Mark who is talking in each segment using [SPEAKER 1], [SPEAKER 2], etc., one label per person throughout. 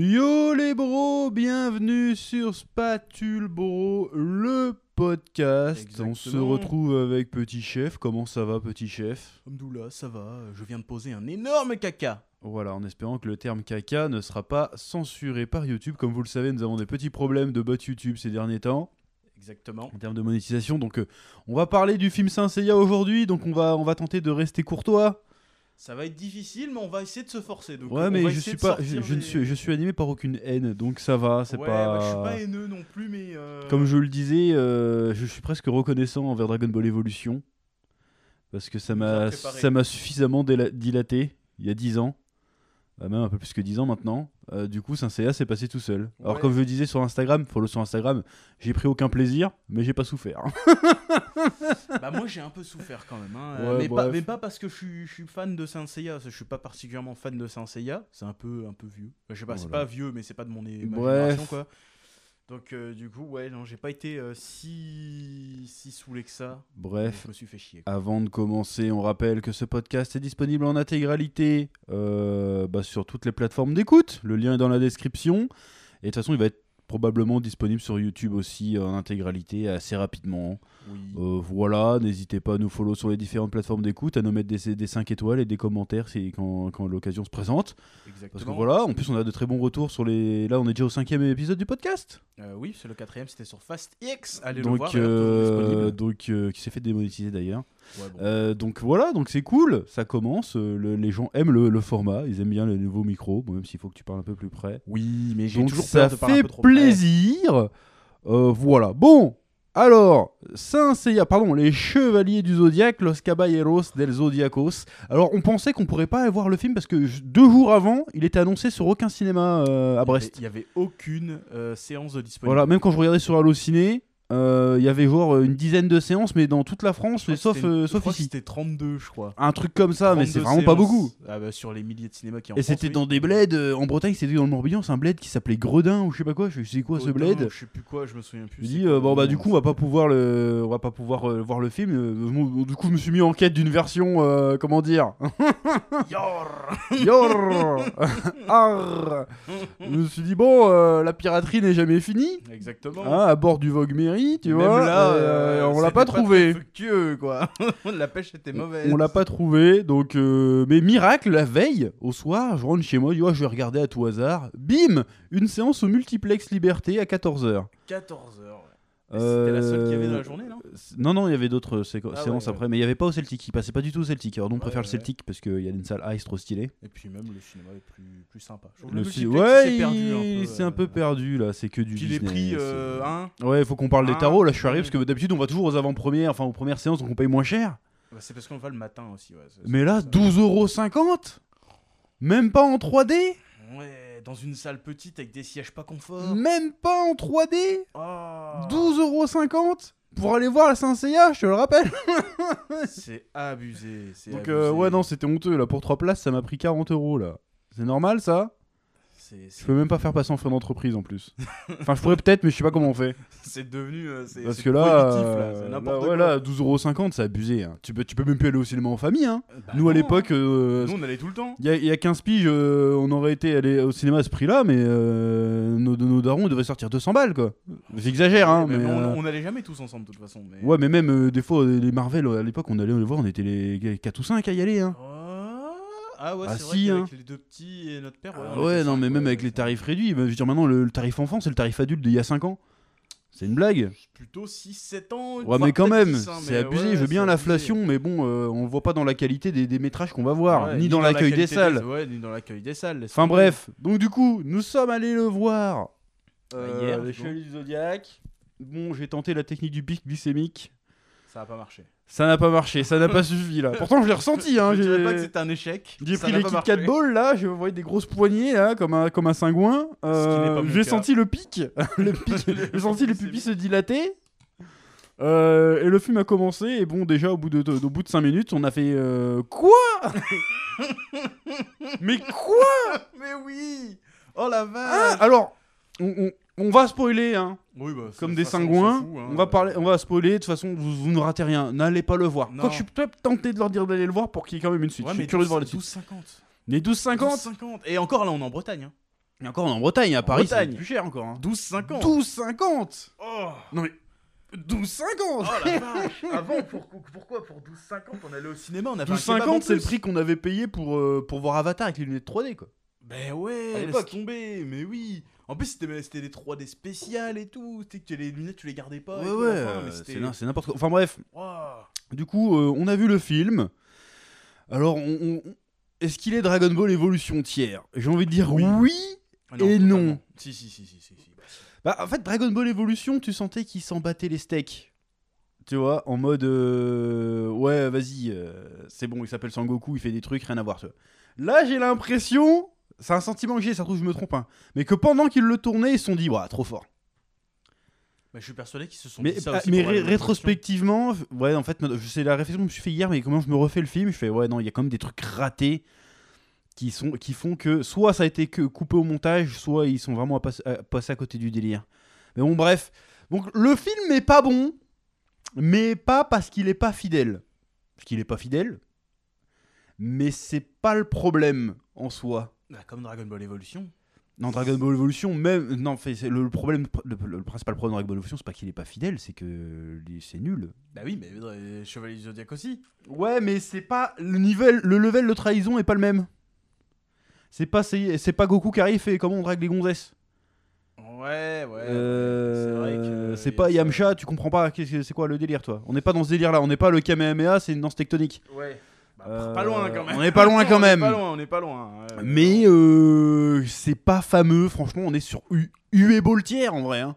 [SPEAKER 1] Yo les bros, bienvenue sur Spatule Bro, le podcast. On se
[SPEAKER 2] Exactement.
[SPEAKER 1] retrouve avec Petit Chef. Comment ça va, Petit Chef
[SPEAKER 2] Abdoula, ça va, euh, je viens de poser un énorme caca.
[SPEAKER 1] Voilà, en espérant que le terme caca ne sera pas censuré par YouTube. Comme vous le savez, nous avons des petits problèmes de bot YouTube ces derniers temps
[SPEAKER 2] Exactement.
[SPEAKER 1] en termes de monétisation. Donc, euh, on va parler du film Saint Seiya aujourd'hui. Donc, on va, on va tenter de rester courtois.
[SPEAKER 2] Ça va être difficile, mais on va essayer de se forcer. Donc,
[SPEAKER 1] ouais,
[SPEAKER 2] on
[SPEAKER 1] mais
[SPEAKER 2] va
[SPEAKER 1] je suis
[SPEAKER 2] essayer de
[SPEAKER 1] pas, je,
[SPEAKER 2] sortir
[SPEAKER 1] je ne
[SPEAKER 2] des-
[SPEAKER 1] suis, je suis animé par aucune haine. Donc, ça va. C'est
[SPEAKER 2] ouais,
[SPEAKER 1] pas.
[SPEAKER 2] ouais, je suis pas haineux non plus, mais. euh,
[SPEAKER 1] Comme je le disais, euh, je suis presque reconnaissant envers Dragon Ball Evolution. Parce que ça
[SPEAKER 2] nous a
[SPEAKER 1] m'a
[SPEAKER 2] préparé.
[SPEAKER 1] ça m'a suffisamment déla- dilaté il y a 10 ans. Euh, même un peu plus que 10 ans maintenant. Euh, du coup, Saint Seiya s'est passé tout seul. Alors,
[SPEAKER 2] Ouais.
[SPEAKER 1] comme je le disais sur Instagram, follow sur Instagram, j'ai pris aucun plaisir, mais j'ai pas souffert.
[SPEAKER 2] Bah, moi, j'ai un peu souffert quand même. hein,
[SPEAKER 1] Ouais,
[SPEAKER 2] euh, mais,
[SPEAKER 1] bref.
[SPEAKER 2] pas, mais pas parce que je suis, je suis fan de Saint Seiya. Je suis pas particulièrement fan de Saint Seiya. C'est un peu, un peu vieux. Bah, je sais pas, c'est
[SPEAKER 1] Voilà.
[SPEAKER 2] pas vieux, mais c'est pas de mon é- ma
[SPEAKER 1] Bref.
[SPEAKER 2] génération, quoi. Donc, euh, du coup, ouais, non, j'ai pas été euh, si. si saoulé que ça.
[SPEAKER 1] Bref,
[SPEAKER 2] Je me suis fait chier. quoi.
[SPEAKER 1] Avant de commencer, on rappelle que ce podcast est disponible en intégralité euh, bah, sur toutes les plateformes d'écoute. Le lien est dans la description. Et de toute façon, il va être probablement disponible sur YouTube aussi euh, en intégralité assez rapidement.
[SPEAKER 2] Oui.
[SPEAKER 1] Euh, voilà, n'hésitez pas à nous follow sur les différentes plateformes d'écoute, à nous mettre des, des 5 étoiles et des commentaires si, quand, quand l'occasion se présente. Parce que
[SPEAKER 2] Exactement.
[SPEAKER 1] voilà, en plus on a de très bons retours sur les... Là on est déjà au cinquième épisode du podcast.
[SPEAKER 2] Euh, oui, c'est le quatrième, c'était sur Fast X. Allez
[SPEAKER 1] donc
[SPEAKER 2] le voir. d'ailleurs, toujours
[SPEAKER 1] euh,
[SPEAKER 2] disponible.
[SPEAKER 1] donc euh, qui s'est fait démonétiser d'ailleurs.
[SPEAKER 2] Ouais, bon.
[SPEAKER 1] Euh, donc voilà, donc c'est cool, ça commence, euh, le- les gens aiment le, le format, ils aiment bien les nouveaux micros, bon, même s'il faut que tu parles un peu plus près.
[SPEAKER 2] oui, mais j'ai
[SPEAKER 1] Donc
[SPEAKER 2] toujours
[SPEAKER 1] ça
[SPEAKER 2] peur de parler un
[SPEAKER 1] fait
[SPEAKER 2] peu trop
[SPEAKER 1] plaisir. Euh, voilà, bon, alors, Saint Seiya, pardon, les Chevaliers du Zodiaque, Los Caballeros del Zodiacos. Alors on pensait qu'on pourrait pas aller voir le film parce que j- deux jours avant, il était annoncé sur aucun cinéma euh, à
[SPEAKER 2] près.
[SPEAKER 1] Brest.
[SPEAKER 2] Il n'y avait, il y avait aucune euh, séance de disponible.
[SPEAKER 1] Voilà, même quand je regardais sur Allociné, euh, il y avait genre une dizaine de séances, mais dans toute la
[SPEAKER 2] Je
[SPEAKER 1] France,
[SPEAKER 2] crois
[SPEAKER 1] mais
[SPEAKER 2] que
[SPEAKER 1] sauf,
[SPEAKER 2] c'était une-
[SPEAKER 1] euh,
[SPEAKER 2] je
[SPEAKER 1] sauf
[SPEAKER 2] crois que
[SPEAKER 1] ici.
[SPEAKER 2] C'était 32, je crois.
[SPEAKER 1] Un truc comme ça, mais
[SPEAKER 2] 32
[SPEAKER 1] c'est vraiment pas
[SPEAKER 2] séances.
[SPEAKER 1] beaucoup.
[SPEAKER 2] Ah bah, sur les milliers de cinémas qui en
[SPEAKER 1] Et c'était dans des bleds euh, en Bretagne, c'était dans le Morbihan, c'est un bled qui s'appelait Gredin ou je sais pas quoi. Je sais quoi ce bled.
[SPEAKER 2] Je sais plus quoi, je me souviens
[SPEAKER 1] Je
[SPEAKER 2] plus.
[SPEAKER 1] me
[SPEAKER 2] c'est
[SPEAKER 1] dis
[SPEAKER 2] quoi
[SPEAKER 1] euh,
[SPEAKER 2] le
[SPEAKER 1] bon bah
[SPEAKER 2] nom,
[SPEAKER 1] du
[SPEAKER 2] hein,
[SPEAKER 1] coup on va
[SPEAKER 2] c'est-
[SPEAKER 1] pas pouvoir le, on va pas pouvoir euh, voir le film. euh, mon- du coup je me suis mis en quête d'une version, euh, comment dire, hein.
[SPEAKER 2] Yor
[SPEAKER 1] Yor Arr Je me suis dit bon euh, la piraterie n'est jamais finie.
[SPEAKER 2] Exactement.
[SPEAKER 1] hein, à bord du Vogue Mary, tu
[SPEAKER 2] Même
[SPEAKER 1] vois,
[SPEAKER 2] là,
[SPEAKER 1] euh,
[SPEAKER 2] euh,
[SPEAKER 1] on l'a
[SPEAKER 2] c'était
[SPEAKER 1] pas trouvé.
[SPEAKER 2] très fructueux, quoi. la pêche était
[SPEAKER 1] On-
[SPEAKER 2] mauvaise.
[SPEAKER 1] On l'a pas trouvé, donc euh, mais miracle, la veille, au soir, je rentre chez moi, je dis, oh, je vais regarder à tout hasard, bim, une séance au multiplex Liberté à 14h.
[SPEAKER 2] 14 heures. ouais. C'était la seule qu'il y avait dans la journée, non
[SPEAKER 1] Euh, Non, non, il y avait d'autres sé-
[SPEAKER 2] Ah
[SPEAKER 1] séances
[SPEAKER 2] ouais, ouais.
[SPEAKER 1] après, mais il n'y avait pas au Celtic, il passait pas du tout au Celtic. Alors, donc, on
[SPEAKER 2] Ouais,
[SPEAKER 1] préfère le
[SPEAKER 2] ouais.
[SPEAKER 1] Celtic parce qu'il y a une salle ice trop stylée.
[SPEAKER 2] Et puis même le cinéma est plus, plus sympa. Je trouve
[SPEAKER 1] Le ci-
[SPEAKER 2] multiplex, il
[SPEAKER 1] ouais,
[SPEAKER 2] s'est perdu
[SPEAKER 1] il- c'est un peu
[SPEAKER 2] euh,
[SPEAKER 1] perdu là, c'est que du
[SPEAKER 2] Puis les
[SPEAKER 1] business.
[SPEAKER 2] prix, euh, hein,
[SPEAKER 1] Ouais, il faut qu'on parle des
[SPEAKER 2] Ah,
[SPEAKER 1] tarots. Là, je suis arrivé
[SPEAKER 2] oui.
[SPEAKER 1] parce que d'habitude, on va toujours aux avant-premières, enfin aux premières séances, donc on paye moins cher.
[SPEAKER 2] bah, c'est parce qu'on va le matin aussi. Ouais, c'est-
[SPEAKER 1] Mais là,
[SPEAKER 2] c'est-
[SPEAKER 1] 12,50€ Même pas en 3D
[SPEAKER 2] Ouais, dans une salle petite avec des sièges pas confort.
[SPEAKER 1] Même pas en 3D
[SPEAKER 2] Ah,
[SPEAKER 1] 12,50€ pour aller voir la Saint-Seiya, je te le rappelle.
[SPEAKER 2] C'est abusé. Ah, c'est
[SPEAKER 1] Donc euh,
[SPEAKER 2] abusé.
[SPEAKER 1] ouais non, c'était honteux là pour 3 places, ça m'a pris 40 euros là. C'est normal ça
[SPEAKER 2] C'est- c'est-
[SPEAKER 1] Je peux même pas faire passer en frais d'entreprise en plus. enfin, je pourrais peut-être mais je sais pas comment on fait
[SPEAKER 2] C'est devenu. euh, c'est-
[SPEAKER 1] parce
[SPEAKER 2] c'est
[SPEAKER 1] que là
[SPEAKER 2] prohibitif, là,
[SPEAKER 1] euh,
[SPEAKER 2] c'est
[SPEAKER 1] là,
[SPEAKER 2] n'importe
[SPEAKER 1] ouais,
[SPEAKER 2] quoi.
[SPEAKER 1] là 12,50€ c'est abusé hein. Tu peux tu peux même plus aller au cinéma en famille hein.
[SPEAKER 2] Bah
[SPEAKER 1] Nous à
[SPEAKER 2] non,
[SPEAKER 1] l'époque euh,
[SPEAKER 2] Nous on allait tout le temps.
[SPEAKER 1] Il y, a- il y a 15 piges, euh, on aurait été allé au cinéma à ce prix-là, mais euh, nos, nos darons devaient sortir 200 balles, quoi. J'exagère, hein, mais...
[SPEAKER 2] Mais
[SPEAKER 1] euh,
[SPEAKER 2] on, on allait jamais tous ensemble de toute façon. Mais...
[SPEAKER 1] Ouais, mais même euh, des fois, euh, les Marvel, euh, à l'époque, on allait les voir, on était les 4 ou 5 à y aller. Hein.
[SPEAKER 2] Ah, Ah ouais,
[SPEAKER 1] Ah
[SPEAKER 2] c'est vrai
[SPEAKER 1] si,
[SPEAKER 2] qu'avec
[SPEAKER 1] hein.
[SPEAKER 2] les deux petits et notre père.
[SPEAKER 1] Ah Ouais,
[SPEAKER 2] Ouais, on était
[SPEAKER 1] non,
[SPEAKER 2] cinq,
[SPEAKER 1] mais même
[SPEAKER 2] ouais,
[SPEAKER 1] avec
[SPEAKER 2] ouais,
[SPEAKER 1] les
[SPEAKER 2] c'est-
[SPEAKER 1] tarifs réduits, bah, je veux dire, maintenant, le, le tarif enfant, c'est le tarif adulte d'il y a 5 ans. C'est une blague
[SPEAKER 2] Plutôt 6-7 ans.
[SPEAKER 1] Ouais,
[SPEAKER 2] voire
[SPEAKER 1] mais quand
[SPEAKER 2] peut-être
[SPEAKER 1] même,
[SPEAKER 2] dix, hein,
[SPEAKER 1] c'est
[SPEAKER 2] mais
[SPEAKER 1] abusé,
[SPEAKER 2] ouais,
[SPEAKER 1] je veux
[SPEAKER 2] c'est
[SPEAKER 1] bien
[SPEAKER 2] abusé.
[SPEAKER 1] l'inflation, mais bon, euh, on le voit pas dans la qualité des, des métrages qu'on va voir,
[SPEAKER 2] Ouais,
[SPEAKER 1] ni, dans l'accueil des
[SPEAKER 2] qualité
[SPEAKER 1] salles.
[SPEAKER 2] ouais, ni dans l'accueil des salles. laisse
[SPEAKER 1] Enfin
[SPEAKER 2] tomber.
[SPEAKER 1] bref, donc du coup, nous sommes allés le voir.
[SPEAKER 2] Euh, hier,
[SPEAKER 1] les
[SPEAKER 2] du coup.
[SPEAKER 1] Chevaliers du Zodiac. Bon, j'ai tenté la technique du pic glycémique.
[SPEAKER 2] Ça a pas marché.
[SPEAKER 1] Ça n'a pas marché, ça n'a pas suffi là. Pourtant, je l'ai ressenti. Hein,
[SPEAKER 2] je dirais
[SPEAKER 1] j'ai-
[SPEAKER 2] pas que c'était un échec.
[SPEAKER 1] j'ai
[SPEAKER 2] ça
[SPEAKER 1] pris
[SPEAKER 2] n'a
[SPEAKER 1] les
[SPEAKER 2] pas
[SPEAKER 1] Kit
[SPEAKER 2] marché.
[SPEAKER 1] Kat Ball là, je voyais des grosses poignées là, comme un, comme un cingouin. Euh,
[SPEAKER 2] n'est pas mon
[SPEAKER 1] j'ai
[SPEAKER 2] cas.
[SPEAKER 1] senti le pic. le pic.
[SPEAKER 2] Le
[SPEAKER 1] j'ai senti les
[SPEAKER 2] pic
[SPEAKER 1] pupilles se dilater. Euh, et le film a commencé, et bon, déjà au bout de, de- au bout de 5 minutes, on a fait euh, quoi Mais quoi
[SPEAKER 2] Mais oui Oh la
[SPEAKER 1] Ah,
[SPEAKER 2] vache
[SPEAKER 1] Alors, on, on- on va spoiler, hein,
[SPEAKER 2] Oui, bah, ça-
[SPEAKER 1] comme des
[SPEAKER 2] ça, ça, on
[SPEAKER 1] cingouins.
[SPEAKER 2] s'en fout, hein.
[SPEAKER 1] on, va parler, Oh, on va spoiler, de toute façon, vous, vous ne ratez rien. N'allez pas le voir.
[SPEAKER 2] Non.
[SPEAKER 1] Quoique je suis peut-être tenté de leur dire d'aller le voir pour qu'il y ait quand même une suite.
[SPEAKER 2] Ouais,
[SPEAKER 1] je
[SPEAKER 2] mais
[SPEAKER 1] suis curieux de voir la suite.
[SPEAKER 2] 12,50.
[SPEAKER 1] Les 12,50
[SPEAKER 2] 12,50. Et encore là, on est en Bretagne. hein.
[SPEAKER 1] Et encore on est en Bretagne, à
[SPEAKER 2] En
[SPEAKER 1] Paris, c'est
[SPEAKER 2] Bretagne.
[SPEAKER 1] plus cher encore. hein.
[SPEAKER 2] 12,50
[SPEAKER 1] 12,50
[SPEAKER 2] Oh,
[SPEAKER 1] Non mais. 12,50
[SPEAKER 2] oh la vache Avant, pour- pourquoi pour 12,50 on allait au cinéma, on avait un kebab en
[SPEAKER 1] 12,50 c'est le
[SPEAKER 2] plus.
[SPEAKER 1] prix qu'on avait payé pour, euh, pour voir Avatar avec les lunettes 3D quoi.
[SPEAKER 2] Ben
[SPEAKER 1] À
[SPEAKER 2] ouais, laisse
[SPEAKER 1] l'époque.
[SPEAKER 2] tomber, mais oui. En plus, c'était c'était des 3D spéciales et tout. C'était que les lunettes, tu les gardais pas. et
[SPEAKER 1] ouais
[SPEAKER 2] tout,
[SPEAKER 1] ouais,
[SPEAKER 2] enfin, mais
[SPEAKER 1] euh,
[SPEAKER 2] c'était-
[SPEAKER 1] c'est n'im- c'est n'importe quoi. Enfin bref,
[SPEAKER 2] Ouah.
[SPEAKER 1] du coup euh, on a vu le film. Alors on- on- est-ce qu'il est Dragon Ball Evolution tiers J'ai envie de dire
[SPEAKER 2] Oui.
[SPEAKER 1] oui
[SPEAKER 2] Ah
[SPEAKER 1] Et non.
[SPEAKER 2] totalement. Si, si, si, si, si. si.
[SPEAKER 1] Bah, en fait, Dragon Ball Evolution, tu sentais qu'ils s'en battaient les steaks. Tu vois, en mode euh, ouais, vas-y, euh, c'est bon, il s'appelle Sangoku, il fait des trucs, rien à voir. tu vois. Là, j'ai l'impression, c'est un sentiment que j'ai, ça se trouve, je me trompe, hein, mais que pendant qu'ils le tournaient, ils se sont dit, ouais, trop fort.
[SPEAKER 2] Bah, je suis persuadé qu'ils se sont
[SPEAKER 1] Mais,
[SPEAKER 2] dit ça
[SPEAKER 1] ah,
[SPEAKER 2] aussi
[SPEAKER 1] mais
[SPEAKER 2] pour
[SPEAKER 1] ré-
[SPEAKER 2] la rétrospective.
[SPEAKER 1] rétrospectivement, f- ouais, en fait, je- c'est la réflexion que je me suis fait hier, mais comment je me refais le film, je fais, ouais, non, il y a quand même des trucs ratés qui, sont, qui font que soit ça a été que coupé au montage, soit ils sont vraiment à passe- à- passés à côté du délire. Mais bon, bref. Donc, le film n'est pas bon, mais pas parce qu'il n'est pas fidèle. Parce qu'il n'est pas fidèle, mais c'est pas le problème en soi.
[SPEAKER 2] Bah, comme Dragon Ball Evolution.
[SPEAKER 1] Non, Dragon Ball Evolution, même. Non, fait, c'est le, le problème, le, le principal problème de Dragon Ball Evolution, c'est pas qu'il est pas fidèle, c'est que les- c'est nul.
[SPEAKER 2] Bah oui, mais euh, Chevalier du Zodiac aussi.
[SPEAKER 1] Ouais, mais c'est pas le level, le level de trahison est pas le même. C'est pas c'est c'est pas Goku qui arrive et comment on drague les gonzesses.
[SPEAKER 2] Ouais, ouais.
[SPEAKER 1] Euh,
[SPEAKER 2] c'est vrai que
[SPEAKER 1] c'est
[SPEAKER 2] y a
[SPEAKER 1] pas
[SPEAKER 2] ça.
[SPEAKER 1] Yamcha, tu comprends pas qu'est-ce que- c'est quoi le délire toi. On n'est pas dans ce délire là, on n'est pas le Kamehameha, c'est une danse tectonique.
[SPEAKER 2] Ouais. Bah,
[SPEAKER 1] Euh,
[SPEAKER 2] pas loin quand même.
[SPEAKER 1] on est pas loin, quand
[SPEAKER 2] On est
[SPEAKER 1] même.
[SPEAKER 2] pas loin, on est pas loin. euh,
[SPEAKER 1] Mais euh, c'est pas fameux, franchement, on est sur U et tiers en vrai. hein.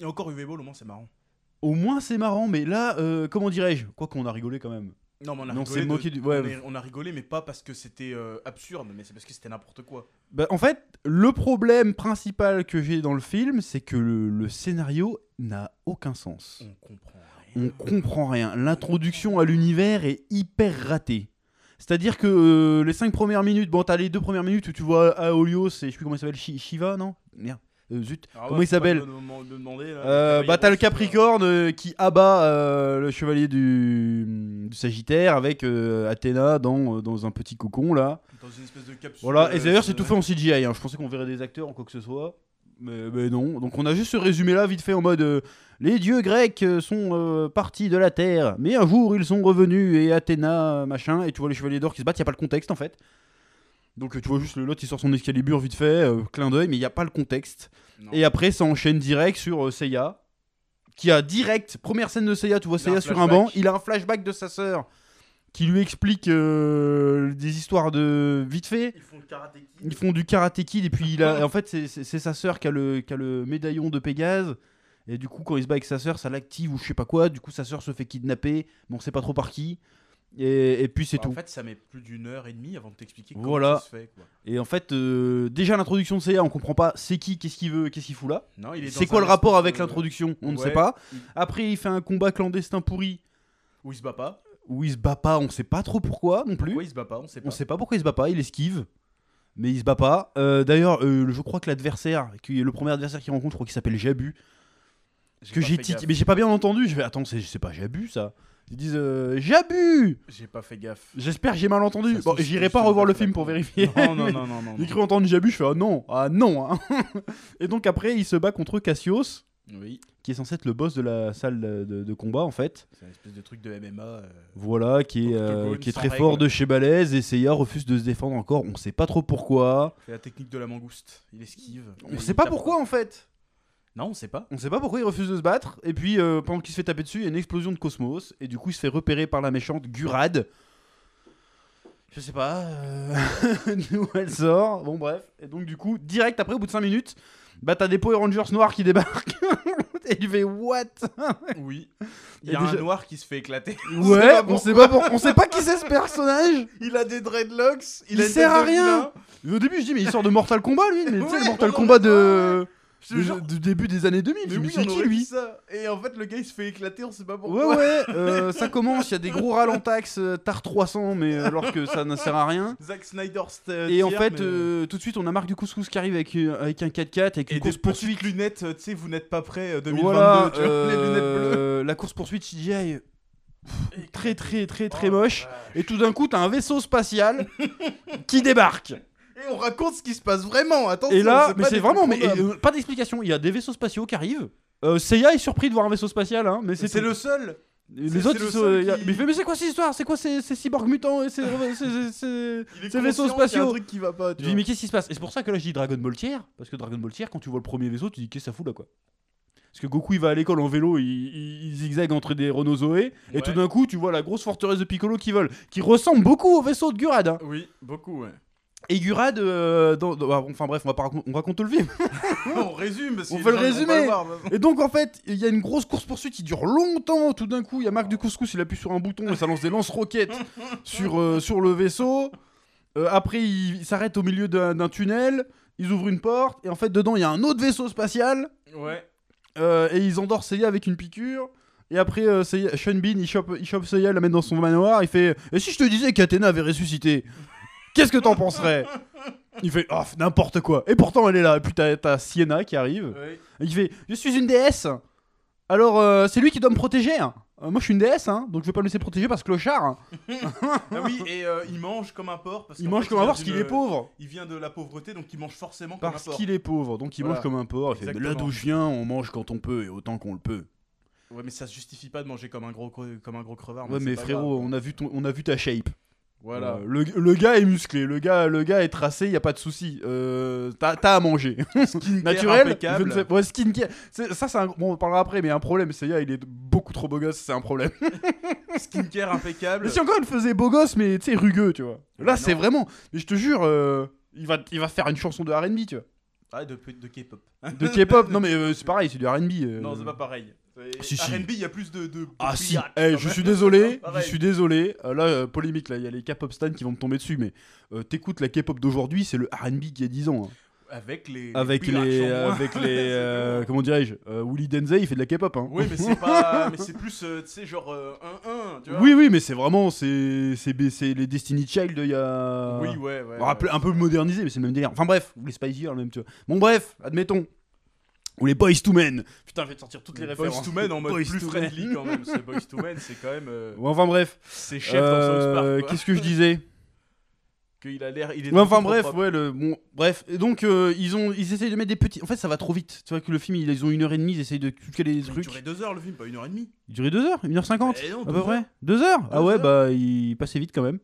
[SPEAKER 2] Et encore UV Ball, au moins, c'est marrant.
[SPEAKER 1] Au moins c'est marrant, mais là, euh, comment dirais-je Quoi qu'on a rigolé quand même.
[SPEAKER 2] Non, mais on a
[SPEAKER 1] Non,
[SPEAKER 2] rigolé.
[SPEAKER 1] c'est
[SPEAKER 2] de-
[SPEAKER 1] moqué du- ouais.
[SPEAKER 2] on, est- on a rigolé, mais pas parce que c'était euh, absurde, mais c'est parce que c'était n'importe quoi.
[SPEAKER 1] Bah, en fait, le problème principal que j'ai dans le film, c'est que le, le scénario n'a aucun sens.
[SPEAKER 2] On comprend rien.
[SPEAKER 1] On comprend rien. L'introduction à l'univers est hyper ratée. C'est-à-dire que euh, les cinq premières minutes, bon, t'as les deux premières minutes où tu vois Aolios et je sais plus comment il s'appelle, Shi- Shiva, non Merde, Euh, zut.
[SPEAKER 2] Alors,
[SPEAKER 1] Comment
[SPEAKER 2] ouais,
[SPEAKER 1] il
[SPEAKER 2] faut pas
[SPEAKER 1] s'appelle
[SPEAKER 2] me demand- me demander, là,
[SPEAKER 1] Euh,
[SPEAKER 2] le
[SPEAKER 1] bah, t'as le
[SPEAKER 2] Cavalier Rose,
[SPEAKER 1] Capricorne euh, qui abat euh, le chevalier du, du Sagittaire avec euh, Athéna dans, euh, dans un petit cocon là.
[SPEAKER 2] euh, Dans une espèce de capsule.
[SPEAKER 1] Voilà, et
[SPEAKER 2] euh,
[SPEAKER 1] d'ailleurs, c'est tout
[SPEAKER 2] euh,
[SPEAKER 1] fait en CGI. hein. Je pensais qu'on verrait des acteurs ou quoi que ce soit. Mais, mais non. Donc, on a juste ce résumé là, vite fait, en mode euh, Les dieux grecs euh, sont euh, partis de la terre, mais un jour ils sont revenus, et Athéna, euh, machin. Et tu vois les chevaliers d'or qui se battent, il a pas le contexte en fait. Donc, euh, tu vois juste le lot, il sort son Excalibur vite fait, euh, clin d'œil, mais il n'y a pas le contexte.
[SPEAKER 2] non.
[SPEAKER 1] Et après, ça enchaîne direct sur euh, Seiya, qui a direct, première scène de Seiya, tu vois
[SPEAKER 2] Il a
[SPEAKER 1] Seiya
[SPEAKER 2] un
[SPEAKER 1] sur un
[SPEAKER 2] flashback.
[SPEAKER 1] banc, il a un flashback de sa sœur qui lui explique euh, des histoires de vite fait.
[SPEAKER 2] Ils font le karaté kid.
[SPEAKER 1] Ils font du karaté kid et puis il a, en fait c'est- c'est c'est sa sœur qui a, le, qui a le médaillon de Pégase et du coup quand il se bat avec sa sœur ça l'active ou je sais pas quoi du coup sa sœur se fait kidnapper mais on sait pas trop par qui et, et puis c'est
[SPEAKER 2] Bah,
[SPEAKER 1] tout
[SPEAKER 2] En fait, ça met plus d'une heure et demie avant de t'expliquer
[SPEAKER 1] Voilà.
[SPEAKER 2] comment ça se fait. Quoi.
[SPEAKER 1] et en fait euh, déjà l'introduction de Seiya on comprend pas c'est qui qu'est-ce qu'il veut qu'est-ce qu'il fout là
[SPEAKER 2] Non, il est
[SPEAKER 1] c'est
[SPEAKER 2] dans
[SPEAKER 1] quoi
[SPEAKER 2] un
[SPEAKER 1] le rapport
[SPEAKER 2] espèce
[SPEAKER 1] avec
[SPEAKER 2] de-
[SPEAKER 1] l'introduction on ne
[SPEAKER 2] Ouais.
[SPEAKER 1] sait pas
[SPEAKER 2] Il-
[SPEAKER 1] après il fait un combat clandestin pourri
[SPEAKER 2] Où il se bat pas
[SPEAKER 1] où il se bat pas on sait pas trop pourquoi non plus
[SPEAKER 2] Pourquoi il se bat pas On sait pas.
[SPEAKER 1] On sait pas pourquoi il se bat pas, il esquive, mais il se bat pas. Euh, D'ailleurs, euh, je crois que l'adversaire, qui est le premier adversaire qu'il rencontre, je crois qu'il s'appelle Jabu, que
[SPEAKER 2] pas
[SPEAKER 1] j'ai
[SPEAKER 2] fait
[SPEAKER 1] titi-
[SPEAKER 2] gaffe.
[SPEAKER 1] mais j'ai pas bien entendu. Je vais attends, c'est c'est pas Jabu ça. Ils disent euh, Jabu.
[SPEAKER 2] J'ai pas fait gaffe.
[SPEAKER 1] J'espère que j'ai mal entendu.
[SPEAKER 2] Ça se
[SPEAKER 1] Bon,
[SPEAKER 2] trouve,
[SPEAKER 1] j'irai
[SPEAKER 2] je te
[SPEAKER 1] pas
[SPEAKER 2] jure,
[SPEAKER 1] revoir
[SPEAKER 2] je
[SPEAKER 1] le
[SPEAKER 2] te
[SPEAKER 1] film
[SPEAKER 2] la
[SPEAKER 1] pour
[SPEAKER 2] prends.
[SPEAKER 1] vérifier.
[SPEAKER 2] Non, non,
[SPEAKER 1] mais
[SPEAKER 2] non, non, non.
[SPEAKER 1] J'ai
[SPEAKER 2] non.
[SPEAKER 1] cru entendre Jabu, je fais ah non, ah non. hein. Et donc après, il se bat contre Cassios,
[SPEAKER 2] Oui,
[SPEAKER 1] qui est censé être le boss de la salle de- de- de combat en fait.
[SPEAKER 2] c'est un espèce de truc de MMA. euh,
[SPEAKER 1] Voilà, qui est,
[SPEAKER 2] Octogone
[SPEAKER 1] euh, qui est
[SPEAKER 2] sans
[SPEAKER 1] très
[SPEAKER 2] règles.
[SPEAKER 1] fort de chez Balèze, et Seiya refuse de se défendre encore, on sait pas trop pourquoi.
[SPEAKER 2] fait la technique de la mangouste. Il esquive.
[SPEAKER 1] On
[SPEAKER 2] mais
[SPEAKER 1] sait
[SPEAKER 2] il
[SPEAKER 1] pas
[SPEAKER 2] tape
[SPEAKER 1] pourquoi hein. en fait
[SPEAKER 2] Non, on sait pas.
[SPEAKER 1] On sait pas pourquoi il refuse de se battre, et puis euh, pendant qu'il se fait taper dessus, il y a une explosion de cosmos, et du coup il se fait repérer par la méchante Gurad. Je sais pas euh, d'où elle sort, bon bref. Et donc du coup, direct après, au bout de 5 minutes, bah t'as des Power Rangers noirs qui débarquent, et tu fais what
[SPEAKER 2] Oui. Il
[SPEAKER 1] Et
[SPEAKER 2] y a un
[SPEAKER 1] déjà-
[SPEAKER 2] noir qui se fait éclater.
[SPEAKER 1] Ouais,
[SPEAKER 2] pas
[SPEAKER 1] on sait pas, pour- on sait pas qui c'est ce personnage
[SPEAKER 2] Il a des dreadlocks.
[SPEAKER 1] Il
[SPEAKER 2] a une
[SPEAKER 1] sert
[SPEAKER 2] tête
[SPEAKER 1] à
[SPEAKER 2] de
[SPEAKER 1] rien.
[SPEAKER 2] vilain.
[SPEAKER 1] Au début, je dis, mais il sort de Mortal Kombat, lui. Mais tu sais,
[SPEAKER 2] Ouais,
[SPEAKER 1] le Mortal
[SPEAKER 2] on en
[SPEAKER 1] Kombat
[SPEAKER 2] est
[SPEAKER 1] de...
[SPEAKER 2] Je te
[SPEAKER 1] de-
[SPEAKER 2] jure.
[SPEAKER 1] du début des années 2000.
[SPEAKER 2] Mais
[SPEAKER 1] je me
[SPEAKER 2] oui,
[SPEAKER 1] suis
[SPEAKER 2] on
[SPEAKER 1] dit, qui,
[SPEAKER 2] aurait dit
[SPEAKER 1] lui
[SPEAKER 2] ça. Et en fait, le gars, il se fait éclater, on sait pas
[SPEAKER 1] Ouais,
[SPEAKER 2] pourquoi.
[SPEAKER 1] ouais, euh, ça commence, il y a des gros ralentax, euh, TAR 300, mais euh, alors que ça ne sert à rien.
[SPEAKER 2] Zack Snyder. st-
[SPEAKER 1] Et en
[SPEAKER 2] tire,
[SPEAKER 1] fait,
[SPEAKER 2] mais-
[SPEAKER 1] euh, tout de suite, on a Marc du Couscous qui arrive avec, euh, avec un 4x4, avec
[SPEAKER 2] Et
[SPEAKER 1] une
[SPEAKER 2] des
[SPEAKER 1] course
[SPEAKER 2] poursuites
[SPEAKER 1] poursuite.
[SPEAKER 2] lunettes, euh, tu sais, vous n'êtes pas prêt euh, 2022,
[SPEAKER 1] Voilà,
[SPEAKER 2] tu vois, les lunettes bleues.
[SPEAKER 1] euh, la course poursuite CGI, pff, très très très très
[SPEAKER 2] Oh,
[SPEAKER 1] moche.
[SPEAKER 2] ouais.
[SPEAKER 1] Et tout d'un coup, t'as un vaisseau spatial qui débarque.
[SPEAKER 2] Et on raconte ce qui se passe vraiment. Attention.
[SPEAKER 1] Et là, mais
[SPEAKER 2] Oh, pas
[SPEAKER 1] c'est
[SPEAKER 2] des
[SPEAKER 1] vraiment,
[SPEAKER 2] trucs
[SPEAKER 1] mais
[SPEAKER 2] random.
[SPEAKER 1] euh, pas d'explication. Il y a des vaisseaux spatiaux qui arrivent. Euh, Seiya est surpris de voir un vaisseau spatial, hein, mais c'est
[SPEAKER 2] c'est
[SPEAKER 1] tout.
[SPEAKER 2] le seul. c'est-
[SPEAKER 1] Les autres,
[SPEAKER 2] c'est
[SPEAKER 1] ils
[SPEAKER 2] le
[SPEAKER 1] sont.
[SPEAKER 2] seul
[SPEAKER 1] euh, il y a-
[SPEAKER 2] qui-
[SPEAKER 1] Mais il fait, mais c'est quoi cette histoire C'est quoi ces, ces cyborgs mutants et ces- ces- ces- ces-
[SPEAKER 2] Il est
[SPEAKER 1] Ces vaisseaux
[SPEAKER 2] conscient qu'il y a un
[SPEAKER 1] spatiaux.
[SPEAKER 2] truc qui va pas. tu
[SPEAKER 1] Je dis,
[SPEAKER 2] vois.
[SPEAKER 1] mais qu'est-ce qui se passe Et c'est pour ça que là, je dis Dragon Ball tiers, parce que Dragon Ball tiers, quand tu vois le premier vaisseau, tu dis, qu'est-ce que ça fout là, quoi Parce que Goku, il va à l'école en vélo, il, il- il zigzague entre des Renault-Zoé, et
[SPEAKER 2] Ouais.
[SPEAKER 1] tout d'un coup, tu vois la grosse forteresse de Piccolo qui vole, qui ressemble beaucoup au vaisseau de Gurad. hein.
[SPEAKER 2] Oui, beaucoup. Ouais.
[SPEAKER 1] Et Gurad, euh, dans- dans- ah, bon, enfin bref, on va pas racon- on raconte tout le film.
[SPEAKER 2] on résume. parce
[SPEAKER 1] Ah,
[SPEAKER 2] que
[SPEAKER 1] On
[SPEAKER 2] les
[SPEAKER 1] peut le
[SPEAKER 2] gens, ils vont pas
[SPEAKER 1] résumer.
[SPEAKER 2] voir, de toute façon.
[SPEAKER 1] Et donc en fait, il y a une grosse course-poursuite qui dure longtemps. Tout d'un coup, il y a Marc du Couscous, il appuie sur un bouton et ça lance des lance-roquettes sur, euh, sur le vaisseau. Euh, après, il, il s'arrête au milieu d'un d'un tunnel, ils ouvrent une porte, et en fait, dedans, il y a un autre vaisseau spatial,
[SPEAKER 2] Ouais.
[SPEAKER 1] euh, et ils endorment Seiya avec une piqûre. Et après, euh, Seiya- Sean Bean, il chope, il chope Seiya, il la met dans son manoir, il fait « Et si je te disais qu'Athéna avait ressuscité, qu'est-ce que t'en penserais ?» Il fait « Oh, n'importe quoi !» Et pourtant, elle est là, et puis t'as t'as Sienna qui arrive.
[SPEAKER 2] ouais.
[SPEAKER 1] Il fait Je suis une déesse Alors euh, c'est lui qui doit me protéger hein. Euh, Moi je suis une déesse hein, donc je vais pas me laisser protéger par ce clochard hein.
[SPEAKER 2] Ah oui, et euh, il mange comme un porc. Parce
[SPEAKER 1] Il
[SPEAKER 2] qu'en
[SPEAKER 1] mange
[SPEAKER 2] fait,
[SPEAKER 1] comme
[SPEAKER 2] vient
[SPEAKER 1] un porc parce qu'il
[SPEAKER 2] d'une-
[SPEAKER 1] est pauvre
[SPEAKER 2] Il vient de la pauvreté, donc il mange forcément comme
[SPEAKER 1] Parce
[SPEAKER 2] un porc.
[SPEAKER 1] qu'il est pauvre donc il
[SPEAKER 2] Voilà.
[SPEAKER 1] mange comme un porc il fait, Mais Là
[SPEAKER 2] Exactement.
[SPEAKER 1] d'où je viens on mange quand on peut et autant qu'on le peut
[SPEAKER 2] Ouais, mais ça se justifie pas de manger comme un gros, cre- comme un gros crevard.
[SPEAKER 1] Ouais
[SPEAKER 2] c'est
[SPEAKER 1] mais
[SPEAKER 2] pas
[SPEAKER 1] frérot
[SPEAKER 2] grave.
[SPEAKER 1] on a, vu ton- on a vu ta shape
[SPEAKER 2] Voilà.
[SPEAKER 1] Euh, le, le gars est musclé le gars, le gars est tracé y a pas de souci Euh, T'as t'as à manger naturel
[SPEAKER 2] impeccable.
[SPEAKER 1] je ne sais- ouais, skincare C'est- ça c'est un bon on en parlera après mais un problème c'est il est beaucoup trop beau gosse c'est un problème euh,
[SPEAKER 2] Skincare impeccable.
[SPEAKER 1] Mais si encore il faisait beau gosse, mais tu sais, rugueux, tu vois. Là,
[SPEAKER 2] non.
[SPEAKER 1] c'est vraiment. Mais je te jure, euh, il, va, il va faire une chanson de RB, tu vois.
[SPEAKER 2] Ah, de, de K-pop.
[SPEAKER 1] De K-pop. non, mais euh, c'est pareil, c'est du RB. euh.
[SPEAKER 2] Non, c'est pas pareil. C'est-
[SPEAKER 1] Si, si.
[SPEAKER 2] RB, il y a plus de. de- de
[SPEAKER 1] Ah si,
[SPEAKER 2] pirates,
[SPEAKER 1] Eh,
[SPEAKER 2] quand
[SPEAKER 1] je
[SPEAKER 2] même.
[SPEAKER 1] suis désolé, je
[SPEAKER 2] Pareil.
[SPEAKER 1] suis désolé. Euh, là, euh, polémique, là, il y a les K-pop stans qui vont me tomber dessus, mais euh, t'écoutes la K-pop d'aujourd'hui, c'est le RB qui a 10 ans. hein.
[SPEAKER 2] Avec les.
[SPEAKER 1] Avec
[SPEAKER 2] pirates
[SPEAKER 1] les,
[SPEAKER 2] sans moi.
[SPEAKER 1] avec
[SPEAKER 2] C'est
[SPEAKER 1] les, euh,
[SPEAKER 2] vraiment-
[SPEAKER 1] comment dirais-je, euh, Willy Denzey, il fait de la K-pop. Hein.
[SPEAKER 2] Oui, mais c'est pas. Mais c'est plus, euh, tu sais, genre euh, 1-1. tu vois
[SPEAKER 1] oui, oui, mais c'est vraiment, c'est, c'est, c'est les Destiny Child, il y a.
[SPEAKER 2] Oui, ouais, ouais.
[SPEAKER 1] Bon, un peu-
[SPEAKER 2] ouais.
[SPEAKER 1] un peu modernisé, mais c'est le même délire. Enfin bref, ou les Spice Girls, même, tu vois. Bon, bref, admettons. Ou les Boys to Men. Putain, je vais te sortir toutes les,
[SPEAKER 2] Les
[SPEAKER 1] références.
[SPEAKER 2] Boys to Men en mode
[SPEAKER 1] Boys
[SPEAKER 2] plus
[SPEAKER 1] to
[SPEAKER 2] friendly
[SPEAKER 1] Men.
[SPEAKER 2] quand même. C'est Boys to Men, c'est quand même. euh,
[SPEAKER 1] Bon, enfin bref.
[SPEAKER 2] c'est chef dans South
[SPEAKER 1] Euh,
[SPEAKER 2] Park. quoi.
[SPEAKER 1] Qu'est-ce que je disais
[SPEAKER 2] Qu'il a l'air. Il est
[SPEAKER 1] Ouais, Enfin
[SPEAKER 2] trop
[SPEAKER 1] bref,
[SPEAKER 2] propre.
[SPEAKER 1] ouais, le, bon, bref. Et donc, euh, ils, ont, ils essayent de mettre des petits. En fait, ça va trop vite. Tu vois que le film, ils ont une heure et demie, ils essayent de caler des
[SPEAKER 2] Il
[SPEAKER 1] trucs.
[SPEAKER 2] durait 2 heures le film, pas 1 heure et demie.
[SPEAKER 1] Il durait deux heures Une heure cinquante
[SPEAKER 2] Eh non,
[SPEAKER 1] À
[SPEAKER 2] deux
[SPEAKER 1] peu près
[SPEAKER 2] heures.
[SPEAKER 1] Deux heures Ah
[SPEAKER 2] Deux
[SPEAKER 1] ouais,
[SPEAKER 2] heures.
[SPEAKER 1] bah, il passait vite quand même.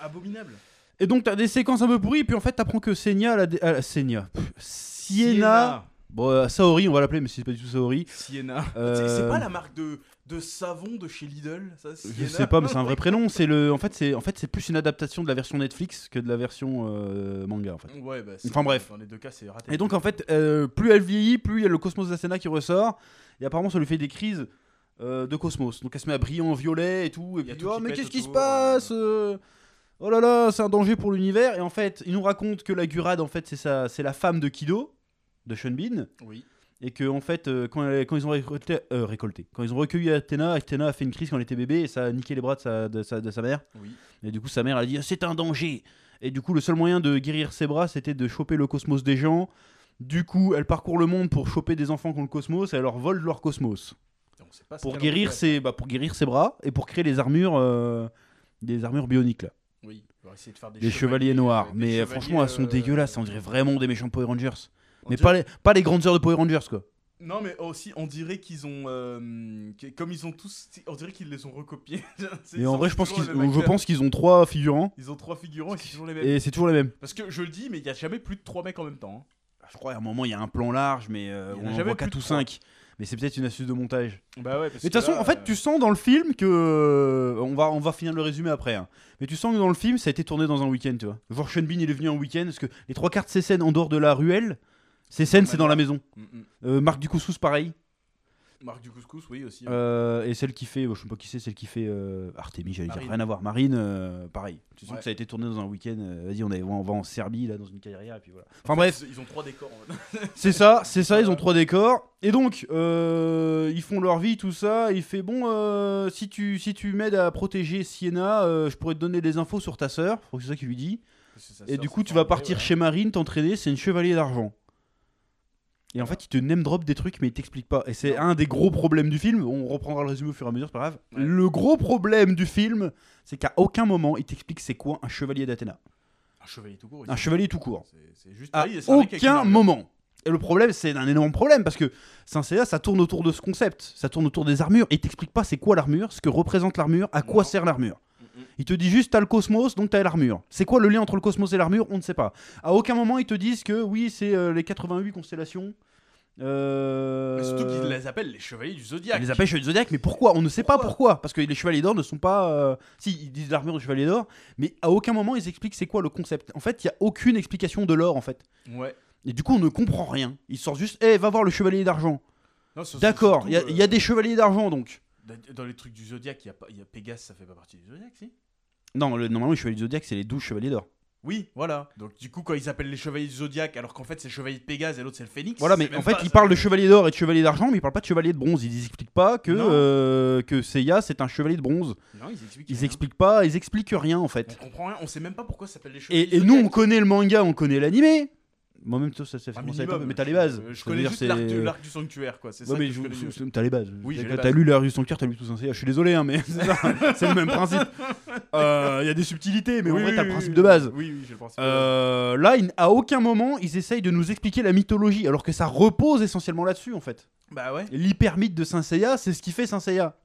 [SPEAKER 2] Abominable.
[SPEAKER 1] Et donc, t'as des séquences un peu pourries, puis en fait, t'apprends que Senya. La dé- ah, Senya. Pff, Sienna. Bon, euh, Saori, on va l'appeler, mais c'est pas du tout Saori.
[SPEAKER 2] Sienna.
[SPEAKER 1] Euh,
[SPEAKER 2] C'est- C'est pas la marque de, de savon de chez Lidl, ça
[SPEAKER 1] Je sais pas, mais c'est un vrai prénom. C'est le, en fait, c'est, en fait, c'est plus une adaptation de la version Netflix que de la version euh, manga, en fait.
[SPEAKER 2] Ouais, bah, c'est-
[SPEAKER 1] Enfin, bref.
[SPEAKER 2] Dans les deux cas, c'est raté.
[SPEAKER 1] Et donc, en fait, euh, plus elle vieillit, plus il y a le cosmos d'Asena qui ressort. Et apparemment, ça lui fait des crises euh, de cosmos. Donc, elle se met à briller en violet et tout. Et
[SPEAKER 2] Il y a
[SPEAKER 1] puis,
[SPEAKER 2] tout
[SPEAKER 1] oh,
[SPEAKER 2] qui
[SPEAKER 1] mais
[SPEAKER 2] pète
[SPEAKER 1] qu'est-ce qui se
[SPEAKER 2] autour,
[SPEAKER 1] passe euh, Oh là là, c'est un danger pour l'univers. Et en fait, il nous raconte que la Gurad, en fait, c'est sa, c'est la femme de Kido, de Shunbin.
[SPEAKER 2] Oui.
[SPEAKER 1] Et que, en fait, euh, quand, elle- quand ils ont récolté, euh, récolté, quand ils ont recueilli Athéna, Athéna a fait une crise quand elle était bébé et ça a niqué les bras de sa- de sa- de sa mère.
[SPEAKER 2] Oui.
[SPEAKER 1] Et du coup, sa mère, elle a dit Ah, C'est un danger Et du coup, le seul moyen de guérir ses bras, c'était de choper le cosmos des gens. Du coup, elle parcourt le monde pour choper des enfants qui ont le cosmos et elle leur vole leur cosmos.
[SPEAKER 2] On sait pas ce
[SPEAKER 1] Pour
[SPEAKER 2] qu'elle en
[SPEAKER 1] guérir,
[SPEAKER 2] fait.
[SPEAKER 1] ses, bah, pour guérir ses bras et pour créer les armures. euh, Des armures bioniques, là.
[SPEAKER 2] Oui. On va essayer de faire des, euh,
[SPEAKER 1] des chevaliers noirs. Mais
[SPEAKER 2] des
[SPEAKER 1] franchement, elles sont
[SPEAKER 2] chevaliers, euh,
[SPEAKER 1] dégueulasses. On dirait vraiment des méchants Power Rangers.
[SPEAKER 2] on
[SPEAKER 1] Mais
[SPEAKER 2] dirait-
[SPEAKER 1] pas les, pas les grandes sœurs de Power Rangers, quoi.
[SPEAKER 2] Non, mais aussi, on dirait qu'ils ont. euh, que- comme ils ont tous. On dirait qu'ils les ont recopiés.
[SPEAKER 1] Et en vrai, je pense qu'ils je
[SPEAKER 2] je
[SPEAKER 1] pense qu'ils ont trois figurants
[SPEAKER 2] Ils ont trois figurants et c'est toujours les mêmes.
[SPEAKER 1] et c'est toujours les mêmes.
[SPEAKER 2] Parce que je le dis, mais il y a jamais plus de trois mecs en même temps. hein.
[SPEAKER 1] Je crois à un moment, il y a un plan large, mais euh,
[SPEAKER 2] Il y
[SPEAKER 1] on
[SPEAKER 2] en a
[SPEAKER 1] en
[SPEAKER 2] jamais
[SPEAKER 1] voit
[SPEAKER 2] plus
[SPEAKER 1] 4 ou
[SPEAKER 2] de trois.
[SPEAKER 1] 5. Mais c'est peut-être une astuce de montage.
[SPEAKER 2] hein. Bah ouais, parce
[SPEAKER 1] Mais de
[SPEAKER 2] que
[SPEAKER 1] toute façon,
[SPEAKER 2] là,
[SPEAKER 1] en fait,
[SPEAKER 2] euh,
[SPEAKER 1] tu sens dans le film que. euh, On va, on va finir le résumé après. hein. Mais tu sens que dans le film, ça a été tourné dans un week-end, tu vois. Genre Sean Bean, il est venu en week-end, parce que les trois quarts de ses scènes en dehors de la ruelle, ces scènes, c'est dans la maison.
[SPEAKER 2] mm, mm.
[SPEAKER 1] Euh, Marc Ducoussus, pareil.
[SPEAKER 2] Marc du couscous, oui aussi. hein.
[SPEAKER 1] Euh, et celle qui fait. Je sais pas qui c'est, celle qui fait. euh, Artemis, j'allais dire.
[SPEAKER 2] Marine.
[SPEAKER 1] Rien à voir. Marine, euh, pareil. Tu sens
[SPEAKER 2] Ouais.
[SPEAKER 1] que ça a été tourné dans un week-end. euh, Vas-y, on, est- on va en Serbie, là, dans une carrière, et puis voilà. Enfin bref.
[SPEAKER 2] Ils- Ils ont trois décors. En fait.
[SPEAKER 1] C'est ça, c'est ça,
[SPEAKER 2] Euh.
[SPEAKER 1] ils ont trois décors. Et donc, euh, ils font leur vie, tout ça. et Il fait Bon, euh, si tu, si tu m'aides à protéger Sienna, euh, je pourrais te donner des infos sur ta sœur. Je crois que C'est ça qu'il lui dit.
[SPEAKER 2] Parce que sa
[SPEAKER 1] Et
[SPEAKER 2] sœur,
[SPEAKER 1] du
[SPEAKER 2] c'est
[SPEAKER 1] coup, tu
[SPEAKER 2] son
[SPEAKER 1] vas
[SPEAKER 2] adoré,
[SPEAKER 1] partir
[SPEAKER 2] ouais.
[SPEAKER 1] chez Marine t'entraîner, c'est une chevalier d'argent. Et en fait, il te name drop des trucs, mais il t'explique pas. Et c'est un des gros problèmes du film. On reprendra le résumé au fur et à mesure, c'est pas grave.
[SPEAKER 2] Ouais.
[SPEAKER 1] Le gros problème du film, c'est qu'à aucun moment, il t'explique c'est quoi un chevalier d'Athéna.
[SPEAKER 2] Un chevalier tout court.
[SPEAKER 1] Un
[SPEAKER 2] ici.
[SPEAKER 1] chevalier tout court.
[SPEAKER 2] C'est- C'est juste.
[SPEAKER 1] À
[SPEAKER 2] Ah, il- c'est un mec avec une
[SPEAKER 1] aucun
[SPEAKER 2] armure.
[SPEAKER 1] moment. Et le problème, c'est un énorme problème parce que Saint Seiya, ça tourne autour de ce concept, ça tourne autour des armures. Et il t'explique pas c'est quoi l'armure, ce que représente l'armure, à quoi
[SPEAKER 2] Non.
[SPEAKER 1] sert l'armure.
[SPEAKER 2] Mhm.
[SPEAKER 1] Il te dit juste t'as le cosmos, donc t'as l'armure. C'est quoi le lien entre le cosmos et l'armure On ne sait pas. À aucun moment ils te disent que oui, c'est euh, les 88 constellations. Euh...
[SPEAKER 2] Mais Surtout qu'ils les appellent les chevaliers du zodiaque.
[SPEAKER 1] Ils Euh, les appellent chevaliers du zodiaque, mais pourquoi On ne sait pas
[SPEAKER 2] Pourquoi
[SPEAKER 1] pourquoi. Parce que les chevaliers d'or ne sont pas. euh, Si, ils disent l'armure du chevalier d'or, mais à aucun moment ils expliquent c'est quoi le concept. En fait, il n'y a aucune explication de l'or en fait.
[SPEAKER 2] Ouais.
[SPEAKER 1] Et du coup, on ne comprend rien. Ils sortent juste, eh, va voir le chevalier d'argent.
[SPEAKER 2] Non, sur-
[SPEAKER 1] D'accord,
[SPEAKER 2] surtout,
[SPEAKER 1] il y, a- il y a des chevaliers d'argent donc.
[SPEAKER 2] euh, Dans les trucs du zodiaque, il y a, pas- il y a Pégase, ça fait pas partie du zodiaque, si
[SPEAKER 1] Non, le, normalement, les chevaliers du zodiaque, c'est les 12 chevaliers d'or.
[SPEAKER 2] Oui, voilà. Donc du coup, quand ils appellent les chevaliers du zodiaque, alors qu'en fait c'est chevalier de Pégase et l'autre c'est le phénix.
[SPEAKER 1] Voilà,
[SPEAKER 2] c'est
[SPEAKER 1] mais
[SPEAKER 2] même
[SPEAKER 1] en fait,
[SPEAKER 2] pas
[SPEAKER 1] ils
[SPEAKER 2] ça.
[SPEAKER 1] parlent de chevalier d'or et de chevalier d'argent, mais ils parlent pas de chevalier de bronze. Ils expliquent pas que,
[SPEAKER 2] Non.
[SPEAKER 1] euh, que Seiya, c'est un chevalier de bronze.
[SPEAKER 2] Non, ils expliquent.
[SPEAKER 1] Ils
[SPEAKER 2] rien.
[SPEAKER 1] expliquent pas, ils expliquent rien en
[SPEAKER 2] On
[SPEAKER 1] fait.
[SPEAKER 2] comprend rien, on sait même pas pourquoi ça s'appelle les chevaliers. du
[SPEAKER 1] Et, et nous, on
[SPEAKER 2] Zodiaque.
[SPEAKER 1] connaît le manga, on connaît l'animé. Moi, même, ça, ça, ça fait
[SPEAKER 2] Un
[SPEAKER 1] commencer à être un peu-
[SPEAKER 2] Ah, minimum,
[SPEAKER 1] Mais t'as les
[SPEAKER 2] je-
[SPEAKER 1] bases.
[SPEAKER 2] euh, Je
[SPEAKER 1] Ça veut
[SPEAKER 2] connais
[SPEAKER 1] dire
[SPEAKER 2] juste
[SPEAKER 1] c'est-
[SPEAKER 2] l'arc du, l'arc du sanctuaire, quoi. C'est
[SPEAKER 1] Ouais,
[SPEAKER 2] ça.
[SPEAKER 1] mais
[SPEAKER 2] que je
[SPEAKER 1] je-
[SPEAKER 2] connais mieux.
[SPEAKER 1] je- t'as les bases.
[SPEAKER 2] Oui, j'ai
[SPEAKER 1] T'as-
[SPEAKER 2] les
[SPEAKER 1] t'as
[SPEAKER 2] bases.
[SPEAKER 1] lu l'heure du sanctuaire, t'as lu tout Saint-Seiya. Je suis désolé, hein, mais c'est ça, c'est le même principe. Euh, Il y a des subtilités, mais en
[SPEAKER 2] Oui,
[SPEAKER 1] vrai,
[SPEAKER 2] oui,
[SPEAKER 1] t'as le
[SPEAKER 2] oui,
[SPEAKER 1] principe
[SPEAKER 2] oui.
[SPEAKER 1] de base.
[SPEAKER 2] Oui, oui, j'ai le principe. de base.
[SPEAKER 1] Euh, là, ils- à aucun moment, ils essayent de nous expliquer la mythologie, alors que ça repose essentiellement là-dessus, en fait.
[SPEAKER 2] Bah ouais.
[SPEAKER 1] L'hypermythe de Saint Seiya, c'est ce qui fait Saint Seiya.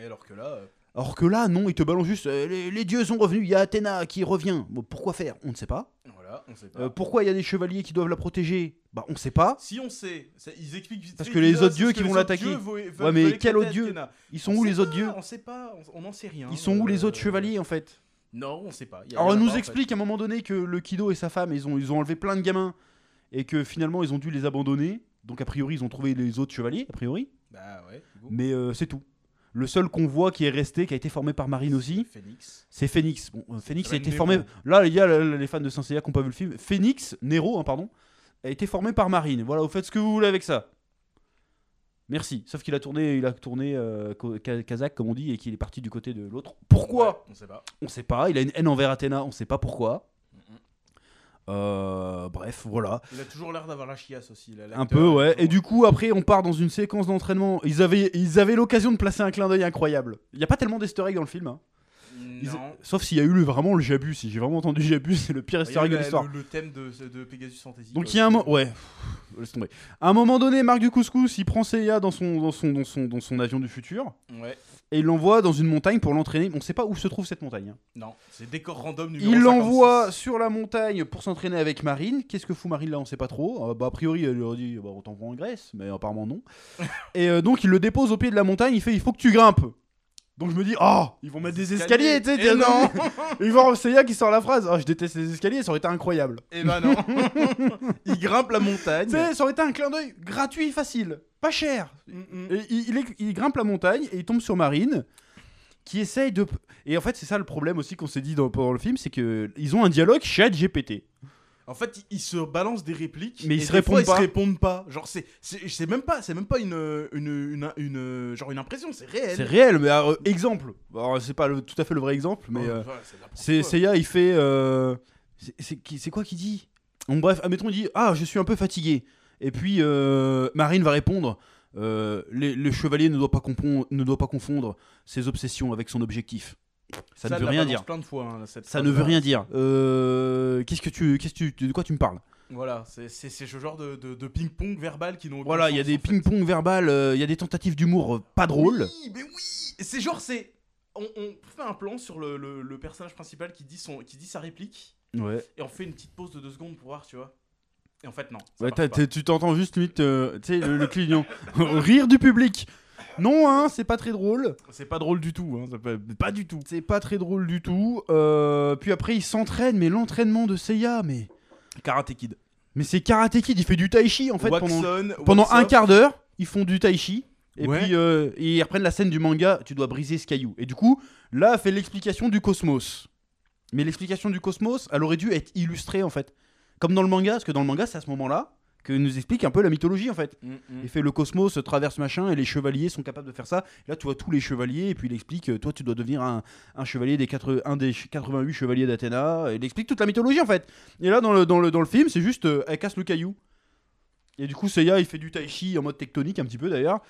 [SPEAKER 2] Et alors que là, euh,
[SPEAKER 1] Alors que là, non, ils te balancent juste euh, les, les dieux sont revenus, il y a Athéna qui revient. Bon, pourquoi faire On ne sait pas.
[SPEAKER 2] voilà, on sait pas.
[SPEAKER 1] Euh, pourquoi il y a des chevaliers qui doivent la protéger Bah, on ne sait pas.
[SPEAKER 2] Si on sait, ça- ils expliquent vite
[SPEAKER 1] Parce
[SPEAKER 2] fait,
[SPEAKER 1] que
[SPEAKER 2] ils
[SPEAKER 1] les
[SPEAKER 2] disent,
[SPEAKER 1] autres
[SPEAKER 2] Ah, c'est
[SPEAKER 1] dieux
[SPEAKER 2] parce
[SPEAKER 1] qui
[SPEAKER 2] que
[SPEAKER 1] vont
[SPEAKER 2] les autres
[SPEAKER 1] l'attaquer.
[SPEAKER 2] dieux veulent- veulent-
[SPEAKER 1] Ouais, mais
[SPEAKER 2] veulent
[SPEAKER 1] quel
[SPEAKER 2] éclater
[SPEAKER 1] autre dieu
[SPEAKER 2] Athéna.
[SPEAKER 1] Ils sont
[SPEAKER 2] On
[SPEAKER 1] où
[SPEAKER 2] sait
[SPEAKER 1] les autres
[SPEAKER 2] pas,
[SPEAKER 1] dieux
[SPEAKER 2] On sait pas, on- on n'en sait rien.
[SPEAKER 1] Ils sont où
[SPEAKER 2] Euh,
[SPEAKER 1] les autres chevaliers en fait
[SPEAKER 2] Non, on sait pas. Y a-
[SPEAKER 1] Alors
[SPEAKER 2] y en
[SPEAKER 1] on
[SPEAKER 2] a
[SPEAKER 1] nous
[SPEAKER 2] pas, en fait.
[SPEAKER 1] explique à un moment donné que le Kido et sa femme, ils ont, ils ont enlevé plein de gamins et que finalement ils ont dû les abandonner. Donc a priori ils ont trouvé les autres chevaliers, a priori.
[SPEAKER 2] Bah ouais, du coup.
[SPEAKER 1] Mais euh, c'est tout. Le seul convoi qui est resté, qui a été formé par Marine aussi,
[SPEAKER 2] Phoenix.
[SPEAKER 1] c'est Phoenix. Bon, euh, Phoenix a
[SPEAKER 2] Reine
[SPEAKER 1] été
[SPEAKER 2] Nero.
[SPEAKER 1] formé. Là, il y a le- les fans de Saint Seiya qui n'ont pas vu le film. Phoenix, Nero, hein, pardon, a été formé par Marine. Voilà, vous faites ce que vous voulez avec ça. Merci. Sauf qu'il a tourné, il a tourné euh, co- ka- kazakh, comme on dit, et qu'il est parti du côté de l'autre. Pourquoi
[SPEAKER 2] Ouais, On sait pas.
[SPEAKER 1] On sait pas. Il a une haine envers Athéna, on sait pas pourquoi.
[SPEAKER 2] Mhm.
[SPEAKER 1] Euh, bref, voilà.
[SPEAKER 2] Il a toujours l'air d'avoir la chiasse aussi. là,
[SPEAKER 1] Un
[SPEAKER 2] l'acteur,
[SPEAKER 1] peu, ouais.
[SPEAKER 2] toujours,
[SPEAKER 1] Et du coup, après, on part dans une séquence d'entraînement. Ils avaient, ils avaient l'occasion de placer un clin d'œil incroyable. Il n'y a pas tellement d'easter eggs dans le film. hein. Ils-
[SPEAKER 2] Non. Ah,
[SPEAKER 1] Sauf s'il y a eu le- vraiment le Jabus. Si j'ai vraiment entendu Jabus, c'est le pire
[SPEAKER 2] Il y
[SPEAKER 1] easter
[SPEAKER 2] a eu
[SPEAKER 1] egg de
[SPEAKER 2] la-
[SPEAKER 1] l'histoire.
[SPEAKER 2] le, le thème de, de Pegasus Fantasy.
[SPEAKER 1] Donc
[SPEAKER 2] quoi.
[SPEAKER 1] il y a un moment. Ouais. pff, Laisse tomber. À un moment donné, Marc du Couscous, il prend Seiya dans son, dans son, dans son, dans son avion du futur.
[SPEAKER 2] Ouais.
[SPEAKER 1] Et il l'envoie dans une montagne pour l'entraîner. On ne sait pas où se trouve cette montagne. hein.
[SPEAKER 2] Non, c'est décor random numéro
[SPEAKER 1] Il l'envoie
[SPEAKER 2] 56.
[SPEAKER 1] sur la montagne pour s'entraîner avec Marine. Qu'est-ce que fout Marine là On sait pas trop. Euh, bah, a priori, elle lui a dit bah, on t'envoie en Grèce, mais apparemment non. et euh, donc, il le dépose au pied de la montagne. Il fait il faut que tu grimpes. Donc, je me dis ah, ils vont mettre des escaliers, tu sais.
[SPEAKER 2] Eh
[SPEAKER 1] tiens,
[SPEAKER 2] non
[SPEAKER 1] Ils vont Seiya qui sort la phrase ah, je déteste les escaliers, ça aurait été incroyable.
[SPEAKER 2] Eh ben non Il grimpe la montagne.
[SPEAKER 1] Tu sais, ça aurait été un clin d'œil gratuit, facile, pas cher.
[SPEAKER 2] Mm, mm.
[SPEAKER 1] Et il, il est- il grimpe la montagne et il tombe sur Marine qui essaye de. Et en fait, c'est ça le problème aussi qu'on s'est dit dans, pendant le film c'est que ils ont un dialogue chat GPT.
[SPEAKER 2] En fait, ils- ils se balancent des répliques.
[SPEAKER 1] Mais ils
[SPEAKER 2] et
[SPEAKER 1] se
[SPEAKER 2] des
[SPEAKER 1] répondent
[SPEAKER 2] fois,
[SPEAKER 1] pas.
[SPEAKER 2] Ils se répondent pas. Genre, c'est, c'est, c'est même pas, c'est même pas une, une, une, une- genre une impression, c'est réel.
[SPEAKER 1] C'est réel, mais alors, euh, exemple. Alors, c'est pas le- tout à fait le vrai exemple, mais. euh,
[SPEAKER 2] Voilà, c'est n'importe
[SPEAKER 1] c'est
[SPEAKER 2] quoi.
[SPEAKER 1] Seiya, il fait. euh, c'est- c'est qui- c'est quoi qu'il dit Bon, Bref, admettons, il dit Ah, je suis un peu fatigué. Et puis, euh, Marine va répondre euh, Les- Le chevalier ne doit, pas compon- ne doit pas confondre ses obsessions avec son objectif. Ça, ne
[SPEAKER 2] elle
[SPEAKER 1] veut
[SPEAKER 2] la
[SPEAKER 1] rien
[SPEAKER 2] balance
[SPEAKER 1] dire.
[SPEAKER 2] Plein de fois, hein, cette
[SPEAKER 1] Ça ne
[SPEAKER 2] phrase-là.
[SPEAKER 1] veut rien dire. Euh, Qu'est-ce que tu, qu'est-ce que tu, de quoi tu me parles
[SPEAKER 2] Voilà, c'est, c'est, c'est ce genre de, de, de ping-pong verbal qui n'ont aucun
[SPEAKER 1] Voilà, il y a
[SPEAKER 2] sens,
[SPEAKER 1] des
[SPEAKER 2] en fait.
[SPEAKER 1] ping-pong verbal, euh, il y a des tentatives d'humour euh, pas drôles.
[SPEAKER 2] Oui, mais oui C'est genre, c'est. On, on fait un plan sur le, le- le personnage principal qui dit, son, qui dit sa réplique
[SPEAKER 1] Ouais.
[SPEAKER 2] et on fait une petite pause de deux secondes pour voir, tu vois. Et en fait, non. ça
[SPEAKER 1] Ouais,
[SPEAKER 2] marche
[SPEAKER 1] t'as-
[SPEAKER 2] pas.
[SPEAKER 1] t'es- tu t'entends juste limite, euh, tu sais, le, le clignant. Rire du public. Non, hein, c'est pas très drôle.
[SPEAKER 2] C'est pas drôle du tout, hein, ça peut- pas du tout.
[SPEAKER 1] C'est pas très drôle du tout. Euh, puis après, il s'entraîne, mais l'entraînement de Seiya, mais.
[SPEAKER 2] Karate Kid.
[SPEAKER 1] Mais c'est Karate Kid, il fait du Tai Chi en fait pendant,
[SPEAKER 2] Waxon,
[SPEAKER 1] pendant
[SPEAKER 2] Wax
[SPEAKER 1] un
[SPEAKER 2] Off.
[SPEAKER 1] quart d'heure. Ils font du Tai Chi. Et
[SPEAKER 2] Ouais.
[SPEAKER 1] puis euh, ils reprennent la scène du manga Tu dois briser ce caillou. Et du coup, là, fait l'explication du cosmos. Mais l'explication du cosmos, elle aurait dû être illustrée en fait. Comme dans le manga, parce que dans le manga, c'est à ce moment-là que nous explique un peu la mythologie en fait.
[SPEAKER 2] Mm, mm.
[SPEAKER 1] Il fait le cosmos euh, traverse machin et les chevaliers sont capables de faire ça. Et là, tu vois tous les chevaliers et puis il explique euh, toi, tu dois devenir un, un chevalier des quatre- un des ch- 88 chevaliers d'Athéna. Et Il explique toute la mythologie en fait. Et là, dans le, dans le, dans le film, c'est juste euh, elle casse le caillou. Et du coup, Seiya, il fait du tai chi en mode tectonique, un petit peu d'ailleurs.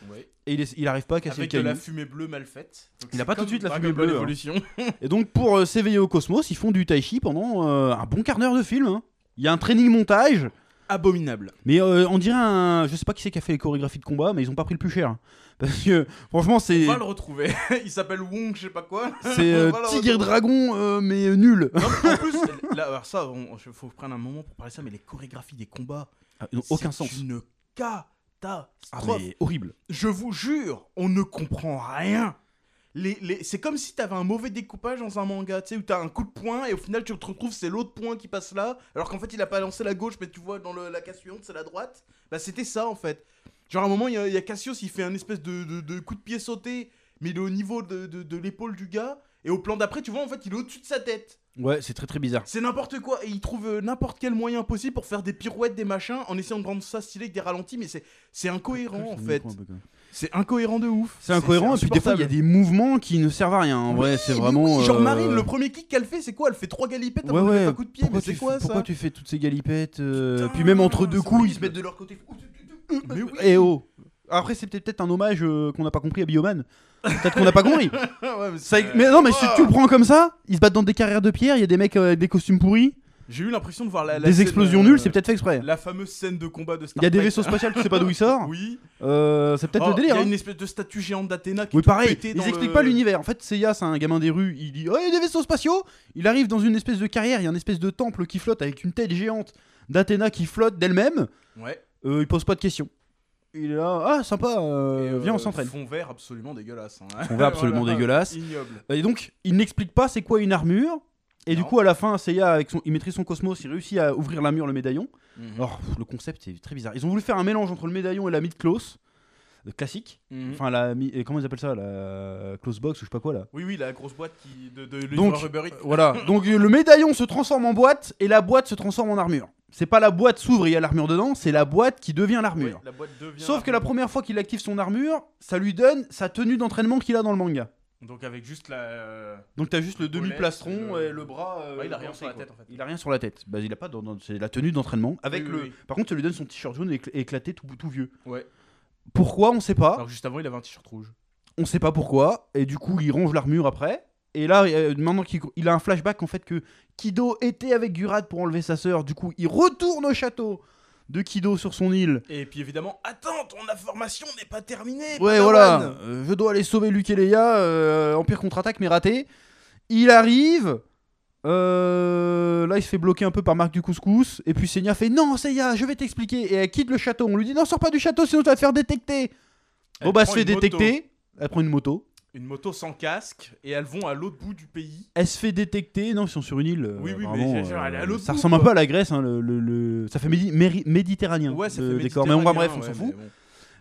[SPEAKER 1] Et il, est- il arrive pas à casser
[SPEAKER 2] Avec
[SPEAKER 1] le
[SPEAKER 2] de
[SPEAKER 1] caillou.
[SPEAKER 2] la fumée bleue mal faite. Donc
[SPEAKER 1] Il
[SPEAKER 2] c'est
[SPEAKER 1] a pas tout de
[SPEAKER 2] comme
[SPEAKER 1] suite la
[SPEAKER 2] Dragon
[SPEAKER 1] fumée
[SPEAKER 2] Ball
[SPEAKER 1] bleue, hein.
[SPEAKER 2] Evolution.
[SPEAKER 1] Et donc, pour euh, s'éveiller au cosmos, ils font du tai chi pendant euh, un bon quart d'heure de film. hein. Il y a un training montage.
[SPEAKER 2] Abominable.
[SPEAKER 1] Mais euh, on dirait un. Je sais pas qui c'est qui a fait les chorégraphies de combat, mais ils ont pas pris le plus cher. Parce que, franchement, c'est.
[SPEAKER 2] On va le retrouver. il s'appelle Wong, je sais pas quoi.
[SPEAKER 1] C'est euh,
[SPEAKER 2] On va le
[SPEAKER 1] Tigre et Dragon, euh, mais euh, nul.
[SPEAKER 2] Non, mais en plus, là, alors ça, on- je- faut prendre un moment pour parler de ça, mais les chorégraphies des combats,
[SPEAKER 1] Ils n'ont Ah, aucun
[SPEAKER 2] c'est
[SPEAKER 1] sens.
[SPEAKER 2] une
[SPEAKER 1] Ah,
[SPEAKER 2] catastrophe.
[SPEAKER 1] mais horrible.
[SPEAKER 2] Je vous jure, on ne comprend rien. Les, les- C'est comme si t'avais un mauvais découpage dans un manga, tu sais, où t'as un coup de poing et au final tu te retrouves, c'est l'autre point qui passe là, alors qu'en fait il a pas lancé la gauche, mais tu vois, dans le- la case suivante, c'est la droite. Bah c'était ça en fait. Genre à un moment, il y, a- il y a Cassius, il fait un espèce de, de- de coup de pied sauté, mais il est au niveau de, de- de l'épaule du gars, et au plan d'après, tu vois, en fait, il est au-dessus de sa tête.
[SPEAKER 1] Ouais, c'est très très bizarre.
[SPEAKER 2] C'est n'importe quoi et il trouve euh, n'importe quel moyen possible pour faire des pirouettes, des machins, en essayant de rendre ça stylé avec des ralentis, mais c'est c'est incohérent en fait. C'est incohérent de ouf.
[SPEAKER 1] Ah, C'est incohérent, et
[SPEAKER 2] c'est
[SPEAKER 1] puis des fois, il y a
[SPEAKER 2] insupportable.
[SPEAKER 1] des mouvements qui ne servent à rien. En vrai, c'est
[SPEAKER 2] Oui,
[SPEAKER 1] vraiment.
[SPEAKER 2] oui, Genre
[SPEAKER 1] euh,
[SPEAKER 2] Marine, le premier kick qu'elle fait, c'est quoi Elle fait trois galipettes
[SPEAKER 1] Ouais,
[SPEAKER 2] avant de
[SPEAKER 1] ouais.
[SPEAKER 2] mettre un coup de pied,
[SPEAKER 1] Pourquoi
[SPEAKER 2] mais c'est
[SPEAKER 1] tu
[SPEAKER 2] quoi
[SPEAKER 1] fais- Pourquoi
[SPEAKER 2] ça
[SPEAKER 1] tu fais toutes ces galipettes euh,
[SPEAKER 2] Putain,
[SPEAKER 1] Puis même entre deux
[SPEAKER 2] c'est
[SPEAKER 1] coups, ils
[SPEAKER 2] horrible.
[SPEAKER 1] se mettent de leur côté.
[SPEAKER 2] Mais oui.
[SPEAKER 1] Eh oh Après, c'est peut-être peut-être un hommage euh, qu'on n'a pas compris à Bioman. Peut-être qu'on n'a pas compris.
[SPEAKER 2] Ah Ouais, mais
[SPEAKER 1] Ça-
[SPEAKER 2] c'est-
[SPEAKER 1] mais non, mais si
[SPEAKER 2] Oh.
[SPEAKER 1] tu le prends comme ça, ils se battent dans des carrières de pierre, il y a des mecs euh, avec des costumes pourris,
[SPEAKER 2] J'ai eu l'impression de voir la, la
[SPEAKER 1] des
[SPEAKER 2] scène,
[SPEAKER 1] explosions
[SPEAKER 2] euh,
[SPEAKER 1] nulles, c'est peut-être fait exprès.
[SPEAKER 2] La fameuse scène de combat de Star
[SPEAKER 1] Il y a des
[SPEAKER 2] Trek,
[SPEAKER 1] vaisseaux
[SPEAKER 2] là.
[SPEAKER 1] spatials, tu sais pas d'où ils sortent.
[SPEAKER 2] Oui.
[SPEAKER 1] Euh, c'est peut-être
[SPEAKER 2] Oh,
[SPEAKER 1] le délire.
[SPEAKER 2] Il y a
[SPEAKER 1] hein.
[SPEAKER 2] une espèce de statue géante d'Athéna qui
[SPEAKER 1] Oui,
[SPEAKER 2] est toute
[SPEAKER 1] pareil,
[SPEAKER 2] pétée
[SPEAKER 1] ils
[SPEAKER 2] dans
[SPEAKER 1] expliquent
[SPEAKER 2] le-
[SPEAKER 1] pas l'univers. En fait, Seiya, c'est un gamin des rues, il dit Oh, il y a des vaisseaux spatiaux Il arrive dans une espèce de carrière, il y a une espèce de temple qui flotte avec une tête géante d'Athéna qui flotte d'elle-même.
[SPEAKER 2] Ouais.
[SPEAKER 1] Euh, il pose pas de questions. Il est là, ah, sympa, euh,
[SPEAKER 2] Et,
[SPEAKER 1] viens, on
[SPEAKER 2] euh,
[SPEAKER 1] s'entraîne.
[SPEAKER 2] Fond vert absolument dégueulasse. hein.
[SPEAKER 1] Fond vert absolument
[SPEAKER 2] Voilà.
[SPEAKER 1] dégueulasse.
[SPEAKER 2] Ignoble.
[SPEAKER 1] Et donc, il n'explique pas c'est quoi une armure. Et du
[SPEAKER 2] Non.
[SPEAKER 1] coup, à la fin, Seiya, avec son, il maîtrise son cosmos, il réussit à ouvrir la mur, le médaillon.
[SPEAKER 2] Mhm.
[SPEAKER 1] Alors, pff, le concept est très bizarre. Ils ont voulu faire un mélange entre le médaillon et la mid-close, euh, classique.
[SPEAKER 2] Mhm.
[SPEAKER 1] Enfin, la. mi- et Comment ils appellent ça La euh, close box ou je sais pas quoi là.
[SPEAKER 2] Oui, oui, la grosse boîte qui, de, de
[SPEAKER 1] Donc,
[SPEAKER 2] livreur Uber Eats.
[SPEAKER 1] Voilà, donc euh, le médaillon se transforme en boîte et la boîte se transforme en armure. C'est pas la boîte s'ouvre et il y a l'armure dedans, c'est la boîte qui devient l'armure.
[SPEAKER 2] Ouais, la boîte devient
[SPEAKER 1] Sauf que la
[SPEAKER 2] armure.
[SPEAKER 1] première fois qu'il active son armure, ça lui donne sa tenue d'entraînement qu'il a dans le manga.
[SPEAKER 2] Donc avec juste la. euh,
[SPEAKER 1] Donc t'as juste le
[SPEAKER 2] Collet,
[SPEAKER 1] demi-plastron
[SPEAKER 2] le-
[SPEAKER 1] et le bras. euh,
[SPEAKER 2] Ouais, il a
[SPEAKER 1] le
[SPEAKER 2] rien
[SPEAKER 1] bras
[SPEAKER 2] sur la
[SPEAKER 1] sec,
[SPEAKER 2] tête,
[SPEAKER 1] quoi.
[SPEAKER 2] en fait.
[SPEAKER 1] Il a rien sur la tête. Bah, il a pas. dans- dans- c'est la tenue d'entraînement avec
[SPEAKER 2] Oui,
[SPEAKER 1] le.
[SPEAKER 2] oui, oui.
[SPEAKER 1] Par contre, ça lui donne son t-shirt jaune écl- éclaté tout, tout vieux.
[SPEAKER 2] Ouais.
[SPEAKER 1] Pourquoi On sait pas.
[SPEAKER 2] Alors juste avant, il avait un t-shirt rouge.
[SPEAKER 1] On sait pas pourquoi, et du coup, il ronge l'armure après. Et là, euh, maintenant qu'il il a un flashback en fait que Kido était avec Gurad pour enlever sa sœur, du coup, il retourne au château de Kido sur son île.
[SPEAKER 2] Et puis évidemment, attends, ton information n'est pas terminée.
[SPEAKER 1] Ouais,
[SPEAKER 2] Padawan.
[SPEAKER 1] voilà, euh, je dois aller sauver Luke et Leia, euh, Empire contre-attaque, mais raté. Il arrive, euh, là, il se fait bloquer un peu par Marc du Couscous, et puis Seiya fait Non, Seiya, je vais t'expliquer, et elle quitte le château. On lui dit Non, sors pas du château, sinon tu vas te faire détecter.
[SPEAKER 2] Elle
[SPEAKER 1] bon, bah, elle se
[SPEAKER 2] prend
[SPEAKER 1] fait
[SPEAKER 2] une moto.
[SPEAKER 1] détecter, elle prend une moto.
[SPEAKER 2] Une moto sans casque et elles vont à l'autre bout du pays.
[SPEAKER 1] elle se fait détecter. Non, ils sont sur une île. euh,
[SPEAKER 2] Oui, oui, mais
[SPEAKER 1] vraiment,
[SPEAKER 2] genre, elle est à
[SPEAKER 1] euh,
[SPEAKER 2] l'autre
[SPEAKER 1] ça
[SPEAKER 2] bout,
[SPEAKER 1] ressemble un
[SPEAKER 2] quoi.
[SPEAKER 1] peu à la Grèce. hein, le, le- le- Ça fait médi- méri- méditerranéen
[SPEAKER 2] Ouais, ça
[SPEAKER 1] le
[SPEAKER 2] fait
[SPEAKER 1] décor. Mais on va bref, on
[SPEAKER 2] méditerranéen,
[SPEAKER 1] s'en fout.
[SPEAKER 2] ouais, mais bon.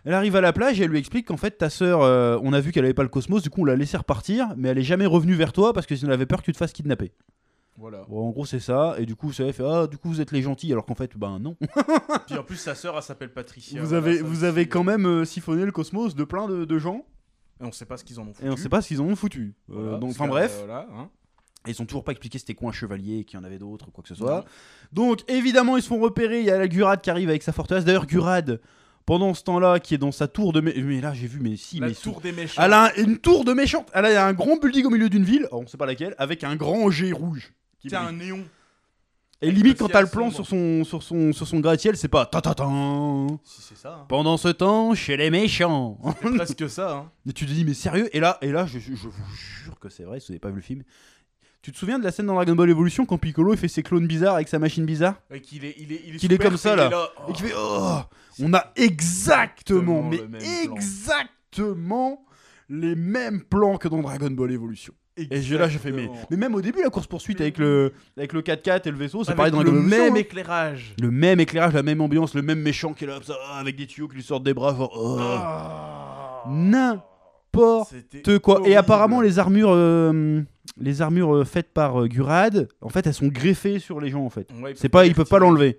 [SPEAKER 1] Elle arrive à la plage et elle lui explique qu'en fait, ta sœur, euh, on a vu qu'elle avait pas le cosmos, du coup, on l'a laissée repartir, mais elle est jamais revenue vers toi parce que sinon, elle avait peur que tu te fasses kidnapper.
[SPEAKER 2] Voilà.
[SPEAKER 1] Bon, en gros, c'est ça. Et du coup, ça fait Ah, du coup, vous êtes les gentils, alors qu'en fait, ben non.
[SPEAKER 2] Puis en plus, sa sœur, elle s'appelle Patricia.
[SPEAKER 1] vous
[SPEAKER 2] voilà,
[SPEAKER 1] avez,
[SPEAKER 2] ça
[SPEAKER 1] vous
[SPEAKER 2] aussi,
[SPEAKER 1] avez
[SPEAKER 2] euh,
[SPEAKER 1] quand même euh, siphonné le cosmos de plein de, de gens
[SPEAKER 2] Et on sait pas ce qu'ils en ont foutu.
[SPEAKER 1] et on sait pas ce qu'ils en ont foutu. Euh,
[SPEAKER 2] Voilà,
[SPEAKER 1] donc,
[SPEAKER 2] parce
[SPEAKER 1] enfin,
[SPEAKER 2] que,
[SPEAKER 1] bref.
[SPEAKER 2] euh, voilà, hein.
[SPEAKER 1] Et Ils ont toujours pas expliqué c'était quoi un chevalier, qu'il y en avait d'autres, ou quoi que ce soit. Donc évidemment ils se font repérer, il y a la Gurad qui arrive avec sa forteresse. D'ailleurs Gurad, pendant ce temps-là, qui est dans sa tour de... mé- Mais là j'ai vu, mais si,
[SPEAKER 2] La
[SPEAKER 1] mais...
[SPEAKER 2] tour des méchants.
[SPEAKER 1] Elle a un- une tour de méchante. Elle a un grand building au milieu d'une ville, on sait pas laquelle, avec un grand jet rouge. qui
[SPEAKER 2] T'as un
[SPEAKER 1] brille.
[SPEAKER 2] néon.
[SPEAKER 1] Et limite quand
[SPEAKER 2] Aussi
[SPEAKER 1] t'as le plan
[SPEAKER 2] sombre.
[SPEAKER 1] sur son, sur son, sur son gratte-ciel, c'est pas... Ta ta ta.
[SPEAKER 2] Si c'est ça. hein.
[SPEAKER 1] Pendant ce temps, chez les méchants.
[SPEAKER 2] C'est presque ça. hein.
[SPEAKER 1] Et tu te dis, mais sérieux Et là, et là je, je vous jure que c'est vrai, si vous n'avez pas vu le film. Tu te souviens de la scène dans Dragon Ball Evolution quand Piccolo il fait ses clones bizarres avec sa machine bizarre
[SPEAKER 2] Et qu'il est, il est, il est,
[SPEAKER 1] Qu'il est
[SPEAKER 2] super
[SPEAKER 1] comme ça,
[SPEAKER 2] fait, il est
[SPEAKER 1] là. Et
[SPEAKER 2] Oh.
[SPEAKER 1] qui fait Oh On a exactement,
[SPEAKER 2] Exactement
[SPEAKER 1] mais
[SPEAKER 2] le même plan.
[SPEAKER 1] exactement les mêmes plans que dans Dragon Ball Evolution. Et j'ai- là, j'ai fait, mais,
[SPEAKER 2] Exactement.
[SPEAKER 1] mais même au début, la course-poursuite avec le, avec le 4x4 et le vaisseau, c'est
[SPEAKER 2] Avec
[SPEAKER 1] pareil dans
[SPEAKER 2] le
[SPEAKER 1] Dragon Ball Evolution,
[SPEAKER 2] même
[SPEAKER 1] hein.
[SPEAKER 2] éclairage.
[SPEAKER 1] Le même éclairage, la même ambiance, le même méchant qui est là, comme ça, avec des tuyaux qui lui sortent des bras, genre Oh
[SPEAKER 2] Ah.
[SPEAKER 1] N'importe
[SPEAKER 2] C'était
[SPEAKER 1] N'importe quoi. Et
[SPEAKER 2] horrible.
[SPEAKER 1] apparemment, les armures, euh, les armures euh, faites par euh, Gurad, en fait, elles sont greffées sur les gens, en fait.
[SPEAKER 2] Ouais,
[SPEAKER 1] C'est pas, il peut
[SPEAKER 2] peuvent
[SPEAKER 1] pas l'enlever.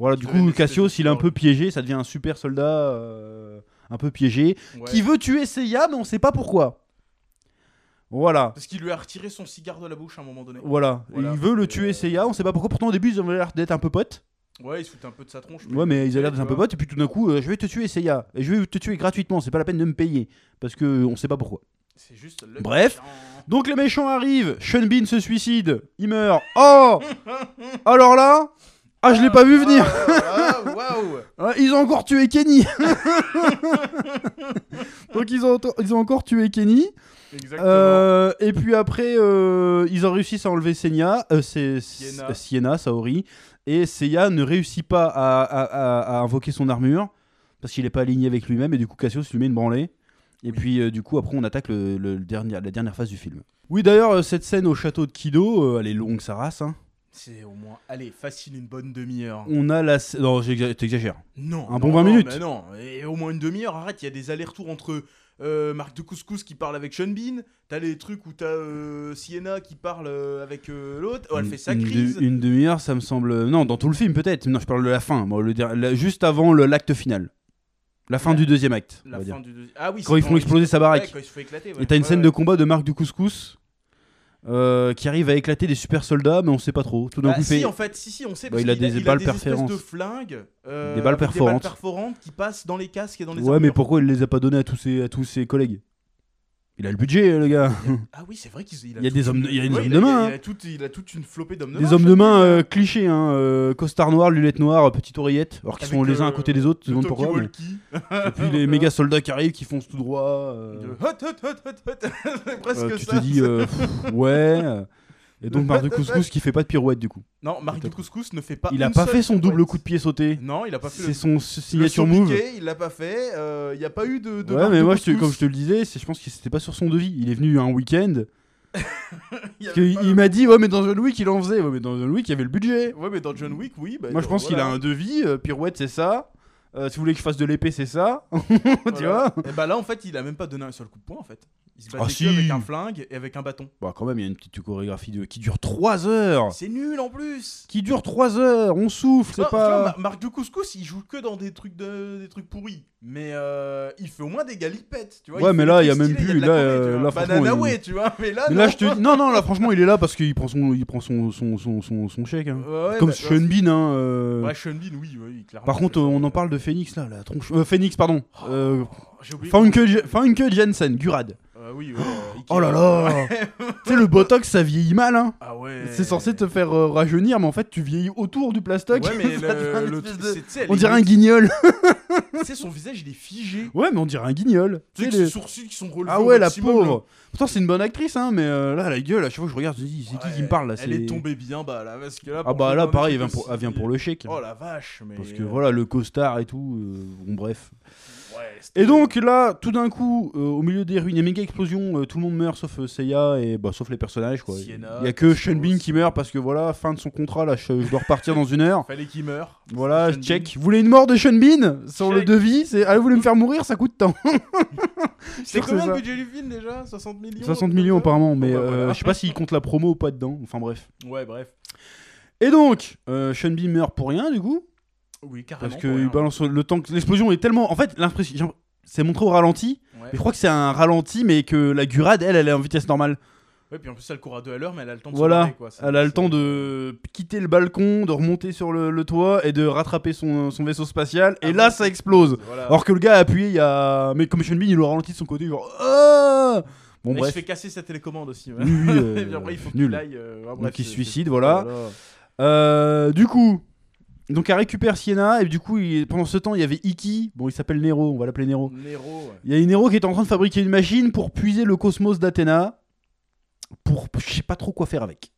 [SPEAKER 1] Voilà, du
[SPEAKER 2] Ça devient
[SPEAKER 1] coup,
[SPEAKER 2] une espèce
[SPEAKER 1] Cassios,
[SPEAKER 2] de
[SPEAKER 1] il est un peu
[SPEAKER 2] forme.
[SPEAKER 1] piégé, ça devient un super soldat, euh, un peu piégé,
[SPEAKER 2] Ouais.
[SPEAKER 1] qui veut tuer Seiya, mais on sait pas pourquoi. Voilà.
[SPEAKER 2] Parce qu'il lui a retiré son cigare de la bouche à un moment donné.
[SPEAKER 1] Voilà,
[SPEAKER 2] Voilà.
[SPEAKER 1] il veut le
[SPEAKER 2] Et,
[SPEAKER 1] tuer
[SPEAKER 2] euh,
[SPEAKER 1] Seiya, on sait pas pourquoi. Pourtant, au début, ils avaient l'air d'être un peu potes.
[SPEAKER 2] Ouais, il se fout un peu de sa tronche.
[SPEAKER 1] Ouais, mais ils a l'air
[SPEAKER 2] tu
[SPEAKER 1] d'être un peu
[SPEAKER 2] vois.
[SPEAKER 1] potes, et puis tout d'un coup, euh, je vais te tuer, Seiya, et je vais te tuer gratuitement, c'est pas la peine de me payer, parce que on sait pas pourquoi.
[SPEAKER 2] C'est juste le.
[SPEAKER 1] Bref.
[SPEAKER 2] méchant.
[SPEAKER 1] Donc les méchants arrivent, Sean Bean se suicide, il meurt, oh Alors là, ah, je l'ai pas vu venir
[SPEAKER 2] Ah, ah, Waouh
[SPEAKER 1] Ah, Ils ont encore tué Kenny Donc ils ont, auto- ils ont encore tué Kenny,
[SPEAKER 2] Exactement.
[SPEAKER 1] Euh, et puis après, euh, ils ont réussi à enlever Senya, euh, c'est
[SPEAKER 2] Sienna.
[SPEAKER 1] Sienna. Saori, et Seiya ne réussit pas à, à- à- à invoquer son armure parce qu'il n'est pas aligné avec lui-même, et du coup Cassius lui met une branlée. Et puis euh, du coup après on attaque le, le- le dernier, la dernière phase du film. Oui d'ailleurs euh, cette scène au château de Kido, euh, elle est longue sa race. hein.
[SPEAKER 2] C'est au moins, allez, facile une bonne demi-heure.
[SPEAKER 1] On a la... sc- Non j'exa- t'exagères.
[SPEAKER 2] Non.
[SPEAKER 1] Un
[SPEAKER 2] non,
[SPEAKER 1] bon 20
[SPEAKER 2] non,
[SPEAKER 1] minutes.
[SPEAKER 2] mais non, et au moins une demi-heure. Arrête, il y a des allers-retours entre euh, Marc de Couscous qui parle avec Sean Bean. T'as les trucs où t'as euh, Sienna qui parle euh, avec euh, l'autre. Oh, elle
[SPEAKER 1] Une-
[SPEAKER 2] fait sa
[SPEAKER 1] une de-
[SPEAKER 2] crise.
[SPEAKER 1] Une, demi-heure ça me semble... Non dans tout le film peut-être. Non je parle de la fin, moi, le der- la- juste avant le- l'acte final. La fin
[SPEAKER 2] La-
[SPEAKER 1] du deuxième acte. on
[SPEAKER 2] La
[SPEAKER 1] va dire.
[SPEAKER 2] fin du deuxi- Ah oui,
[SPEAKER 1] Quand
[SPEAKER 2] c'est
[SPEAKER 1] ils font exploser sa
[SPEAKER 2] ouais,
[SPEAKER 1] baraque.
[SPEAKER 2] quand ils se font éclater. ouais.
[SPEAKER 1] Et t'as une
[SPEAKER 2] Ouais,
[SPEAKER 1] scène
[SPEAKER 2] ouais.
[SPEAKER 1] de combat de Marc du Couscous euh, qui arrive à éclater des super soldats, mais on sait pas trop. Tout d'un
[SPEAKER 2] Ah,
[SPEAKER 1] coup, il
[SPEAKER 2] si,
[SPEAKER 1] fait-
[SPEAKER 2] en fait, si, si, on sait.
[SPEAKER 1] Bah,
[SPEAKER 2] parce
[SPEAKER 1] il a
[SPEAKER 2] qu'il
[SPEAKER 1] des
[SPEAKER 2] il
[SPEAKER 1] balles
[SPEAKER 2] espèces
[SPEAKER 1] perforantes.
[SPEAKER 2] de flingues. euh,
[SPEAKER 1] Des balles
[SPEAKER 2] avec
[SPEAKER 1] perforantes.
[SPEAKER 2] perforantes qui passent dans les casques et dans les
[SPEAKER 1] ouais, mais
[SPEAKER 2] armures.
[SPEAKER 1] pourquoi il les a pas donnés à tous ses, à tous ses collègues Il a le budget, euh, le gars.
[SPEAKER 2] Ah oui, c'est vrai qu'il
[SPEAKER 1] Il y a des hommes- il y a des hommes de
[SPEAKER 2] il
[SPEAKER 1] main,
[SPEAKER 2] il a
[SPEAKER 1] hein.
[SPEAKER 2] toute- Il a toute une flopée d'hommes de main.
[SPEAKER 1] Des hommes de main
[SPEAKER 2] Sean Bean.
[SPEAKER 1] euh, clichés, hein, euh, costard noir, lunettes noires, petite oreillette, alors qu'ils
[SPEAKER 2] Avec
[SPEAKER 1] sont les
[SPEAKER 2] le-
[SPEAKER 1] uns à côté des autres, tu te
[SPEAKER 2] Le
[SPEAKER 1] demandes pourquoi. mais-
[SPEAKER 2] talkie-walkie.
[SPEAKER 1] Et puis les méga soldats qui arrivent, qui foncent tout droit. euh,
[SPEAKER 2] De Hot, hot, hot, hot, hot. C'est presque
[SPEAKER 1] euh,
[SPEAKER 2] ça.
[SPEAKER 1] tu te dis, euh, pff, ouais. Et donc
[SPEAKER 2] Le
[SPEAKER 1] Marc du
[SPEAKER 2] what the
[SPEAKER 1] Couscous qui fait pas de pirouette du coup.
[SPEAKER 2] Non, Marc du
[SPEAKER 1] Peut-être.
[SPEAKER 2] Couscous ne fait pas.
[SPEAKER 1] Il a
[SPEAKER 2] une
[SPEAKER 1] pas
[SPEAKER 2] seule
[SPEAKER 1] fait son double
[SPEAKER 2] pirouette.
[SPEAKER 1] coup de pied sauté.
[SPEAKER 2] Non, il a pas fait
[SPEAKER 1] C'est
[SPEAKER 2] le.
[SPEAKER 1] son
[SPEAKER 2] le
[SPEAKER 1] signature
[SPEAKER 2] saut
[SPEAKER 1] move.
[SPEAKER 2] piqué, Il l'a pas fait. euh, Il n'y a pas eu de. de
[SPEAKER 1] ouais,
[SPEAKER 2] Marc
[SPEAKER 1] mais
[SPEAKER 2] du
[SPEAKER 1] moi, je te-
[SPEAKER 2] Couscous.
[SPEAKER 1] comme je te le disais, c'est- je pense que c'était pas sur son devis. Il est venu un week-end.
[SPEAKER 2] Il y
[SPEAKER 1] parce
[SPEAKER 2] avait
[SPEAKER 1] que Il,
[SPEAKER 2] pas
[SPEAKER 1] il m'a dit, ouais, mais dans John Wick, il en faisait. Ouais, mais dans John Wick, il y avait le budget.
[SPEAKER 2] le- Ouais, mais dans John Wick, oui. bah,
[SPEAKER 1] moi, je pense
[SPEAKER 2] voilà.
[SPEAKER 1] qu'il a un devis. euh, pirouette, c'est ça. Euh, si vous voulez que je fasse de l'épée, c'est ça. tu vois
[SPEAKER 2] Voilà. Et bah là, en fait, il a même pas donné un seul coup de poing, en fait. Il se battait
[SPEAKER 1] Ah,
[SPEAKER 2] que
[SPEAKER 1] si.
[SPEAKER 2] avec un flingue et avec un bâton.
[SPEAKER 1] Bah, quand même, il y a une petite chorégraphie de- qui dure 3 heures.
[SPEAKER 2] C'est nul en plus.
[SPEAKER 1] Qui dure 3 heures. On souffle,
[SPEAKER 2] Ah,
[SPEAKER 1] c'est
[SPEAKER 2] tu vois,
[SPEAKER 1] pas.
[SPEAKER 2] Ma- Marc du Couscous, il joue que dans des trucs de des trucs pourris. Mais euh, il fait au moins des galipettes, tu vois.
[SPEAKER 1] Ouais,
[SPEAKER 2] il
[SPEAKER 1] mais
[SPEAKER 2] fait
[SPEAKER 1] là,
[SPEAKER 2] des
[SPEAKER 1] il y a
[SPEAKER 2] trucs
[SPEAKER 1] même
[SPEAKER 2] stylés,
[SPEAKER 1] plus,
[SPEAKER 2] il y a de la
[SPEAKER 1] là, euh,
[SPEAKER 2] comédie, tu vois.
[SPEAKER 1] là, franchement,
[SPEAKER 2] Banana
[SPEAKER 1] il-
[SPEAKER 2] Way, tu vois. Mais là,
[SPEAKER 1] Mais
[SPEAKER 2] non.
[SPEAKER 1] là, je te dis. Non, non, là, franchement, il est là parce qu'il prend son, il prend son, son, son, son, son chèque. hein.
[SPEAKER 2] Ouais, ouais,
[SPEAKER 1] Comme
[SPEAKER 2] bah,
[SPEAKER 1] Sean Bean, hein, euh.
[SPEAKER 2] Ouais, Sean Bean, oui, oui, clairement.
[SPEAKER 1] Par contre,
[SPEAKER 2] c'est-
[SPEAKER 1] on en parle de Phoenix là, la tronche. Euh, Phoenix, pardon. Euh,
[SPEAKER 2] Oh, J'ai oublié.
[SPEAKER 1] Funke, Funke Jensen, Gurad.
[SPEAKER 2] Euh, oui, ouais, euh, Ikea.
[SPEAKER 1] Oh là là Tu sais, le Botox, ça vieillit mal, hein
[SPEAKER 2] Ah ouais.
[SPEAKER 1] C'est censé te faire euh, rajeunir, mais en fait, tu vieillis autour du plastoc.
[SPEAKER 2] Ouais, mais
[SPEAKER 1] Ça devient
[SPEAKER 2] le,
[SPEAKER 1] une
[SPEAKER 2] le
[SPEAKER 1] espèce
[SPEAKER 2] truc,
[SPEAKER 1] de-
[SPEAKER 2] c'est- tu sais, elle
[SPEAKER 1] On
[SPEAKER 2] est-
[SPEAKER 1] dirait un guignol.
[SPEAKER 2] Tu sais, son visage, il est figé.
[SPEAKER 1] Ouais, mais on dirait un guignol.
[SPEAKER 2] Tu sais,
[SPEAKER 1] Tu
[SPEAKER 2] que
[SPEAKER 1] sais, les-
[SPEAKER 2] ses sourcils qui sont relevés.
[SPEAKER 1] Ah
[SPEAKER 2] au
[SPEAKER 1] ouais, la
[SPEAKER 2] maximum, là.
[SPEAKER 1] pauvre. Pourtant, c'est une bonne actrice, hein, mais euh, là, la gueule, à chaque fois que je regarde, je me dis, c'est qui
[SPEAKER 2] Ouais,
[SPEAKER 1] qui me parle là
[SPEAKER 2] Elle
[SPEAKER 1] c'est-
[SPEAKER 2] est tombée bien bas là. Parce que là
[SPEAKER 1] Ah
[SPEAKER 2] pour
[SPEAKER 1] bah
[SPEAKER 2] jouer
[SPEAKER 1] là,
[SPEAKER 2] dans des
[SPEAKER 1] pareil, elle
[SPEAKER 2] trucs
[SPEAKER 1] vient pour,
[SPEAKER 2] aussi-
[SPEAKER 1] elle vient pour le chèque.
[SPEAKER 2] Oh la vache, mais.
[SPEAKER 1] Parce que voilà, le costard et tout, euh, bon, bref.
[SPEAKER 2] Ouais,
[SPEAKER 1] Et donc là, tout d'un coup, euh, au milieu des ruines, il y a méga explosion, euh, tout le monde meurt sauf euh, Seiya et bah, sauf les personnages quoi.
[SPEAKER 2] Sienna,
[SPEAKER 1] il y a que
[SPEAKER 2] Cassius.
[SPEAKER 1] Sean Bean qui meurt parce que voilà, fin de son contrat là, je, je dois repartir dans une heure.
[SPEAKER 2] Fallait qu'il meure.
[SPEAKER 1] Voilà,
[SPEAKER 2] Sean Bean.
[SPEAKER 1] check. Vous voulez une mort de Sean Bean sur le
[SPEAKER 2] Check.
[SPEAKER 1] devis C'est ah, vous voulez me faire mourir, ça coûte tant.
[SPEAKER 2] C'est
[SPEAKER 1] que
[SPEAKER 2] combien
[SPEAKER 1] c'est
[SPEAKER 2] le
[SPEAKER 1] ça.
[SPEAKER 2] budget du film déjà 60 millions
[SPEAKER 1] 60
[SPEAKER 2] un truc
[SPEAKER 1] millions
[SPEAKER 2] comme ça
[SPEAKER 1] apparemment, mais
[SPEAKER 2] Bon, bah,
[SPEAKER 1] euh,
[SPEAKER 2] voilà.
[SPEAKER 1] je sais pas s'il compte la promo ou pas dedans. Enfin bref.
[SPEAKER 2] Ouais, bref.
[SPEAKER 1] Et donc, euh, Sean Bean meurt pour rien du coup
[SPEAKER 2] Oui, carrément.
[SPEAKER 1] parce
[SPEAKER 2] pour
[SPEAKER 1] que
[SPEAKER 2] rien.
[SPEAKER 1] il balance le temps que l'explosion est tellement. En fait, l'impression, j'ai- c'est montré au ralenti.
[SPEAKER 2] Ouais.
[SPEAKER 1] Mais je crois que c'est un ralenti, mais que la gurade, elle, elle est en vitesse normale.
[SPEAKER 2] Ouais, puis en plus, elle court à deux à l'heure, mais elle a le temps de
[SPEAKER 1] Voilà,
[SPEAKER 2] se barrer, quoi. C'est-
[SPEAKER 1] Elle a le
[SPEAKER 2] c'est-
[SPEAKER 1] temps de quitter le balcon, de remonter sur le, le toit et de rattraper son, son vaisseau spatial. Et
[SPEAKER 2] Ah
[SPEAKER 1] là,
[SPEAKER 2] bon
[SPEAKER 1] ça explose.
[SPEAKER 2] Voilà.
[SPEAKER 1] Alors que le gars a appuyé, il y a. Mais comme Sean Bean, il le ralentit de son côté, genre. Ah bon,
[SPEAKER 2] Et il se
[SPEAKER 1] bref.
[SPEAKER 2] fait casser sa télécommande aussi. ouais.
[SPEAKER 1] Oui, oui, euh,
[SPEAKER 2] Et puis après, il faut
[SPEAKER 1] nul.
[SPEAKER 2] qu'il aille. euh, ah, bref,
[SPEAKER 1] Donc il se
[SPEAKER 2] c'est-
[SPEAKER 1] suicide,
[SPEAKER 2] c'est-
[SPEAKER 1] voilà. Euh, du coup. Donc elle récupère Sienna et du coup il- pendant ce temps il y avait Iki, bon il s'appelle Nero, on va l'appeler Nero.
[SPEAKER 2] Nero. ouais.
[SPEAKER 1] Il y a une héros qui est en train de fabriquer une machine pour puiser le cosmos d'Athéna. Pour je sais pas trop quoi faire avec.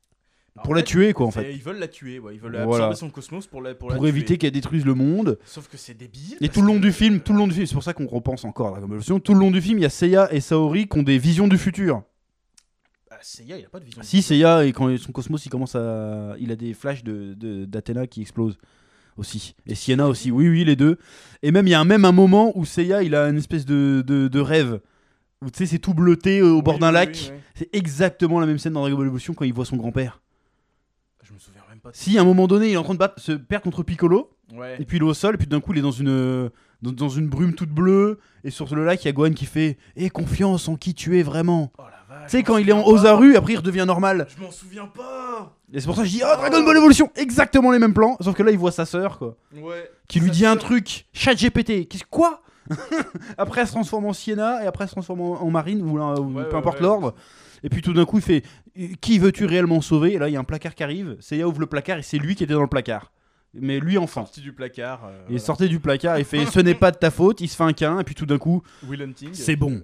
[SPEAKER 2] Alors,
[SPEAKER 1] Pour la tuer quoi en
[SPEAKER 2] c'est-
[SPEAKER 1] fait.
[SPEAKER 2] Ils veulent la tuer, ouais. Ils veulent
[SPEAKER 1] Voilà.
[SPEAKER 2] absorber son cosmos pour la pour, la
[SPEAKER 1] Pour
[SPEAKER 2] tuer.
[SPEAKER 1] éviter qu'elle détruise le monde.
[SPEAKER 2] Sauf que c'est débile.
[SPEAKER 1] Et
[SPEAKER 2] parce
[SPEAKER 1] tout le long
[SPEAKER 2] que-
[SPEAKER 1] du film, tout le long du film, c'est pour ça qu'on repense encore à Dragon Ball Evolution, Tout le long du film, il y a Seiya et Saori qui ont des visions du futur.
[SPEAKER 2] Ah, Seiya, il a pas de vision.
[SPEAKER 1] Si Seiya et quand son cosmos, il commence à, il a des flashs de de- d'Athéna qui explosent aussi. Et Sienna aussi. Oui, oui, les deux. Et même il y a un- même un moment où Seiya, il a une espèce de de, de rêve. Où, Tu sais, c'est tout bleuté euh, au bord
[SPEAKER 2] Oui,
[SPEAKER 1] d'un
[SPEAKER 2] oui,
[SPEAKER 1] lac.
[SPEAKER 2] oui, oui.
[SPEAKER 1] C'est exactement la même scène dans Dragon Ball Evolution quand il voit son grand-père.
[SPEAKER 2] Je me souviens même pas. de-
[SPEAKER 1] Si à un moment donné il est en train de battre, se perdre contre Piccolo,
[SPEAKER 2] Ouais.
[SPEAKER 1] et puis il est au sol, et puis d'un coup il est dans une, dans, dans une brume toute bleue, et sur le lac il y a Gohan qui fait Eh confiance en qui tu es vraiment
[SPEAKER 2] Oh la je
[SPEAKER 1] sais,
[SPEAKER 2] m'en
[SPEAKER 1] quand il est en
[SPEAKER 2] souviens pas.
[SPEAKER 1] Ozaru, après il redevient normal.
[SPEAKER 2] Je m'en souviens pas.
[SPEAKER 1] Et c'est pour ça que je dis Ah, Dragon Ball Evolution Exactement les mêmes plans, sauf que là, il voit sa sœur, quoi.
[SPEAKER 2] Ouais.
[SPEAKER 1] Qui lui
[SPEAKER 2] Ça
[SPEAKER 1] dit un
[SPEAKER 2] sort.
[SPEAKER 1] truc Chat GPT, qu'est-ce quoi Après, elle se transforme en Sienna, et après, elle se transforme en, en Marine, ou, là, ou
[SPEAKER 2] Ouais,
[SPEAKER 1] peu
[SPEAKER 2] ouais,
[SPEAKER 1] importe
[SPEAKER 2] ouais.
[SPEAKER 1] l'ordre. Et puis tout d'un coup, il fait Qui veux-tu réellement sauver Et là, il y a un placard qui arrive. Seiya ouvre le placard, et c'est lui qui était dans le placard. Mais lui, enfant.
[SPEAKER 2] Sorti du placard. euh,
[SPEAKER 1] Il
[SPEAKER 2] voilà.
[SPEAKER 1] sortait du placard, il fait Ce n'est pas de ta faute, il se fait un câlin, et puis tout d'un coup,
[SPEAKER 2] Will Hunting.
[SPEAKER 1] C'est bon.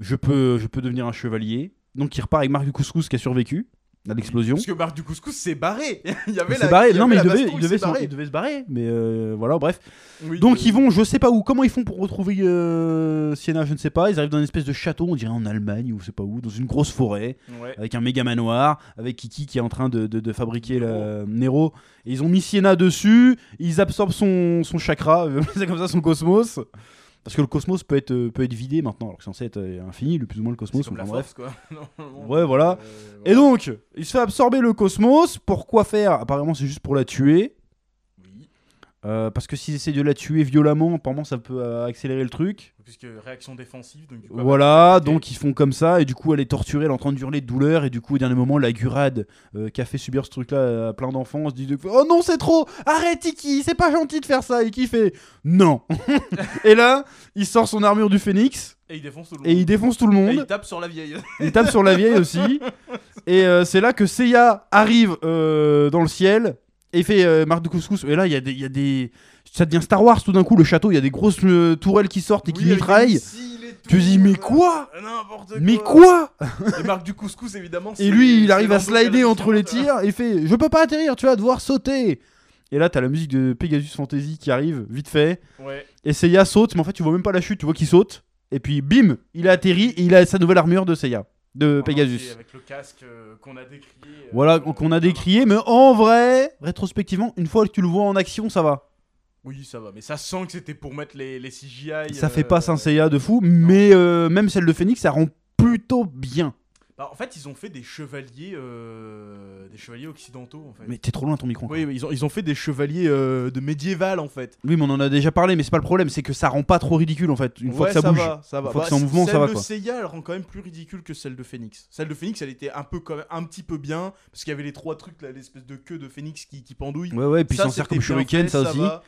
[SPEAKER 1] je peux, je peux devenir un chevalier. Donc il repart avec Marc du Couscous qui a survécu à l'explosion.
[SPEAKER 2] Parce que Marc du Couscous s'est barré. il y
[SPEAKER 1] Il
[SPEAKER 2] avait
[SPEAKER 1] s'est
[SPEAKER 2] la.
[SPEAKER 1] barré.
[SPEAKER 2] y
[SPEAKER 1] Non,
[SPEAKER 2] avait
[SPEAKER 1] mais il
[SPEAKER 2] la
[SPEAKER 1] devait,
[SPEAKER 2] baston,
[SPEAKER 1] il devait
[SPEAKER 2] s'est
[SPEAKER 1] se-
[SPEAKER 2] barré.
[SPEAKER 1] il devait se barrer. Mais euh, voilà, bref.
[SPEAKER 2] Oui,
[SPEAKER 1] Donc
[SPEAKER 2] euh,
[SPEAKER 1] ils vont, je sais pas où. Comment ils font pour retrouver euh, Siena Je ne sais pas. Ils arrivent dans une espèce de château, on dirait en Allemagne ou je sais pas où, dans une grosse forêt,
[SPEAKER 2] Ouais.
[SPEAKER 1] avec un méga manoir, avec Kiki qui est en train de, de- de fabriquer le Nero. Et ils ont mis Siena dessus. Ils absorbent son, son chakra, c'est comme ça, son cosmos. Parce que le cosmos peut être, euh, peut être vidé maintenant, alors que c'est censé être euh, infini, le plus ou moins le
[SPEAKER 2] C'est
[SPEAKER 1] cosmos.
[SPEAKER 2] comme la
[SPEAKER 1] enfin, bref.
[SPEAKER 2] force, quoi. Normalement.
[SPEAKER 1] Ouais, voilà.
[SPEAKER 2] Euh,
[SPEAKER 1] Et donc, il se fait absorber le cosmos. Pour quoi faire Apparemment, c'est juste pour la tuer.
[SPEAKER 2] Oui.
[SPEAKER 1] Euh, parce que s'ils essaient de la tuer violemment, apparemment, ça peut euh, accélérer le truc.
[SPEAKER 2] Puisque réaction défensive, donc du coup,
[SPEAKER 1] Voilà,
[SPEAKER 2] ok.
[SPEAKER 1] donc ils font comme ça. Et du coup, elle est torturée, elle est en train de hurler de douleur. Et du coup, au dernier moment, la gurade euh, qui a fait subir ce truc-là à plein d'enfants se dit de- Oh non, c'est trop Arrête, Tiki C'est pas gentil de faire ça. Et qui fait Non Et là, il sort son armure du phénix.
[SPEAKER 2] Et ah, il défonce tout le monde.
[SPEAKER 1] Et il défonce tout le
[SPEAKER 2] Et
[SPEAKER 1] monde.
[SPEAKER 2] il tape sur la vieille.
[SPEAKER 1] Il tape sur la vieille aussi. Et euh, c'est là que Seiya arrive euh, dans le ciel et fait euh, Marc de Couscous. Et là, il y, a des- il y a des. Ça devient Star Wars tout d'un coup, le château. Il y a des grosses euh, tourelles qui sortent et qui
[SPEAKER 2] Oui, avec des
[SPEAKER 1] mitraillent.
[SPEAKER 2] missiles et tout. euh,
[SPEAKER 1] Tu dis, mais quoi
[SPEAKER 2] N'importe quoi.
[SPEAKER 1] Mais quoi
[SPEAKER 2] Et Marc du couscous, évidemment.
[SPEAKER 1] Et
[SPEAKER 2] c'est-
[SPEAKER 1] lui, il
[SPEAKER 2] c'est
[SPEAKER 1] arrive à
[SPEAKER 2] l'endroit
[SPEAKER 1] slider
[SPEAKER 2] où
[SPEAKER 1] entre les
[SPEAKER 2] différentes-
[SPEAKER 1] tirs et fait Je peux pas atterrir, tu vas devoir sauter. Et là, t'as la musique de Pegasus Fantasy qui arrive vite fait.
[SPEAKER 2] Ouais.
[SPEAKER 1] Et Seiya saute, mais en fait, tu vois même pas la chute, tu vois qu'il saute. Et puis, bim, il a atterri et il a sa nouvelle armure de Seiya, de
[SPEAKER 2] Vraiment,
[SPEAKER 1] Euh, Pegasus.
[SPEAKER 2] Oh, c'est Avec le casque euh, qu'on a décrié. euh,
[SPEAKER 1] Voilà,
[SPEAKER 2] euh,
[SPEAKER 1] qu'on a décrié, mais en vrai, rétrospectivement, une fois que tu le vois en action, ça va.
[SPEAKER 2] Oui, ça va, mais ça sent que c'était pour mettre les, les CGI.
[SPEAKER 1] Ça
[SPEAKER 2] euh,
[SPEAKER 1] fait pas Saint Seiya de fou, mais euh, même celle de Phoenix, ça rend plutôt bien.
[SPEAKER 2] bah, en fait, ils ont fait des chevaliers, euh, des chevaliers occidentaux, en fait.
[SPEAKER 1] Mais t'es trop loin ton micro. encore.
[SPEAKER 2] Oui, mais ils ont, ils ont fait des chevaliers euh, de médiéval, en fait.
[SPEAKER 1] Oui, mais on en a déjà parlé, mais c'est pas le problème, c'est que ça rend pas trop ridicule en fait, une fois
[SPEAKER 2] Ouais,
[SPEAKER 1] que ça, bouge.
[SPEAKER 2] Va, ça va. Bah,
[SPEAKER 1] Une fois que c'est en mouvement, ça
[SPEAKER 2] celle
[SPEAKER 1] va,
[SPEAKER 2] de
[SPEAKER 1] quoi.
[SPEAKER 2] Seiya, elle rend quand même plus ridicule que celle de Phoenix. Celle de Phoenix, elle était un peu quand même, un petit peu bien parce qu'il y avait les trois trucs là, l'espèce de queue de Phoenix qui, qui pendouille.
[SPEAKER 1] Ouais, ouais, et puis
[SPEAKER 2] Ça,
[SPEAKER 1] s'en sert
[SPEAKER 2] c'était
[SPEAKER 1] comme
[SPEAKER 2] bien
[SPEAKER 1] Shuriken,
[SPEAKER 2] fait,
[SPEAKER 1] ça aussi.
[SPEAKER 2] va.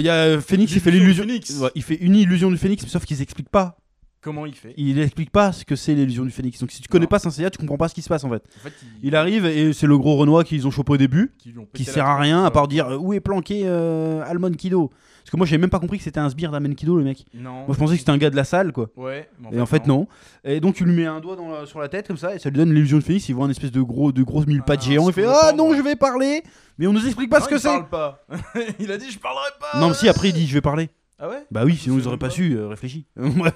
[SPEAKER 1] Il y a euh, Phoenix, il fait
[SPEAKER 2] L'illusion
[SPEAKER 1] l'illusion.
[SPEAKER 2] du Phoenix.
[SPEAKER 1] Ouais, il fait une illusion du Phoenix, sauf qu'ils expliquent pas.
[SPEAKER 2] Comment il fait
[SPEAKER 1] Ils expliquent pas ce que c'est l'illusion du Phoenix. Donc si tu connais
[SPEAKER 2] Non.
[SPEAKER 1] pas Saint Seiya, tu comprends pas ce qui se passe en fait.
[SPEAKER 2] En fait, il,
[SPEAKER 1] Il arrive et c'est le gros Renoir qu'ils ont chopé au début.
[SPEAKER 2] qui, lui ont pété
[SPEAKER 1] qui
[SPEAKER 2] la
[SPEAKER 1] sert à
[SPEAKER 2] tronche,
[SPEAKER 1] rien à
[SPEAKER 2] voilà.
[SPEAKER 1] part dire euh, où est planqué euh, Almond Kido. Parce que moi j'ai même pas compris que c'était un sbire d'Almond Kido le mec.
[SPEAKER 2] Non.
[SPEAKER 1] Moi je pensais que c'était un gars de la salle quoi.
[SPEAKER 2] Ouais. mais
[SPEAKER 1] et en fait non. Et donc tu lui mets un doigt dans la- sur la tête comme ça et ça lui donne l'illusion de Phoenix. Il voit un espèce de gros de grosse mille pattes
[SPEAKER 2] Ah,
[SPEAKER 1] géant. Il
[SPEAKER 2] c'est
[SPEAKER 1] fait
[SPEAKER 2] le
[SPEAKER 1] ah
[SPEAKER 2] temps,
[SPEAKER 1] non
[SPEAKER 2] ouais.
[SPEAKER 1] je vais parler. Mais on nous explique pas
[SPEAKER 2] Non,
[SPEAKER 1] ce que
[SPEAKER 2] il
[SPEAKER 1] c'est.
[SPEAKER 2] parle pas. il a dit je parlerai pas.
[SPEAKER 1] Non mais si après il dit je vais parler.
[SPEAKER 2] Ah ouais
[SPEAKER 1] Bah oui sinon
[SPEAKER 2] sais
[SPEAKER 1] ils auraient
[SPEAKER 2] même
[SPEAKER 1] pas
[SPEAKER 2] pas.
[SPEAKER 1] su. euh, réfléchis. Bref.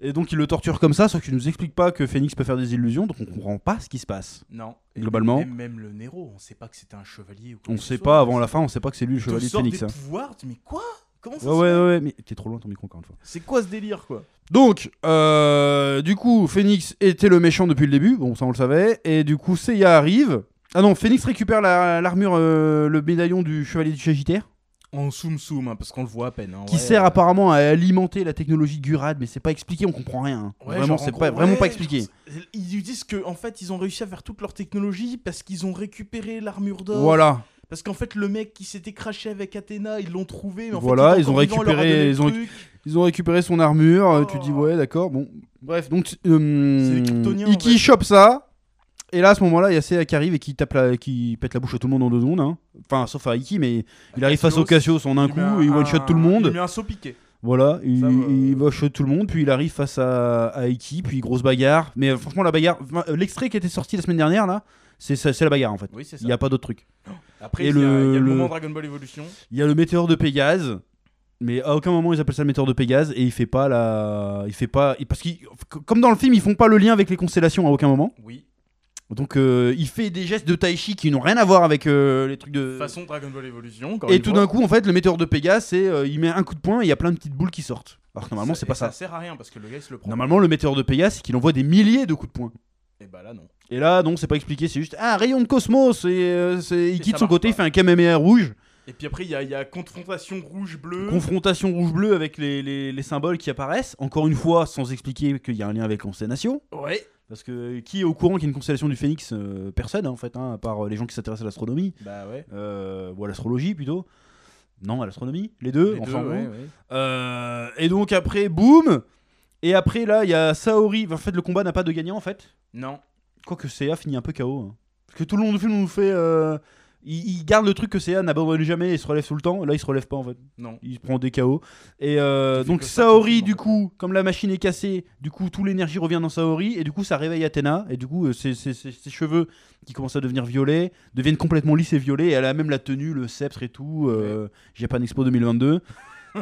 [SPEAKER 1] Et donc il le torture comme ça sauf qu'il nous explique pas que Phoenix peut faire des illusions donc on comprend pas ce qui se passe.
[SPEAKER 2] Non.
[SPEAKER 1] Globalement.
[SPEAKER 2] Même, même le Nero, on sait pas que c'était un chevalier ou quoi
[SPEAKER 1] On
[SPEAKER 2] que ce
[SPEAKER 1] sait
[SPEAKER 2] soit.
[SPEAKER 1] pas avant la fin on sait pas que c'est lui le
[SPEAKER 2] Il te
[SPEAKER 1] chevalier de
[SPEAKER 2] sort
[SPEAKER 1] Phoenix.
[SPEAKER 2] des
[SPEAKER 1] hein.
[SPEAKER 2] pouvoirs, tu dis, mais quoi Comment ça
[SPEAKER 1] Ouais
[SPEAKER 2] se
[SPEAKER 1] ouais
[SPEAKER 2] fait
[SPEAKER 1] ouais mais t'es trop loin ton micro encore une fois.
[SPEAKER 2] C'est quoi ce délire quoi
[SPEAKER 1] Donc, euh, du coup, Phoenix était le méchant depuis le début, bon, ça on le savait, et du coup, Seiya arrive. Ah non, Phoenix récupère la- l'armure, euh, le médaillon du chevalier du Sagittaire,
[SPEAKER 2] En soum soum, hein, parce qu'on le voit à peine. hein,
[SPEAKER 1] qui
[SPEAKER 2] ouais,
[SPEAKER 1] sert
[SPEAKER 2] euh,
[SPEAKER 1] apparemment à alimenter la technologie Gurad, mais c'est pas expliqué, on comprend rien. hein.
[SPEAKER 2] Ouais,
[SPEAKER 1] vraiment,
[SPEAKER 2] genre, en
[SPEAKER 1] c'est
[SPEAKER 2] gros,
[SPEAKER 1] pas, vraiment
[SPEAKER 2] ouais,
[SPEAKER 1] pas expliqué.
[SPEAKER 2] genre, c'est- Ils lui disent que en fait ils ont réussi à faire toute leur technologie parce qu'ils ont récupéré l'armure d'or.
[SPEAKER 1] Voilà,
[SPEAKER 2] Parce qu'en fait le mec qui s'était craché avec Athéna, ils l'ont trouvé. Mais en fait,
[SPEAKER 1] Voilà,
[SPEAKER 2] il est
[SPEAKER 1] ils ont
[SPEAKER 2] encore vivant, il leur a
[SPEAKER 1] récupéré-
[SPEAKER 2] donné le
[SPEAKER 1] ils ont-
[SPEAKER 2] truc.
[SPEAKER 1] ils ont récupéré son armure, euh, tu dis
[SPEAKER 2] Oh.
[SPEAKER 1] ouais, d'accord, bon. Bref, donc,
[SPEAKER 2] C'est
[SPEAKER 1] euh,
[SPEAKER 2] les Kryptoniens, en
[SPEAKER 1] Iki
[SPEAKER 2] fait.
[SPEAKER 1] chope ça, et là, à ce moment-là, il y a Seiya qui arrive et qui, tape la, qui pète la bouche à tout le monde en deux secondes, hein. enfin, sauf à Iki, mais il arrive face au Cassios en un
[SPEAKER 2] Ah, il
[SPEAKER 1] coup,
[SPEAKER 2] met un-
[SPEAKER 1] et il one-shot tout le monde.
[SPEAKER 2] Il met un saut piqué.
[SPEAKER 1] Voilà, il,
[SPEAKER 2] va, euh.
[SPEAKER 1] il va shot tout le monde, puis il arrive face à, à Iki, puis grosse bagarre. Mais euh, franchement, la bagarre, enfin, euh, l'extrait qui était sorti la semaine dernière, là, c'est ça- c'est la bagarre en fait.
[SPEAKER 2] Oui c'est ça.
[SPEAKER 1] Il n'y a pas d'autre truc.
[SPEAKER 2] Après
[SPEAKER 1] et
[SPEAKER 2] il y
[SPEAKER 1] le-
[SPEAKER 2] a, il y a le
[SPEAKER 1] le-
[SPEAKER 2] moment Dragon Ball Evolution.
[SPEAKER 1] Il y a le météore de Pégase, mais à aucun moment ils appellent ça le météore de Pégase, et il fait pas la. Il fait pas. il- Parce que, comme dans le film, ils font pas le lien avec les constellations à aucun moment.
[SPEAKER 2] Oui.
[SPEAKER 1] Donc euh, il fait des gestes de tai chi qui n'ont rien à voir avec euh, les trucs de.
[SPEAKER 2] Façon Dragon Ball Evolution. encore
[SPEAKER 1] et
[SPEAKER 2] une
[SPEAKER 1] tout
[SPEAKER 2] fois.
[SPEAKER 1] d'un coup, en fait, le météore de Pégase, c'est. euh, il met un coup de poing et il y a plein de petites boules qui sortent. Alors que normalement, c'est
[SPEAKER 2] et
[SPEAKER 1] pas ça.
[SPEAKER 2] Ça sert à rien parce que le gars il se le prend.
[SPEAKER 1] Normalement, le météore de Pégase, c'est qu'il envoie des milliers de coups de poing.
[SPEAKER 2] Et bah là non.
[SPEAKER 1] Et là, non, c'est pas expliqué, c'est juste ah, un rayon de cosmos. Et euh, c'est- il
[SPEAKER 2] Et
[SPEAKER 1] quitte
[SPEAKER 2] ça
[SPEAKER 1] son
[SPEAKER 2] marche
[SPEAKER 1] côté,
[SPEAKER 2] pas.
[SPEAKER 1] il fait un Kamehameha rouge.
[SPEAKER 2] Et puis après il y a, il y a confrontation rouge bleu.
[SPEAKER 1] Mmh. Confrontation rouge-bleu avec les, les- les symboles qui apparaissent. Encore une fois, sans expliquer qu'il y a un lien avec Constellation.
[SPEAKER 2] Ouais.
[SPEAKER 1] Parce que qui est au courant qu'il y a une constellation du phénix euh, Personne, hein, en fait, hein, à part euh, les gens qui s'intéressent à l'astronomie,
[SPEAKER 2] Bah ouais.
[SPEAKER 1] euh, ou à l'astrologie plutôt. Non, à l'astronomie, les deux,
[SPEAKER 2] Les
[SPEAKER 1] on
[SPEAKER 2] deux,
[SPEAKER 1] s'en fout.
[SPEAKER 2] ouais, ouais.
[SPEAKER 1] Euh, et donc après, boum Et après, là, il y a Saori. En fait, le combat n'a pas de gagnant, en fait.
[SPEAKER 2] Non.
[SPEAKER 1] Quoique Seiya finit un peu KO. hein. Parce que tout le long du film, on nous fait. euh, Il, il garde le truc que Seiya n'abandonne jamais et se relève tout le temps. Là, il se relève pas, en fait.
[SPEAKER 2] Non.
[SPEAKER 1] Il prend des KO. Et euh,
[SPEAKER 2] Il fait
[SPEAKER 1] donc,
[SPEAKER 2] que ça
[SPEAKER 1] Saori,
[SPEAKER 2] continuellement.
[SPEAKER 1] du coup, comme la machine est cassée, du coup, toute l'énergie revient dans Saori. Et du coup, ça réveille Athéna. Et du coup, euh, ses, ses- ses- ses cheveux qui commencent à devenir violets deviennent complètement lisses et violets. Et elle a même la tenue, le sceptre et tout. euh, Japan Expo 2022.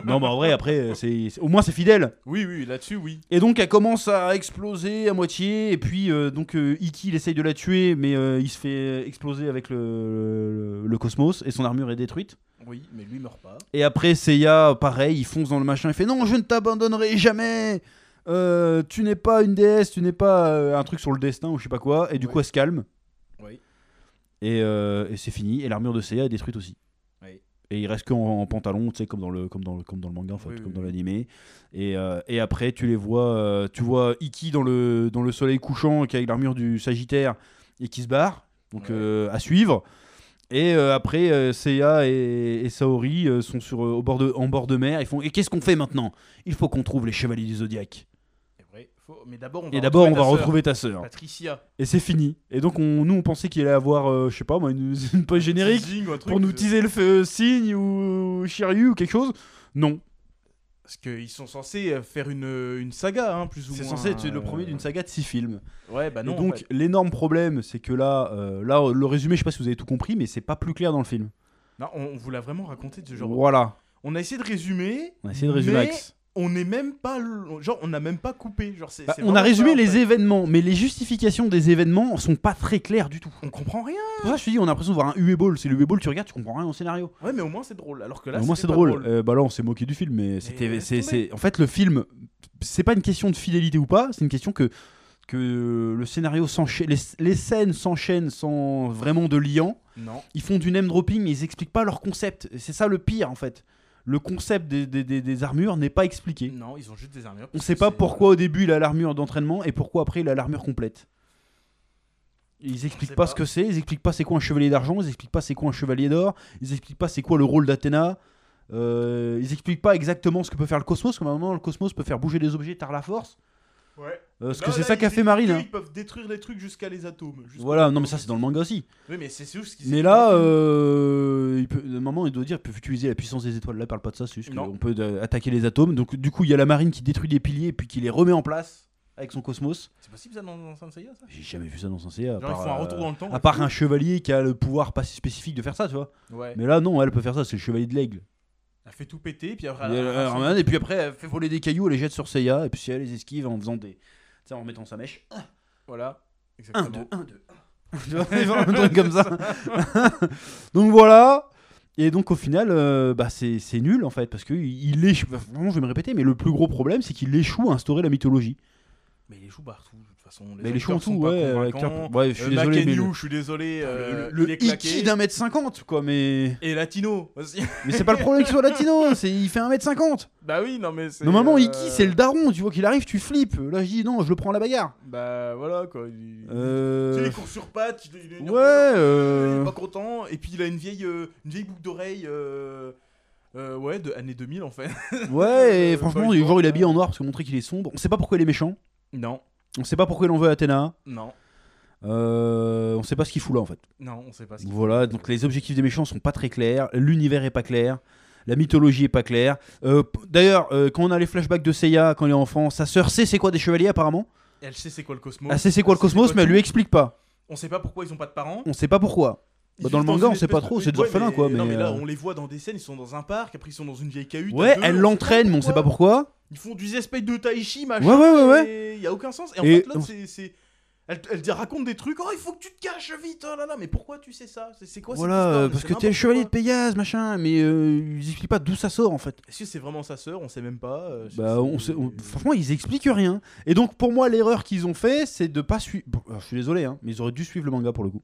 [SPEAKER 1] non, bah en vrai, après, euh, c'est c'est- au moins, c'est fidèle.
[SPEAKER 2] Oui, oui, là-dessus, oui.
[SPEAKER 1] Et donc elle commence à exploser à moitié et puis euh, donc euh, Ikki il essaye de la tuer mais euh, il se fait exploser avec le, le- le cosmos et son armure est détruite.
[SPEAKER 2] Oui, mais lui meurt pas.
[SPEAKER 1] Et après Seiya pareil il fonce dans le machin il fait non je ne t'abandonnerai jamais Euh, tu n'es pas une déesse tu n'es pas euh, un truc sur le destin ou je sais pas quoi et du
[SPEAKER 2] Ouais.
[SPEAKER 1] coup elle se calme
[SPEAKER 2] Oui.
[SPEAKER 1] et, euh, et c'est fini et l'armure de Seiya est détruite aussi.
[SPEAKER 2] Oui.
[SPEAKER 1] Et il reste qu'en en pantalon, tu sais, comme dans le comme dans le comme dans le manga en fait,
[SPEAKER 2] Oui,
[SPEAKER 1] comme
[SPEAKER 2] oui,
[SPEAKER 1] dans
[SPEAKER 2] oui.
[SPEAKER 1] l'animé. Et, euh, et après tu les vois, euh, tu vois Iki dans le dans le soleil couchant qui a l'armure du Sagittaire et qui se barre. Donc
[SPEAKER 2] Ouais.
[SPEAKER 1] euh, à suivre. Et euh, après euh, Seiya et, et Saori euh, sont sur euh, au bord de en bord de mer. Ils font et qu'est-ce qu'on fait maintenant Il faut qu'on trouve les chevaliers du zodiaque.
[SPEAKER 2] C'est vrai. Faut... Mais d'abord, on va
[SPEAKER 1] Et d'abord on
[SPEAKER 2] retrouver
[SPEAKER 1] va
[SPEAKER 2] ta sœur,
[SPEAKER 1] retrouver ta sœur.
[SPEAKER 2] Patricia.
[SPEAKER 1] Et c'est fini. Et donc on, nous on pensait qu'il allait avoir, euh, je sais pas, moi, une, une page générique
[SPEAKER 2] Teasing ou un truc
[SPEAKER 1] pour nous
[SPEAKER 2] de-
[SPEAKER 1] teaser le feu euh, signe ou Shiryu ou quelque chose. Non,
[SPEAKER 2] Parce qu'ils sont censés euh, faire une, une saga, hein, plus ou
[SPEAKER 1] c'est
[SPEAKER 2] moins.
[SPEAKER 1] censé être le premier
[SPEAKER 2] euh,
[SPEAKER 1] d'une saga de 6 films.
[SPEAKER 2] Ouais, bah non.
[SPEAKER 1] Et donc
[SPEAKER 2] en fait.
[SPEAKER 1] l'énorme problème, c'est que là, euh, là le résumé, je sais pas si vous avez tout compris, mais c'est pas plus clair dans le film.
[SPEAKER 2] Non, on, on vous l'a vraiment raconté de ce genre.
[SPEAKER 1] Voilà,
[SPEAKER 2] On a essayé de résumer.
[SPEAKER 1] on a essayé de résumer.
[SPEAKER 2] mais
[SPEAKER 1] Max.
[SPEAKER 2] On n'est même pas. l- Genre, on n'a même pas coupé. Genre, c'est.
[SPEAKER 1] Bah,
[SPEAKER 2] c'est
[SPEAKER 1] on a
[SPEAKER 2] vraiment
[SPEAKER 1] résumé
[SPEAKER 2] ça, en
[SPEAKER 1] les
[SPEAKER 2] fait.
[SPEAKER 1] événements, mais les justifications des événements sont pas très claires du tout.
[SPEAKER 2] On comprend rien.
[SPEAKER 1] C'est pour ça que je te dis, on a l'impression de voir un UE Ball. C'est le UE Ball, tu regardes, tu comprends rien au scénario.
[SPEAKER 2] Ouais, mais au moins c'est drôle. Alors que là,
[SPEAKER 1] au moins
[SPEAKER 2] c'était
[SPEAKER 1] c'est
[SPEAKER 2] pas
[SPEAKER 1] drôle. Euh, bah là on s'est moqué du film, mais
[SPEAKER 2] laisse
[SPEAKER 1] c'était, c'est,
[SPEAKER 2] tomber.
[SPEAKER 1] c'est- en fait le film, c'est pas une question de fidélité ou pas, c'est une question que que le scénario s'enchaîne, les, les scènes s'enchaînent sans vraiment de liant.
[SPEAKER 2] Non.
[SPEAKER 1] Ils font du name dropping, mais ils expliquent pas leur concept. Et C'est ça le pire en fait. Le concept des, des- des- des armures n'est pas expliqué.
[SPEAKER 2] Non, ils ont juste des armures.
[SPEAKER 1] On
[SPEAKER 2] parce
[SPEAKER 1] sait
[SPEAKER 2] que
[SPEAKER 1] pas
[SPEAKER 2] c'est-
[SPEAKER 1] pourquoi au début il a l'armure d'entraînement et pourquoi après il a l'armure complète. Ils expliquent
[SPEAKER 2] sait
[SPEAKER 1] pas,
[SPEAKER 2] pas.
[SPEAKER 1] ce que c'est, ils expliquent pas c'est quoi un chevalier d'argent, ils expliquent pas c'est quoi un chevalier d'or, ils expliquent pas c'est quoi le rôle d'Athéna, euh, ils expliquent pas exactement ce que peut faire le cosmos, comme à un moment le cosmos peut faire bouger des objets par la force.
[SPEAKER 2] Ouais.
[SPEAKER 1] Euh, parce
[SPEAKER 2] Non,
[SPEAKER 1] que c'est
[SPEAKER 2] Bah là,
[SPEAKER 1] ça
[SPEAKER 2] ils
[SPEAKER 1] qu'a fait
[SPEAKER 2] expliquent
[SPEAKER 1] Marine.
[SPEAKER 2] que
[SPEAKER 1] hein.
[SPEAKER 2] Ils peuvent détruire les trucs jusqu'à les atomes. jusqu'au-
[SPEAKER 1] Voilà, non mais ça c'est dans le manga aussi.
[SPEAKER 2] Oui, mais c'est juste ce qu'ils
[SPEAKER 1] Mais là, euh, il peut, à un moment, il doit dire, ils peuvent utiliser la puissance des étoiles. Là, il parle pas de ça, c'est juste
[SPEAKER 2] Non.
[SPEAKER 1] qu'on peut euh, attaquer les atomes. Donc, du coup, il y a la marine qui détruit des piliers et puis qui les remet en place avec son cosmos.
[SPEAKER 2] C'est possible ça dans, dans Saint Seiya ça
[SPEAKER 1] J'ai jamais vu ça dans un CA. à
[SPEAKER 2] Genre ils
[SPEAKER 1] part,
[SPEAKER 2] font un
[SPEAKER 1] euh,
[SPEAKER 2] retour dans le temps.
[SPEAKER 1] à part un chevalier qui a le pouvoir pas si spécifique de faire ça, tu vois.
[SPEAKER 2] Ouais.
[SPEAKER 1] Mais là, non, elle peut faire ça, c'est le chevalier de l'aigle.
[SPEAKER 2] Elle fait tout péter, puis
[SPEAKER 1] Et,
[SPEAKER 2] après. elle-
[SPEAKER 1] euh,
[SPEAKER 2] elle-
[SPEAKER 1] Herman, et puis après, elle fait voler des cailloux, elle les jette sur Seiya, et puis Seiya les esquive en faisant des. Tu sais, en remettant sa mèche.
[SPEAKER 2] Voilà.
[SPEAKER 1] 1, 2,
[SPEAKER 2] Exactement.
[SPEAKER 1] 1, 2, Tu vois, genre un truc comme ça. donc voilà. Et donc au final, euh, bah, c'est c'est nul en fait, parce que il échoue. bah, Vraiment, je vais me répéter, mais le plus gros problème, c'est qu'il échoue à instaurer la mythologie.
[SPEAKER 2] Mais il échoue partout, de toute façon.
[SPEAKER 1] mais il échoue en tout,
[SPEAKER 2] acteurs sont pas
[SPEAKER 1] ouais. euh,
[SPEAKER 2] convaincants.
[SPEAKER 1] acteur- ouais, je suis
[SPEAKER 2] Euh,
[SPEAKER 1] désolé, mais
[SPEAKER 2] Makenyu,
[SPEAKER 1] le,
[SPEAKER 2] je suis désolé. euh,
[SPEAKER 1] le,
[SPEAKER 2] il est
[SPEAKER 1] Iki
[SPEAKER 2] claqué.
[SPEAKER 1] d'un mètre cinquante, quoi. Mais
[SPEAKER 2] Et Latino aussi.
[SPEAKER 1] mais c'est pas le problème qu'il soit latino, c'est il fait un mètre cinquante.
[SPEAKER 2] bah oui, non mais c'est.
[SPEAKER 1] Normalement,
[SPEAKER 2] euh,
[SPEAKER 1] Iki, c'est le daron. Tu vois qu'il arrive, tu flippes. Là, je dis non, je le prends à la bagarre.
[SPEAKER 2] Bah voilà quoi. il- Tu sais,
[SPEAKER 1] Euh...
[SPEAKER 2] il court sur pattes, il est- il
[SPEAKER 1] Ouais.
[SPEAKER 2] est énervé. Il
[SPEAKER 1] euh,
[SPEAKER 2] est pas content, et puis il a une vieille, euh, une vieille boucle d'oreille, euh, euh, ouais, de années 2000 en fait.
[SPEAKER 1] Ouais.
[SPEAKER 2] Euh,
[SPEAKER 1] Et franchement,
[SPEAKER 2] Boy
[SPEAKER 1] genre il est
[SPEAKER 2] Band,
[SPEAKER 1] habillé en noir parce que montrer qu'il est sombre. On sait pas pourquoi il est méchant.
[SPEAKER 2] Non,
[SPEAKER 1] On sait pas pourquoi il en veut à Athéna.
[SPEAKER 2] non,
[SPEAKER 1] Euh, on sait pas ce qu'il fout là en fait.
[SPEAKER 2] non, on sait pas ce qu'il
[SPEAKER 1] Voilà, donc les objectifs des méchants sont pas très clairs, l'univers est pas clair, la mythologie est pas claire. Euh, p- D'ailleurs, euh, quand on a les flashbacks de Seiya quand il est enfant, sa sœur sait c'est quoi des chevaliers apparemment.
[SPEAKER 2] Elle sait c'est quoi le cosmos.
[SPEAKER 1] Elle sait Ah, c'est quoi le
[SPEAKER 2] elle sait c'est
[SPEAKER 1] cosmos,
[SPEAKER 2] quoi
[SPEAKER 1] mais elle
[SPEAKER 2] tout.
[SPEAKER 1] lui explique pas.
[SPEAKER 2] On sait pas pourquoi ils ont pas de parents.
[SPEAKER 1] On sait pas pourquoi.
[SPEAKER 2] Ils
[SPEAKER 1] Bah, dans
[SPEAKER 2] vivent
[SPEAKER 1] le manga,
[SPEAKER 2] une
[SPEAKER 1] on sait pas
[SPEAKER 2] espèce
[SPEAKER 1] trop,
[SPEAKER 2] de-
[SPEAKER 1] c'est des
[SPEAKER 2] Ouais,
[SPEAKER 1] orphelins, quoi,
[SPEAKER 2] Non,
[SPEAKER 1] mais,
[SPEAKER 2] mais là,
[SPEAKER 1] euh,
[SPEAKER 2] on les voit dans des scènes, ils sont dans un parc, après ils sont dans une vieille cahute. à
[SPEAKER 1] Ouais,
[SPEAKER 2] deux, on
[SPEAKER 1] elle
[SPEAKER 2] sait
[SPEAKER 1] l'entraîne, mais on sait pas pourquoi.
[SPEAKER 2] Ils font des espèces de tai chi, machin.
[SPEAKER 1] Ouais, ouais, ouais, ouais.
[SPEAKER 2] Il y a aucun sens. Et en
[SPEAKER 1] Et-
[SPEAKER 2] fait, l'autre, c'est- c'est. Elle, elle dit- raconte des trucs, oh il faut que tu te caches vite, oh là là, mais pourquoi tu sais ça C'est- C'est quoi cette
[SPEAKER 1] Voilà,
[SPEAKER 2] histoire
[SPEAKER 1] euh,
[SPEAKER 2] Mais
[SPEAKER 1] parce
[SPEAKER 2] c'est
[SPEAKER 1] que t'es le
[SPEAKER 2] n'importe
[SPEAKER 1] chevalier
[SPEAKER 2] quoi.
[SPEAKER 1] de Pégase, machin, mais euh, ils expliquent pas d'où ça sort en fait.
[SPEAKER 2] Est-ce que c'est vraiment sa sœur On sait même pas. euh, je sais-
[SPEAKER 1] Bah, on sait- on- franchement, ils expliquent rien. Et donc, pour moi, l'erreur qu'ils ont fait, c'est de pas suivre. Bon, alors, je suis désolé, hein, mais ils auraient dû suivre le manga pour le coup.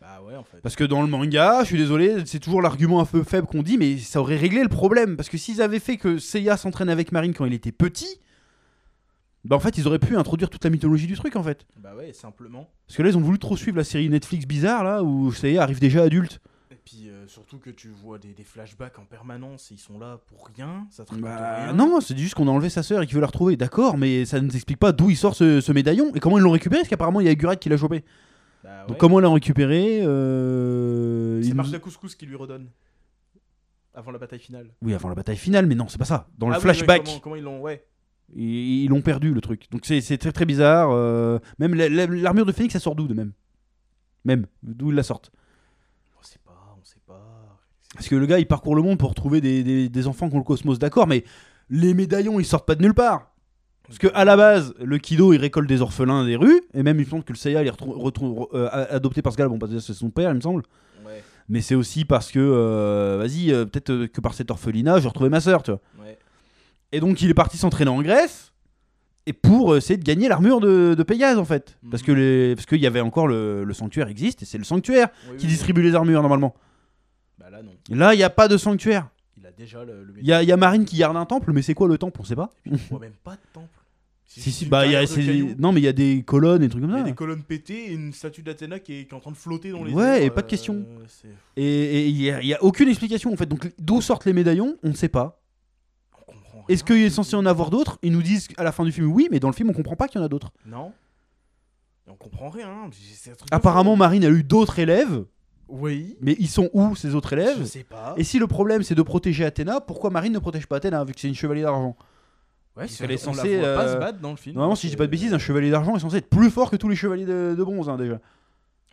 [SPEAKER 2] Bah ouais, en fait.
[SPEAKER 1] Parce que dans le manga, je suis désolé, c'est toujours l'argument un peu faible qu'on dit, mais ça aurait réglé le problème. Parce que s'ils avaient fait que Seiya s'entraîne avec Marine quand il était petit, Bah en fait, ils auraient pu introduire toute la mythologie du truc en fait.
[SPEAKER 2] Bah ouais, simplement.
[SPEAKER 1] Parce que là, ils ont voulu trop suivre la série Netflix bizarre là où ça y est, arrive déjà adulte.
[SPEAKER 2] Et puis euh, surtout que tu vois des, des flashbacks en permanence, ils sont là pour rien, ça te raconte
[SPEAKER 1] Bah
[SPEAKER 2] rien.
[SPEAKER 1] non, c'est juste qu'on a enlevé sa sœur et qu'il veut la retrouver, d'accord, mais ça ne nous explique pas d'où il sort ce, ce médaillon et comment ils l'ont récupéré parce qu'apparemment il y a Gurette qui l'a chopé.
[SPEAKER 2] Bah
[SPEAKER 1] Donc
[SPEAKER 2] ouais.
[SPEAKER 1] comment ils l'ont récupéré euh,
[SPEAKER 2] C'est
[SPEAKER 1] ils nous-
[SPEAKER 2] Marc de Couscous qui lui redonne. Avant la bataille finale.
[SPEAKER 1] Oui, avant la bataille finale, mais non, c'est pas ça. Dans le
[SPEAKER 2] Ah oui, ouais,
[SPEAKER 1] flashback,
[SPEAKER 2] comment, comment ils l'ont Ouais.
[SPEAKER 1] ils ils l'ont perdu le truc. Donc c'est c'est très très bizarre. euh, Même la- la- l'armure de Phoenix, ça sort d'où de même Même, d'où ils la sortent
[SPEAKER 2] On sait pas, on sait pas.
[SPEAKER 1] Parce que le gars, il parcourt le monde pour trouver des, des- des enfants qui ont le cosmos, d'accord, mais les médaillons, ils sortent pas de nulle part. Parce que ah, à la base, le Kido, il récolte des orphelins des rues, et même il me semble que le Seiya, il est retrou- retrou- euh, a- adopté par ce gars-là. Bon, parce que c'est son père, il me semble.
[SPEAKER 2] Ouais,
[SPEAKER 1] Mais c'est aussi parce que, euh, vas-y, euh, peut-être euh, que par cet orphelinat, j'ai retrouvé ma sœur, tu vois.
[SPEAKER 2] ouais.
[SPEAKER 1] Et donc, il est parti s'entraîner en Grèce, et pour euh, essayer de gagner l'armure de, de Pégase, en fait.
[SPEAKER 2] Mhm.
[SPEAKER 1] Parce que les- parce qu'il y avait encore le, le sanctuaire existe, et c'est le sanctuaire
[SPEAKER 2] Oui,
[SPEAKER 1] qui
[SPEAKER 2] oui,
[SPEAKER 1] distribue les armures, normalement.
[SPEAKER 2] oui. Bah là, non.
[SPEAKER 1] Et là, il n'y a pas de sanctuaire.
[SPEAKER 2] Il a déjà le. le
[SPEAKER 1] Il y a, y a Marine qui garde un temple, mais c'est quoi le temple On sait pas.
[SPEAKER 2] Et puis, on voit même pas de temple. C'est
[SPEAKER 1] Si,
[SPEAKER 2] juste
[SPEAKER 1] si,
[SPEAKER 2] une
[SPEAKER 1] bah, y a-
[SPEAKER 2] carrière de
[SPEAKER 1] c'est-
[SPEAKER 2] cailloux.
[SPEAKER 1] non, mais il y a des colonnes et des trucs comme
[SPEAKER 2] Il y
[SPEAKER 1] ça.
[SPEAKER 2] a des colonnes pétées et une statue d'Athéna qui est, qui est en train de flotter dans les
[SPEAKER 1] Ouais,
[SPEAKER 2] airs,
[SPEAKER 1] et pas de
[SPEAKER 2] euh,
[SPEAKER 1] question.
[SPEAKER 2] c'est-
[SPEAKER 1] Et il n'y a, y a aucune explication en fait. Donc, d'où sortent les médaillons On ne sait pas.
[SPEAKER 2] On comprend rien.
[SPEAKER 1] Est-ce qu'il est censé en avoir d'autres Ils nous disent à la fin du film oui, mais dans le film, on comprend pas qu'il y en a d'autres.
[SPEAKER 2] Non. Et On comprend rien. c'est- c'est un truc de
[SPEAKER 1] Apparemment,
[SPEAKER 2] fou.
[SPEAKER 1] Marine a eu d'autres élèves,
[SPEAKER 2] Oui.
[SPEAKER 1] mais ils sont où ces autres
[SPEAKER 2] Je
[SPEAKER 1] élèves
[SPEAKER 2] sais pas.
[SPEAKER 1] Et si le problème c'est de protéger Athéna, pourquoi Marine ne protège pas Athéna vu que c'est une chevalier d'argent
[SPEAKER 2] Ouais,
[SPEAKER 1] qu'elle est
[SPEAKER 2] on la
[SPEAKER 1] censée,
[SPEAKER 2] voit pas
[SPEAKER 1] euh,
[SPEAKER 2] se battre dans le film. euh,
[SPEAKER 1] Normalement, si je dis pas de bêtises, un chevalier d'argent est censé être plus fort que tous les chevaliers de, de bronze hein, déjà.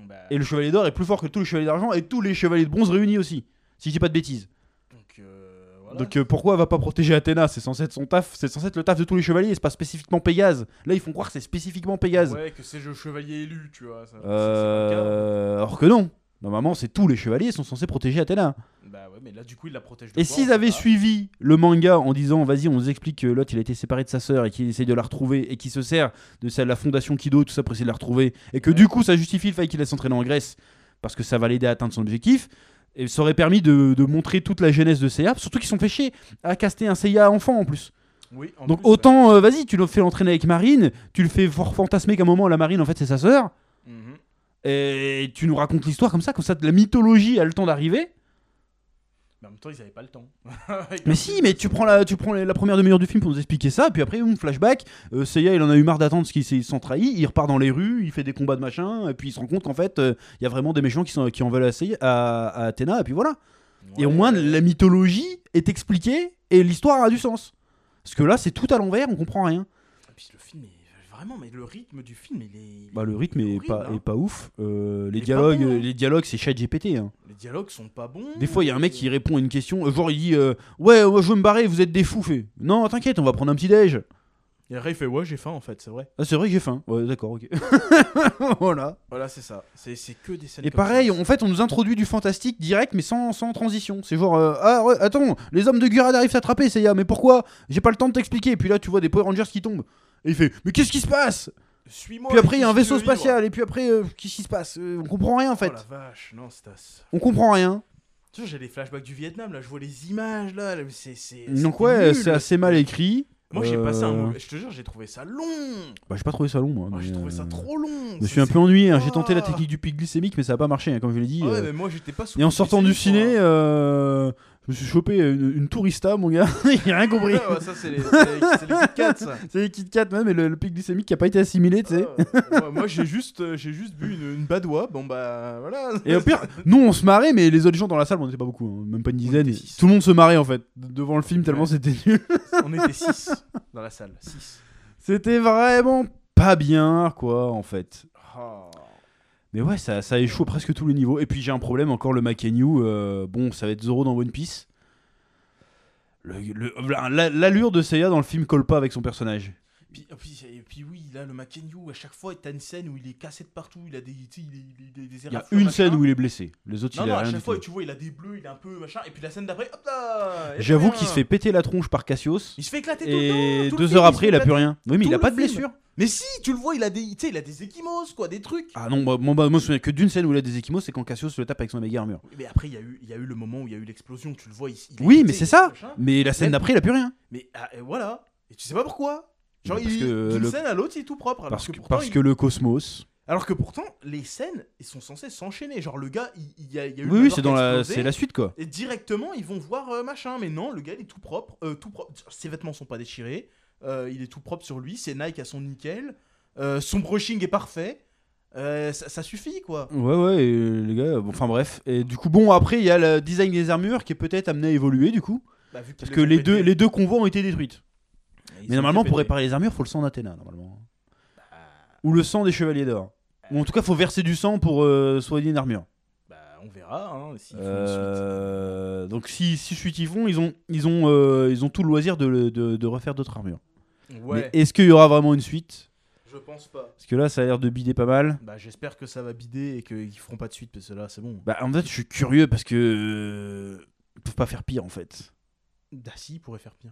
[SPEAKER 2] Bah,
[SPEAKER 1] Et le chevalier d'or est plus fort que tous les chevaliers d'argent et tous les chevaliers de bronze réunis aussi. Si je dis pas de bêtises.
[SPEAKER 2] Donc, euh, voilà.
[SPEAKER 1] Donc euh, pourquoi elle va pas protéger Athéna C'est censé être son taf, c'est censé être le taf de tous les chevaliers, c'est pas spécifiquement Pégase. Là ils font croire que c'est spécifiquement Pégase.
[SPEAKER 2] Ouais, que c'est le chevalier élu, tu vois. ça- c'est- c'est pas le cas.
[SPEAKER 1] Euh, alors que non. Normalement, c'est tous les chevaliers sont censés protéger Athéna.
[SPEAKER 2] Bah ouais, mais là, du coup, il la protège de
[SPEAKER 1] Et
[SPEAKER 2] quoi, on
[SPEAKER 1] s'ils
[SPEAKER 2] sait
[SPEAKER 1] avaient
[SPEAKER 2] pas.
[SPEAKER 1] suivi le manga en disant vas-y, on nous explique que Lot il a été séparé de sa sœur et qu'il essaye de la retrouver et qu'il se sert de celle la fondation Kido tout ça pour essayer de la retrouver et que
[SPEAKER 2] Ouais.
[SPEAKER 1] du coup ça justifie le fait qu'il laisse s'entraîner en Grèce parce que ça va l'aider à atteindre son objectif. Et ça aurait permis de, de montrer toute la jeunesse de Seiya, surtout qu'ils sont fait chier à caster un Seiya enfant en plus.
[SPEAKER 2] Oui, en
[SPEAKER 1] Donc
[SPEAKER 2] plus, ouais.
[SPEAKER 1] autant, euh, vas-y, tu le fais l'entraîner avec Marine, tu le fais fort fantasmer qu'à un moment la Marine en fait c'est sa sœur,
[SPEAKER 2] Mhm.
[SPEAKER 1] et tu nous racontes l'histoire comme ça, comme ça la mythologie a le temps d'arriver.
[SPEAKER 2] Mais en même temps, ils avaient pas le temps.
[SPEAKER 1] Mais si, mais tu prends la, tu prends les- la première demi-heure du film pour nous expliquer ça, puis après un flashback, euh, Seiya il en a eu marre d'attendre parce qu'il s'est- il s'en trahit, il repart dans les rues, il fait des combats de machin, et puis il se rend compte qu'en fait euh, il y a vraiment des méchants qui, sont, qui en veulent à, Seiya- à, à Athéna, et puis voilà. Et au
[SPEAKER 2] Ouais,
[SPEAKER 1] moins
[SPEAKER 2] ouais.
[SPEAKER 1] la mythologie est expliquée et l'histoire a du sens. Parce que là c'est tout à l'envers, on comprend rien.
[SPEAKER 2] Et puis le film est vraiment, mais le rythme du film, il est. il
[SPEAKER 1] Bah, le
[SPEAKER 2] est
[SPEAKER 1] rythme est,
[SPEAKER 2] horrible,
[SPEAKER 1] pas,
[SPEAKER 2] hein.
[SPEAKER 1] est pas ouf. Euh,
[SPEAKER 2] Il est
[SPEAKER 1] les,
[SPEAKER 2] pas
[SPEAKER 1] dialogues,
[SPEAKER 2] bon, Mmh. hein.
[SPEAKER 1] euh, les dialogues, c'est chat GPT. hein.
[SPEAKER 2] Les dialogues sont pas bons.
[SPEAKER 1] Des fois, il y a un mec
[SPEAKER 2] et-
[SPEAKER 1] qui répond à une question, euh, genre il dit euh, Ouais, ouais, je veux me barrer, vous êtes des fous. Fait Non, t'inquiète, on va prendre un petit déj.
[SPEAKER 2] Et après, il fait Ouais, j'ai faim en fait, c'est vrai.
[SPEAKER 1] Ah, c'est vrai que j'ai faim. Ouais, d'accord, ok. voilà.
[SPEAKER 2] Voilà, c'est ça. C'est c'est que des scènes.
[SPEAKER 1] Et
[SPEAKER 2] comme ça.
[SPEAKER 1] pareil, en fait, on nous introduit du fantastique direct, mais sans, sans transition. C'est genre euh, Ah, ouais, attends, les hommes de Gurad arrivent à t'attraper, Seiya, mais pourquoi J'ai pas le temps de t'expliquer. Et puis là, tu vois des Power Rangers qui tombent. Et il fait Mais qu'est-ce qui se passe
[SPEAKER 2] Suis-moi.
[SPEAKER 1] Puis après, il y a un
[SPEAKER 2] Oh, qu'est-ce que
[SPEAKER 1] vaisseau
[SPEAKER 2] tu veux
[SPEAKER 1] spatial, et puis après, euh, qu'est-ce qui se passe Euh, On comprend rien en
[SPEAKER 2] vivre
[SPEAKER 1] fait.
[SPEAKER 2] Oh la vache, non, c'est. as-
[SPEAKER 1] On comprend rien.
[SPEAKER 2] Tu vois, j'ai les flashbacks du Vietnam, là, je vois les images, là, là, c'est. c'est-
[SPEAKER 1] Donc
[SPEAKER 2] c'était
[SPEAKER 1] ouais,
[SPEAKER 2] nul.
[SPEAKER 1] c'est assez mal écrit.
[SPEAKER 2] Moi, j'ai
[SPEAKER 1] Euh,
[SPEAKER 2] passé un mauvais. Je te jure, j'ai trouvé ça long.
[SPEAKER 1] Bah, j'ai pas trouvé ça long, moi.
[SPEAKER 2] Oh,
[SPEAKER 1] mais,
[SPEAKER 2] j'ai trouvé ça
[SPEAKER 1] euh,
[SPEAKER 2] trop long.
[SPEAKER 1] Je me
[SPEAKER 2] ça,
[SPEAKER 1] suis un
[SPEAKER 2] c'est-
[SPEAKER 1] peu ennuyé. hein. J'ai tenté la
[SPEAKER 2] Ah.
[SPEAKER 1] technique du pic glycémique, mais ça a pas marché, hein, comme je l'ai dit.
[SPEAKER 2] Ah Ouais,
[SPEAKER 1] euh.
[SPEAKER 2] mais moi, j'étais pas sous. hein.
[SPEAKER 1] Et en sortant du
[SPEAKER 2] glycémie,
[SPEAKER 1] ciné,
[SPEAKER 2] moi.
[SPEAKER 1] euh, je me suis chopé une, une tourista, mon gars. J'ai rien compris.
[SPEAKER 2] Ouais, ouais, ça, c'est les, c'est les- c'est les Kit Kats, Ah ça.
[SPEAKER 1] C'est les Kit Kat, même, et le, le pic glycémique qui a pas été assimilé, tu sais.
[SPEAKER 2] Ah, moi- moi j'ai juste euh, j'ai juste bu une, une badoie. Bon bah voilà.
[SPEAKER 1] Et au pire, nous on se marrait, mais les autres gens dans la salle, on était pas beaucoup, hein, même pas une dizaine.
[SPEAKER 2] était six.
[SPEAKER 1] Tout le monde se marrait en fait, de- devant le film, tellement
[SPEAKER 2] Ouais.
[SPEAKER 1] c'était nul.
[SPEAKER 2] on était 6 dans la salle, 6.
[SPEAKER 1] C'était vraiment pas bien, quoi, en fait.
[SPEAKER 2] Oh.
[SPEAKER 1] Mais ouais, ça, ça échoue à presque tous les niveaux. Et puis j'ai un problème encore, le McEnew, euh, bon, ça va être Zoro dans One Piece. Le- le- la- la- L'allure de Seiya dans le film colle pas avec son personnage.
[SPEAKER 2] Puis, et puis, et puis oui, là le McKenyu à chaque fois t'as une scène où il est cassé de partout, il a des tu sais, il est- il est- des
[SPEAKER 1] Il y a une scène où il est blessé, les autres
[SPEAKER 2] non,
[SPEAKER 1] il
[SPEAKER 2] non,
[SPEAKER 1] a
[SPEAKER 2] à
[SPEAKER 1] rien du
[SPEAKER 2] chaque fois
[SPEAKER 1] tout.
[SPEAKER 2] tu vois il a des bleus, il est un peu machin et puis la scène d'après hop là. il y a plus
[SPEAKER 1] J'avoue
[SPEAKER 2] rien. hein.
[SPEAKER 1] qu'il se fait péter la tronche par Cassios.
[SPEAKER 2] il se fait éclater tout le temps.
[SPEAKER 1] Et
[SPEAKER 2] tout le
[SPEAKER 1] deux
[SPEAKER 2] film,
[SPEAKER 1] heures
[SPEAKER 2] se
[SPEAKER 1] après,
[SPEAKER 2] fait
[SPEAKER 1] il a
[SPEAKER 2] éclater.
[SPEAKER 1] plus rien. Oui, mais
[SPEAKER 2] tout
[SPEAKER 1] il a
[SPEAKER 2] le
[SPEAKER 1] pas de
[SPEAKER 2] film.
[SPEAKER 1] blessure.
[SPEAKER 2] Mais si, tu le vois, il a des tu sais, il a des échymoses quoi, des trucs.
[SPEAKER 1] Ah non, bah, moi, bah, moi, je me souviens que d'une scène où il a des échymos, c'est quand Cassios le tape avec son méga armure.
[SPEAKER 2] Mais après il y a eu il y a eu le moment où il y a eu l'explosion, tu le vois il- il est
[SPEAKER 1] Oui, mais
[SPEAKER 2] éclaté,
[SPEAKER 1] c'est ça.
[SPEAKER 2] machin.
[SPEAKER 1] Mais la scène
[SPEAKER 2] Mais-
[SPEAKER 1] d'après, il a plus rien.
[SPEAKER 2] Mais ah, et voilà. Et tu sais pas pourquoi. Genre,
[SPEAKER 1] Parce
[SPEAKER 2] il-
[SPEAKER 1] que
[SPEAKER 2] d'une
[SPEAKER 1] le-
[SPEAKER 2] scène à l'autre, il est tout propre. Alors
[SPEAKER 1] Parce,
[SPEAKER 2] Ah, que,
[SPEAKER 1] que,
[SPEAKER 2] pourtant,
[SPEAKER 1] parce
[SPEAKER 2] il-
[SPEAKER 1] que le cosmos.
[SPEAKER 2] alors que pourtant, les scènes, ils sont censés s'enchaîner. Genre, le gars, il, il y a, il y a eu.
[SPEAKER 1] Oui,
[SPEAKER 2] le
[SPEAKER 1] oui,
[SPEAKER 2] mur
[SPEAKER 1] c'est
[SPEAKER 2] qui a
[SPEAKER 1] dans la,
[SPEAKER 2] explosé,
[SPEAKER 1] c'est la suite quoi.
[SPEAKER 2] Et directement, ils vont voir euh, machin. Mais non, le gars, il est tout propre. euh, tout propre. Ses vêtements sont pas déchirés. euh, il est tout propre sur lui. Ses Nike à son nickel. euh, son brushing est parfait. euh, ça, ça suffit, quoi.
[SPEAKER 1] Ouais, ouais, et euh, les gars, bon, enfin bref. Et du coup, bon, après, il y a le design des armures qui est peut-être amené à évoluer du coup.
[SPEAKER 2] Bah, vu qu'ils
[SPEAKER 1] Parce
[SPEAKER 2] les
[SPEAKER 1] que
[SPEAKER 2] ont
[SPEAKER 1] les
[SPEAKER 2] pétés,
[SPEAKER 1] deux, les deux convois ont été détruites.
[SPEAKER 2] ils
[SPEAKER 1] Mais
[SPEAKER 2] ont
[SPEAKER 1] normalement,
[SPEAKER 2] été
[SPEAKER 1] pour
[SPEAKER 2] pétés.
[SPEAKER 1] réparer les armures, faut le sang d'Athéna, normalement.
[SPEAKER 2] Ah,
[SPEAKER 1] Ou le sang des chevaliers d'or. Ou en tout cas, faut verser du sang pour euh, soigner une armure.
[SPEAKER 2] Bah, on verra. Hein, s'ils font une suite.
[SPEAKER 1] Euh, donc si, si suite ils vont, ils ont, ils ont, euh, ils ont tout le loisir de, le- de- de refaire d'autres armures.
[SPEAKER 2] Ouais,
[SPEAKER 1] Mais est-ce qu'il y aura vraiment une suite
[SPEAKER 2] je pense pas.
[SPEAKER 1] Parce que là, ça a l'air de bider pas mal.
[SPEAKER 2] Bah, j'espère que ça va bider et qu'ils feront pas de suite parce que là, c'est bon.
[SPEAKER 1] Bah en fait, je suis curieux parce que euh, ils peuvent pas faire pire en fait.
[SPEAKER 2] Bah, si, ils pourraient faire pire.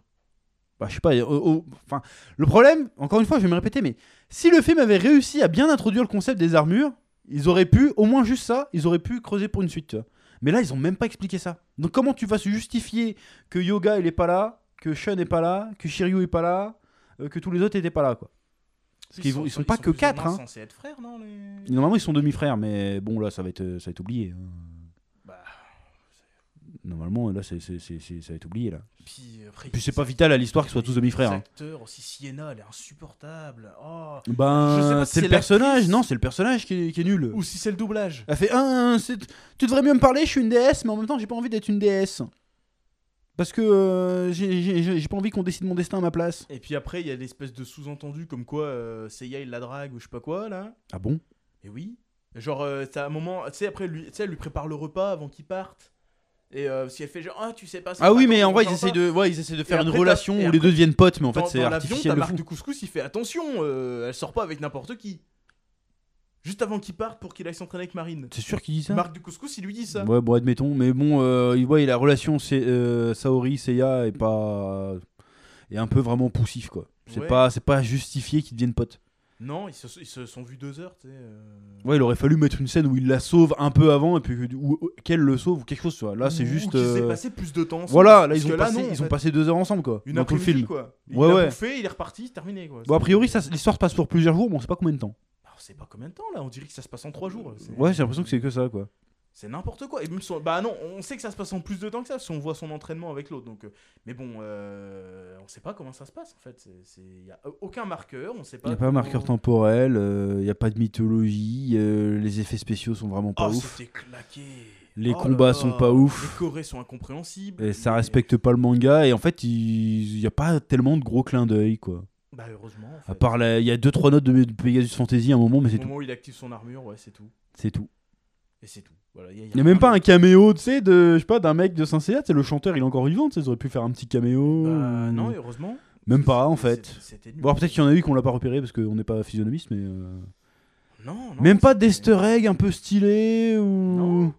[SPEAKER 1] Bah je sais pas. euh, euh, enfin, le problème, encore une fois, je vais me répéter, mais si le film avait réussi à bien introduire le concept des armures, ils auraient pu, au moins juste ça, ils auraient pu creuser pour une suite. tu vois. Mais là, ils ont même pas expliqué ça. Donc comment tu vas se justifier que Yoga il est pas là, que Shun est pas là, que Shiryu est pas là, euh, que tous les autres étaient pas là quoi. Parce qu'ils vont- ils sont pas que
[SPEAKER 2] plus ou
[SPEAKER 1] quatre,
[SPEAKER 2] moins
[SPEAKER 1] hein.
[SPEAKER 2] censés être frères, non les...
[SPEAKER 1] Normalement, ils sont demi-frères, mais bon là, ça va être, euh, ça va être oublié. hein.
[SPEAKER 2] Bah,
[SPEAKER 1] Normalement, là, c'est, c'est- c'est- c'est- ça va être oublié là.
[SPEAKER 2] puis euh, après.
[SPEAKER 1] Puis c'est pas vital à l'histoire qu'ils soient tous demi-frères.
[SPEAKER 2] Les
[SPEAKER 1] hein.
[SPEAKER 2] acteurs aussi, Sienna, elle est insupportable. Oh.
[SPEAKER 1] Ben,
[SPEAKER 2] Je sais pas si
[SPEAKER 1] c'est
[SPEAKER 2] c'est
[SPEAKER 1] le personnage,
[SPEAKER 2] l'actrice.
[SPEAKER 1] non, c'est le personnage qui est, qui est nul.
[SPEAKER 2] Ou si c'est le doublage.
[SPEAKER 1] Elle fait un, un, c'est- tu devrais mieux me parler, je suis une déesse, mais en même temps, j'ai pas envie d'être une déesse. Parce que euh, j'ai- j'ai j'ai- j'ai pas envie qu'on décide mon destin à ma place.
[SPEAKER 2] Et puis après, il y a l'espèce de sous-entendu comme quoi euh, Seiya il la drague ou je sais pas quoi là.
[SPEAKER 1] Ah bon
[SPEAKER 2] Et oui. Genre, euh, t'as un moment, tu sais, après, lui, tu sais, elle lui prépare le repas avant qu'il parte. Et euh, si elle fait genre, ah, tu sais pas. ça
[SPEAKER 1] Ah
[SPEAKER 2] va,
[SPEAKER 1] oui, mais
[SPEAKER 2] comment
[SPEAKER 1] en vrai,
[SPEAKER 2] ça
[SPEAKER 1] ils
[SPEAKER 2] va
[SPEAKER 1] essayent
[SPEAKER 2] pas.
[SPEAKER 1] de, ouais, ils essaient de faire une
[SPEAKER 2] après, t'as-
[SPEAKER 1] relation
[SPEAKER 2] et
[SPEAKER 1] où les
[SPEAKER 2] après-
[SPEAKER 1] deux deviennent potes, mais en
[SPEAKER 2] Dans-
[SPEAKER 1] fait, c'est
[SPEAKER 2] dans l'avion,
[SPEAKER 1] artificiel
[SPEAKER 2] ta
[SPEAKER 1] de
[SPEAKER 2] marque
[SPEAKER 1] fou.
[SPEAKER 2] de couscous, il fait attention, euh, elle sort pas avec n'importe qui. Juste avant qu'il parte pour qu'il aille s'entraîner avec Marine.
[SPEAKER 1] C'est sûr qu'il dit ça
[SPEAKER 2] Marc de couscous, il lui dit ça.
[SPEAKER 1] Ouais, bon, admettons, mais bon, euh, il- ouais, la relation c'est, euh, Saori, Seiya est pas. est un peu vraiment poussif, quoi. C'est
[SPEAKER 2] Ouais.
[SPEAKER 1] pas, c'est pas justifié qu'ils deviennent potes.
[SPEAKER 2] Non, ils se, ils se sont vus deux heures, tu sais. euh.
[SPEAKER 1] Ouais, il aurait fallu mettre une scène où il la sauve un peu avant et puis que- ou, ou- qu'elle le sauve ou quelque chose. tu vois. Là, c'est
[SPEAKER 2] Ou- Ou
[SPEAKER 1] juste.
[SPEAKER 2] qu'ils aient
[SPEAKER 1] euh,
[SPEAKER 2] passé plus de temps. ensemble.
[SPEAKER 1] Voilà, là
[SPEAKER 2] Parce
[SPEAKER 1] ils
[SPEAKER 2] que
[SPEAKER 1] ont passé,
[SPEAKER 2] non, en
[SPEAKER 1] ils ont
[SPEAKER 2] fait.
[SPEAKER 1] passé deux heures ensemble quoi.
[SPEAKER 2] Une
[SPEAKER 1] dans tout le
[SPEAKER 2] après-midi,
[SPEAKER 1] film.
[SPEAKER 2] quoi. Il
[SPEAKER 1] Ouais,
[SPEAKER 2] l'a
[SPEAKER 1] ouais.
[SPEAKER 2] bouffé, il est reparti, terminé, quoi.
[SPEAKER 1] Bon, a priori, ça- l'histoire se passe pour plusieurs jours, mais on sait pas combien de temps.
[SPEAKER 2] Ah, On sait pas combien de temps, là. On dirait que ça se passe en trois jours. c'est-
[SPEAKER 1] Ouais, j'ai l'impression que c'est que ça quoi.
[SPEAKER 2] C'est n'importe quoi. Et même son- Bah non, on sait que ça se passe en plus de temps que ça, si on voit son entraînement avec l'autre. Donc... euh, Mais bon, euh, on sait pas comment ça se passe en fait. Il n'y a aucun marqueur, on sait pas.
[SPEAKER 1] Il y a pas un marqueur
[SPEAKER 2] comment-
[SPEAKER 1] temporel, euh, il y a pas de mythologie, euh, les effets spéciaux sont vraiment pas
[SPEAKER 2] Oh,
[SPEAKER 1] ouf.
[SPEAKER 2] c'était claqué.
[SPEAKER 1] Les
[SPEAKER 2] Oh là
[SPEAKER 1] combats
[SPEAKER 2] là.
[SPEAKER 1] sont pas ouf.
[SPEAKER 2] Les chorés sont incompréhensibles.
[SPEAKER 1] Et ça
[SPEAKER 2] mais-
[SPEAKER 1] respecte pas le manga et en fait, il il y a pas tellement de gros clins d'œil quoi.
[SPEAKER 2] Bah heureusement. En fait.
[SPEAKER 1] À part la- il y a deux trois notes de de Pegasus Fantasy à un moment mais
[SPEAKER 2] Au
[SPEAKER 1] c'est tout,
[SPEAKER 2] moment où il active son armure, ouais, c'est tout.
[SPEAKER 1] c'est tout.
[SPEAKER 2] Et c'est tout. Voilà, y a, y a
[SPEAKER 1] Il y a même
[SPEAKER 2] rien
[SPEAKER 1] pas un
[SPEAKER 2] d'autre.
[SPEAKER 1] caméo, tu sais de je sais pas d'un mec de saint c'est le chanteur, il est encore vivant, tu sais, ils auraient pu faire un petit caméo.
[SPEAKER 2] Bah,
[SPEAKER 1] ou-
[SPEAKER 2] non, heureusement.
[SPEAKER 1] Euh, Même pas, en
[SPEAKER 2] C'était-
[SPEAKER 1] fait.
[SPEAKER 2] c'était- c'était nul.
[SPEAKER 1] Bon, alors, peut-être qu'il y en a eu qu'on l'a pas repéré parce qu'on n'est pas physionomiste, mais. euh,
[SPEAKER 2] Non, non,
[SPEAKER 1] Même pas
[SPEAKER 2] c'était-
[SPEAKER 1] d'easter egg un peu stylé ou.
[SPEAKER 2] Non.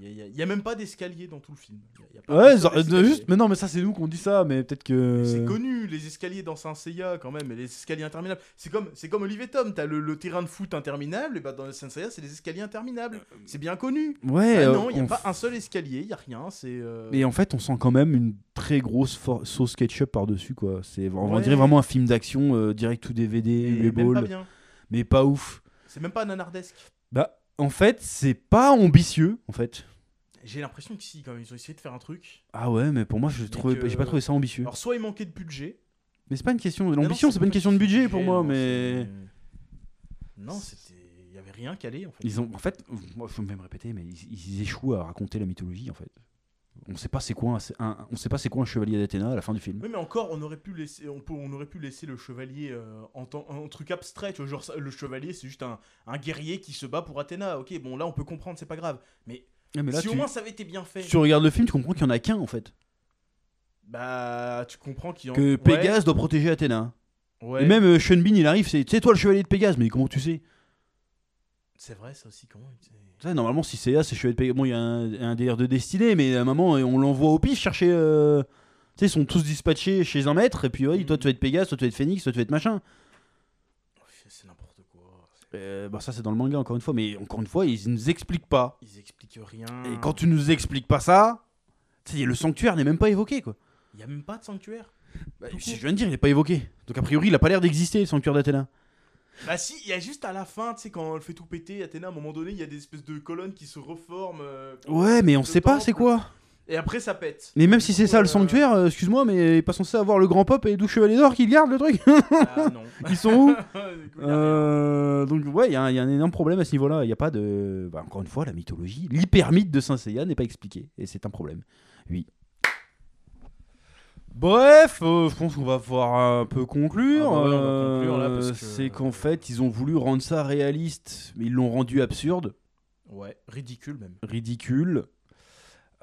[SPEAKER 2] Il y a- il y, a même pas d'escalier dans tout le film. Il y a- il y a pas
[SPEAKER 1] Ouais,
[SPEAKER 2] un
[SPEAKER 1] genre,
[SPEAKER 2] seul
[SPEAKER 1] euh,
[SPEAKER 2] escalier.
[SPEAKER 1] juste. Mais non, mais ça, c'est nous qu'on dit ça, mais euh, peut-être que.
[SPEAKER 2] C'est connu, les escaliers dans Saint Seiya quand même, et les escaliers interminables. C'est comme, c'est comme Olivier Tom, t'as le, le terrain de foot interminable, et bah dans Saint Seiya c'est les escaliers interminables. C'est bien connu.
[SPEAKER 1] Ouais,
[SPEAKER 2] Ah
[SPEAKER 1] euh,
[SPEAKER 2] non, il n'y a
[SPEAKER 1] on-
[SPEAKER 2] pas un seul escalier, il a rien, c'est... euh,
[SPEAKER 1] Mais en fait, on sent quand même une très grosse for- sauce ketchup par-dessus, quoi. C'est, on
[SPEAKER 2] Ouais.
[SPEAKER 1] dirait vraiment un film d'action euh, direct tout DVD,
[SPEAKER 2] et
[SPEAKER 1] mais
[SPEAKER 2] même pas bien.
[SPEAKER 1] mais pas ouf.
[SPEAKER 2] C'est même pas nanardesque.
[SPEAKER 1] Bah, en fait, c'est pas ambitieux, en fait.
[SPEAKER 2] J'ai l'impression que si, quand même, ils ont essayé de faire un truc.
[SPEAKER 1] Ah ouais, mais pour moi, je
[SPEAKER 2] Mais
[SPEAKER 1] trouvais,
[SPEAKER 2] que-
[SPEAKER 1] j'ai pas trouvé ça ambitieux.
[SPEAKER 2] Alors soit il manquait de budget...
[SPEAKER 1] Mais c'est pas une question.
[SPEAKER 2] Ah non,
[SPEAKER 1] L'ambition, c'est pas une question de budget pour moi,
[SPEAKER 2] non,
[SPEAKER 1] mais.
[SPEAKER 2] c'est- Non, c'était... Il y avait rien calé, en fait.
[SPEAKER 1] Ils ont, en fait, moi, faut même répéter, mais ils, ils échouent à raconter la mythologie en fait. On sait pas c'est quoi un, un- on sait pas c'est quoi un chevalier d'Athéna à la fin du film.
[SPEAKER 2] Oui, mais encore, on aurait pu laisser, on peut, on aurait pu laisser le chevalier euh, en, tant- un truc abstrait. Tu vois, genre, ça- le chevalier, c'est juste un, un guerrier qui se bat pour Athéna. Ok, bon, là, on peut comprendre, c'est pas grave. Mais,
[SPEAKER 1] Eh, mais là,
[SPEAKER 2] si
[SPEAKER 1] tu,
[SPEAKER 2] au moins ça avait été bien fait,
[SPEAKER 1] tu regardes le film, tu comprends qu'il y en a qu'un en fait.
[SPEAKER 2] bah, tu comprends qu'il y en
[SPEAKER 1] Que
[SPEAKER 2] ouais,
[SPEAKER 1] Pégase doit protéger Athéna.
[SPEAKER 2] ouais,
[SPEAKER 1] Et même euh, Sean Bean, il arrive, c'est tu sais, toi le chevalier de Pégase, mais comment tu sais
[SPEAKER 2] C'est vrai, ça aussi, comment il- c'est-
[SPEAKER 1] Ça, Normalement, si c'est là, c'est chevalier de Pégase. Bon, il y a un, un délire de destinée, mais à un moment, on l'envoie au pif chercher. euh, Tu sais, ils sont tous dispatchés chez un maître, et puis ouais,
[SPEAKER 2] Mhm.
[SPEAKER 1] toi tu vas être Pégase, toi tu vas être Phoenix, toi tu vas être machin. Oh,
[SPEAKER 2] C'est n'importe quoi. C'est-
[SPEAKER 1] Euh, bon, ça c'est dans le manga encore une fois, mais encore une fois, ils nous expliquent pas.
[SPEAKER 2] Ils expliquent rien.
[SPEAKER 1] Et quand tu nous expliques pas ça, tu sais, le sanctuaire n'est même pas évoqué quoi.
[SPEAKER 2] Il y a même pas de sanctuaire.
[SPEAKER 1] Bah, je viens de dire, il est pas évoqué. Donc a priori, il a pas l'air d'exister, le sanctuaire d'Athéna.
[SPEAKER 2] Bah si, il y a juste à la fin, tu sais, quand elle fait tout péter, Athéna, à un moment donné, il y a des espèces de colonnes qui se reforment. euh,
[SPEAKER 1] Ouais, mais on
[SPEAKER 2] Le
[SPEAKER 1] sait pas
[SPEAKER 2] temple.
[SPEAKER 1] c'est quoi.
[SPEAKER 2] Et après, ça pète.
[SPEAKER 1] Mais même si c'est ça le
[SPEAKER 2] Euh,
[SPEAKER 1] sanctuaire, euh, excuse-moi, mais ils pas censé avoir le grand pop et les douze chevaliers d'or qui gardent le truc.
[SPEAKER 2] Ah non.
[SPEAKER 1] Ils sont où hein.
[SPEAKER 2] Du coup, il y a
[SPEAKER 1] Euh, donc ouais, il y, a un- il y a un énorme problème à ce niveau-là. Il n'y a pas de... bah, encore une fois, la mythologie, l'hypermythe de Saint Seiya n'est pas expliqué. Et c'est un problème. Oui. Bref, euh, je pense qu'on va pouvoir un peu conclure.
[SPEAKER 3] Ah bah ouais, on va
[SPEAKER 1] Euh,
[SPEAKER 3] conclure, là, parce que-
[SPEAKER 1] C'est qu'en fait, ils ont voulu rendre ça réaliste, mais ils l'ont rendu absurde,
[SPEAKER 2] rien. Ouais, ridicule même.
[SPEAKER 1] ridicule.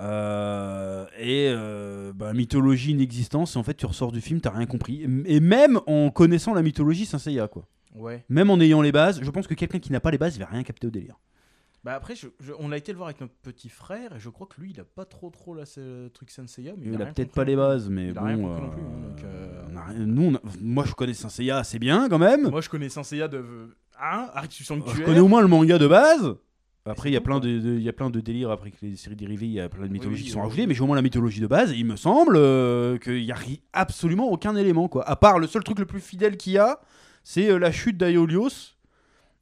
[SPEAKER 1] Euh, et euh, bah, mythologie inexistence, et en fait tu ressors du film, t'as rien compris. Et même en connaissant la mythologie Saint Seiya, quoi.
[SPEAKER 2] Ouais.
[SPEAKER 1] Même en ayant les bases, je pense que quelqu'un qui n'a pas les bases, il va rien capter au délire.
[SPEAKER 2] Bah après, je- je- on a été le voir avec notre petit frère, et je crois que lui, il a pas trop trop là, ce truc Senseiya, mais
[SPEAKER 1] Il,
[SPEAKER 2] il,
[SPEAKER 1] a
[SPEAKER 2] rien
[SPEAKER 1] peut-être
[SPEAKER 2] compris.
[SPEAKER 1] pas les bases, mais
[SPEAKER 2] Il a
[SPEAKER 1] bon.
[SPEAKER 2] rien compris
[SPEAKER 1] euh,
[SPEAKER 2] non plus, hein, donc, euh,
[SPEAKER 1] on a rien- nous, on a- moi, je connais Saint Seiya assez bien quand même.
[SPEAKER 2] Moi, je connais Senseiya de... Hein Arrête, tu sens que
[SPEAKER 1] je
[SPEAKER 2] tu
[SPEAKER 1] connais
[SPEAKER 2] es...
[SPEAKER 1] au moins le manga de base. Après, il y, a
[SPEAKER 2] tout,
[SPEAKER 1] plein
[SPEAKER 2] quoi.
[SPEAKER 1] de, de- il y a plein de délires après que les séries dérivées, il y a plein de mythologies
[SPEAKER 2] oui, euh,
[SPEAKER 1] qui sont
[SPEAKER 2] oui,
[SPEAKER 1] rajoutées,
[SPEAKER 2] oui.
[SPEAKER 1] mais j'ai au moins la mythologie de base. Et il me semble euh, qu'il n'y a ri- absolument aucun élément, quoi. À part le seul truc le plus fidèle qu'il y a, c'est euh, la chute d'Aeolios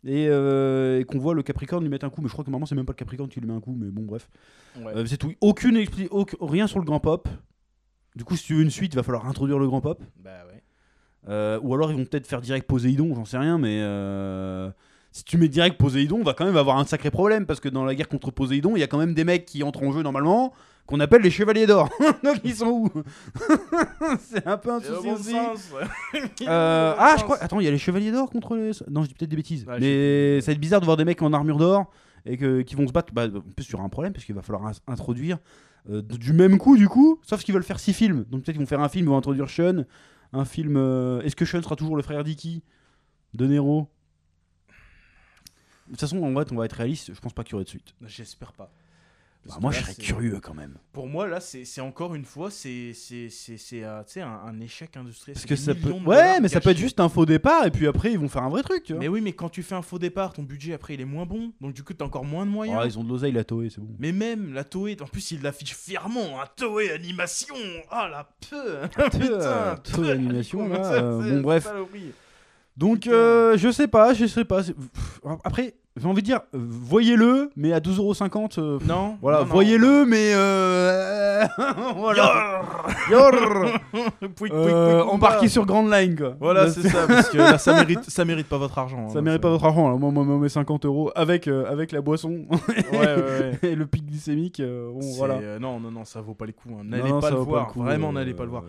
[SPEAKER 1] et, euh, et qu'on voit le Capricorne lui mettre un coup. Mais je crois que normalement, c'est même pas le Capricorne qui lui met un coup, mais bon, bref.
[SPEAKER 2] Ouais.
[SPEAKER 1] Euh, c'est tout. Aucune expli- auc- rien sur le grand pop. Du coup, si tu veux une suite, il va falloir introduire le grand pop.
[SPEAKER 2] Bah ouais.
[SPEAKER 1] Euh, ou alors ils vont peut-être faire direct Poséidon, j'en sais rien, mais euh, si tu mets direct Poséidon, on va quand même avoir un sacré problème parce que dans la guerre contre Poséidon, il y a quand même des mecs qui entrent en jeu normalement qu'on appelle les chevaliers d'or. Donc ils sont où C'est un peu un
[SPEAKER 2] Et au
[SPEAKER 1] souci
[SPEAKER 2] bon
[SPEAKER 1] aussi.
[SPEAKER 2] sens.
[SPEAKER 1] Euh, ah, je crois. Attends, il y a les chevaliers d'or contre les. Non, je dis peut-être des bêtises.
[SPEAKER 2] Ouais, Bah, je
[SPEAKER 1] mais ça va être bizarre de voir des mecs en armure d'or et que, qui vont se battre. Bah, en plus, il y aura un problème parce qu'il va falloir ins- introduire euh, d- du même coup, du coup. Sauf qu'ils veulent faire six films. Donc peut-être qu'ils vont faire un film, ils vont introduire Sean. Un film. euh, Est-ce que Sean sera toujours le frère d'Iki De Nero De toute façon, en vrai, on va être réaliste. Je pense pas qu'il y aurait de suite.
[SPEAKER 2] J'espère pas.
[SPEAKER 1] Bah,
[SPEAKER 2] Parce
[SPEAKER 1] moi,
[SPEAKER 2] que
[SPEAKER 1] je
[SPEAKER 2] là,
[SPEAKER 1] serais
[SPEAKER 2] c'est-
[SPEAKER 1] curieux quand même.
[SPEAKER 2] Pour moi, là, c'est c'est encore une fois, c'est c'est- c'est- c'est, euh, tu sais, un, un échec industriel.
[SPEAKER 1] Parce
[SPEAKER 2] C'est
[SPEAKER 1] que
[SPEAKER 2] des
[SPEAKER 1] ça peut.
[SPEAKER 2] millions de
[SPEAKER 1] Ouais,
[SPEAKER 2] dollars
[SPEAKER 1] mais ça peut être
[SPEAKER 2] gâchés.
[SPEAKER 1] juste un faux départ et puis après, ils vont faire un vrai truc, tu vois.
[SPEAKER 2] Mais oui, mais quand tu fais un faux départ, ton budget après il est moins bon, donc du coup t'as encore moins de moyens.
[SPEAKER 1] Ah, ils ont de l'oseille, la Toei, c'est bon.
[SPEAKER 2] Mais même la Toei, en plus il l'affiche fièrement, un Toei animation Ah la peu
[SPEAKER 1] euh,
[SPEAKER 2] Putain
[SPEAKER 1] Toei animation, là,
[SPEAKER 2] Ça,
[SPEAKER 1] euh,
[SPEAKER 2] c'est-
[SPEAKER 1] bon, bref.
[SPEAKER 2] saloperie.
[SPEAKER 1] Donc,
[SPEAKER 2] Putain.
[SPEAKER 1] euh, je sais pas, je sais pas. c'est- pff, Après, j'ai envie de dire, euh, voyez-le, mais à 12,50€. euh, pff,
[SPEAKER 2] Non
[SPEAKER 1] Voilà,
[SPEAKER 2] non, non.
[SPEAKER 1] voyez-le, mais. euh, voilà.
[SPEAKER 2] Yarr
[SPEAKER 1] Yorr.
[SPEAKER 2] Pouic, pouic,
[SPEAKER 1] Euh,
[SPEAKER 2] pouic,
[SPEAKER 1] embarqué
[SPEAKER 2] pouic.
[SPEAKER 1] sur Grand Line, quoi.
[SPEAKER 2] Voilà,
[SPEAKER 1] Là,
[SPEAKER 2] c'est ça, parce que là, ça mérite, ça mérite pas votre argent. hein,
[SPEAKER 1] Ça mérite pas votre argent. Alors, moi, moi, moi, mes 50 euros avec, euh, avec la boisson
[SPEAKER 2] votre Ouais, ouais, ouais.
[SPEAKER 1] et le pic glycémique. euh, bon,
[SPEAKER 2] C'est-
[SPEAKER 1] voilà.
[SPEAKER 2] euh, non, non, non, ça vaut pas les coups. hein.
[SPEAKER 1] Non,
[SPEAKER 2] N'allez
[SPEAKER 1] non,
[SPEAKER 2] pas,
[SPEAKER 1] ça
[SPEAKER 2] le
[SPEAKER 1] vaut
[SPEAKER 2] voir.
[SPEAKER 1] coup,
[SPEAKER 2] Vraiment,
[SPEAKER 1] euh,
[SPEAKER 2] n'allez pas le voir.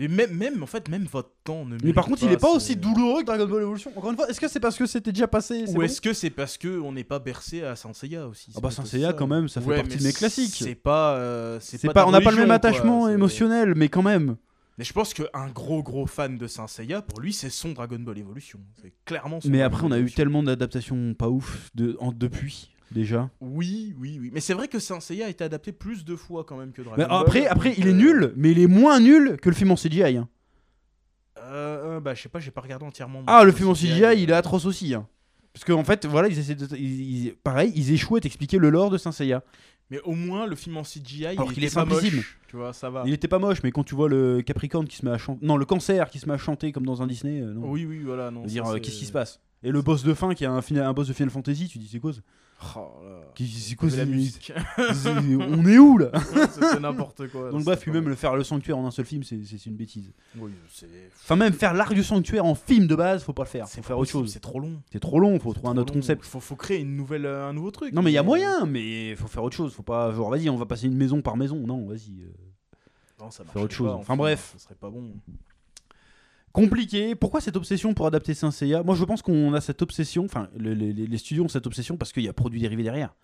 [SPEAKER 2] Et même, même, en fait, même votre temps ne
[SPEAKER 1] Mais par
[SPEAKER 2] mérite
[SPEAKER 1] contre, il est pas
[SPEAKER 2] c'est-
[SPEAKER 1] aussi douloureux que Dragon Ball Evolution. Encore une fois, est-ce que c'est parce que c'était déjà passé c'est
[SPEAKER 2] Ou
[SPEAKER 1] bon
[SPEAKER 2] est-ce que c'est parce que on n'est pas bercé à Saint Seiya aussi
[SPEAKER 1] Ah
[SPEAKER 2] c'est
[SPEAKER 1] bah
[SPEAKER 2] peut-être
[SPEAKER 1] Saint Seiya,
[SPEAKER 2] ça.
[SPEAKER 1] quand même, ça fait
[SPEAKER 2] Ouais,
[SPEAKER 1] partie
[SPEAKER 2] mais
[SPEAKER 1] de mes classiques.
[SPEAKER 2] C'est pas, euh, c'est
[SPEAKER 1] C'est
[SPEAKER 2] pas
[SPEAKER 1] pas,
[SPEAKER 2] ta
[SPEAKER 1] on n'a pas le
[SPEAKER 2] religion,
[SPEAKER 1] même
[SPEAKER 2] quoi,
[SPEAKER 1] attachement
[SPEAKER 2] c'est-
[SPEAKER 1] émotionnel, mais quand même.
[SPEAKER 2] Mais je pense qu'un gros gros fan de Saint Seiya, pour lui, c'est son Dragon Ball Evolution. C'est clairement. Son
[SPEAKER 1] Mais
[SPEAKER 2] Dragon
[SPEAKER 1] après, on
[SPEAKER 2] Ball
[SPEAKER 1] a eu
[SPEAKER 2] Evolution.
[SPEAKER 1] tellement d'adaptations pas ouf de, en- depuis déjà.
[SPEAKER 2] Oui, oui, oui. Mais c'est vrai que Saint Seiya a été adapté plus de fois quand même que Dragon
[SPEAKER 1] Mais
[SPEAKER 2] Ball.
[SPEAKER 1] après, après,
[SPEAKER 2] Bah, donc,
[SPEAKER 1] il est
[SPEAKER 2] euh, Mm.
[SPEAKER 1] nul, mais il est moins nul que le film en CGI. hein.
[SPEAKER 2] euh, euh, bah, je sais pas, j'ai pas regardé entièrement.
[SPEAKER 1] Ah,
[SPEAKER 2] moi,
[SPEAKER 1] le film en CGI,
[SPEAKER 2] euh,
[SPEAKER 1] il est atroce aussi. hein. Parce qu'en fait, voilà, ils essaient de- ils- ils- pareil, ils échouent à t'expliquer le lore de Saint Seiya.
[SPEAKER 2] Mais au moins, le film en CGI,
[SPEAKER 1] Alors qu'il
[SPEAKER 2] était
[SPEAKER 1] est
[SPEAKER 2] pas moche,
[SPEAKER 1] simplissime.
[SPEAKER 2] Tu vois, ça va.
[SPEAKER 1] Il était pas moche, mais quand tu vois le Capricorne qui se met à chanter, non, le Cancer qui se met à chanter comme dans un Disney, euh, non.
[SPEAKER 2] Oui, oui, voilà. Non,
[SPEAKER 1] On va dire
[SPEAKER 2] ça,
[SPEAKER 1] euh,
[SPEAKER 2] c'est-
[SPEAKER 1] qu'est-ce qui se passe Et le boss de fin qui a un, fina- un boss de Final Fantasy, tu dis c'est quoi ça
[SPEAKER 2] Oh là.
[SPEAKER 1] Qu'est- C'est quoi
[SPEAKER 2] C'est la
[SPEAKER 1] ce-
[SPEAKER 2] musique.
[SPEAKER 1] c'est- On est où là
[SPEAKER 2] c'est n'importe quoi.
[SPEAKER 1] Donc bref, puis même le faire le sanctuaire en un seul film, c'est- c'est une bêtise.
[SPEAKER 2] Oui, c'est.
[SPEAKER 1] Enfin, même faire l'arc du sanctuaire en film de base, faut pas le faire.
[SPEAKER 2] c'est
[SPEAKER 1] Faut faire
[SPEAKER 2] pas
[SPEAKER 1] autre
[SPEAKER 2] possible,
[SPEAKER 1] chose.
[SPEAKER 2] C'est trop long.
[SPEAKER 1] C'est trop long, faut
[SPEAKER 2] C'est
[SPEAKER 1] trouver un
[SPEAKER 2] trop
[SPEAKER 1] autre
[SPEAKER 2] long.
[SPEAKER 1] concept.
[SPEAKER 2] Faut, faut créer une nouvelle, euh, un nouveau truc.
[SPEAKER 1] Non, mais il y a moyen, mais faut faire autre chose. Faut pas, genre, vas-y, on va passer une maison par maison. Non, vas-y. euh.
[SPEAKER 2] Non, ça
[SPEAKER 1] autre
[SPEAKER 2] marcherait
[SPEAKER 1] chose.
[SPEAKER 2] pas,
[SPEAKER 1] Enfin, bref.
[SPEAKER 2] Ça serait pas bon.
[SPEAKER 1] Compliqué. Pourquoi cette obsession pour adapter Saint Seiya Moi, je pense qu'on a cette obsession, enfin, le- le- les, les studios ont cette obsession parce qu'il y a produit dérivé derrière.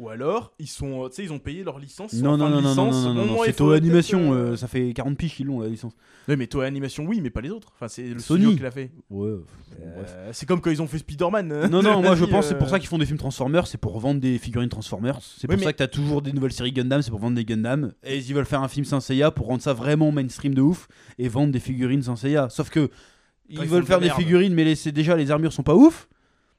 [SPEAKER 2] Ou alors, ils sont, euh, tu sais, ils ont payé leur licence. ils sont
[SPEAKER 1] Non,
[SPEAKER 2] en
[SPEAKER 1] non,
[SPEAKER 2] fin de
[SPEAKER 1] non, non, non,
[SPEAKER 2] licence,
[SPEAKER 1] non, non,
[SPEAKER 2] bon,
[SPEAKER 1] non,
[SPEAKER 2] moi, il
[SPEAKER 1] c'est
[SPEAKER 2] faut
[SPEAKER 1] Toei
[SPEAKER 2] peut-être,
[SPEAKER 1] Animation,
[SPEAKER 2] euh,
[SPEAKER 1] euh, ça fait 40 piges qu'ils l'ont, la licence.
[SPEAKER 2] Ouais, mais Toei Animation, oui, mais pas les autres. Enfin, c'est le
[SPEAKER 1] Sony.
[SPEAKER 2] studio qui l'a fait.
[SPEAKER 1] Ouais, euh, bon, bref.
[SPEAKER 2] Euh, c'est comme quand ils ont fait Spider-Man. euh,
[SPEAKER 1] Non, non, moi je
[SPEAKER 2] vas-y,
[SPEAKER 1] pense c'est pour
[SPEAKER 2] euh,
[SPEAKER 1] ça qu'ils font des films Transformers, c'est pour vendre des figurines Transformers. C'est pour
[SPEAKER 2] Oui, mais-
[SPEAKER 1] ça que t'as toujours des nouvelles séries Gundam, c'est pour vendre des Gundam. Et ils veulent faire un film Saint Seiya pour rendre ça vraiment mainstream de ouf et vendre des figurines Saint Seiya. Sauf que ils
[SPEAKER 2] ils font
[SPEAKER 1] veulent
[SPEAKER 2] de
[SPEAKER 1] faire des
[SPEAKER 2] la merde.
[SPEAKER 1] figurines, mais les- c'est déjà les armures sont pas ouf.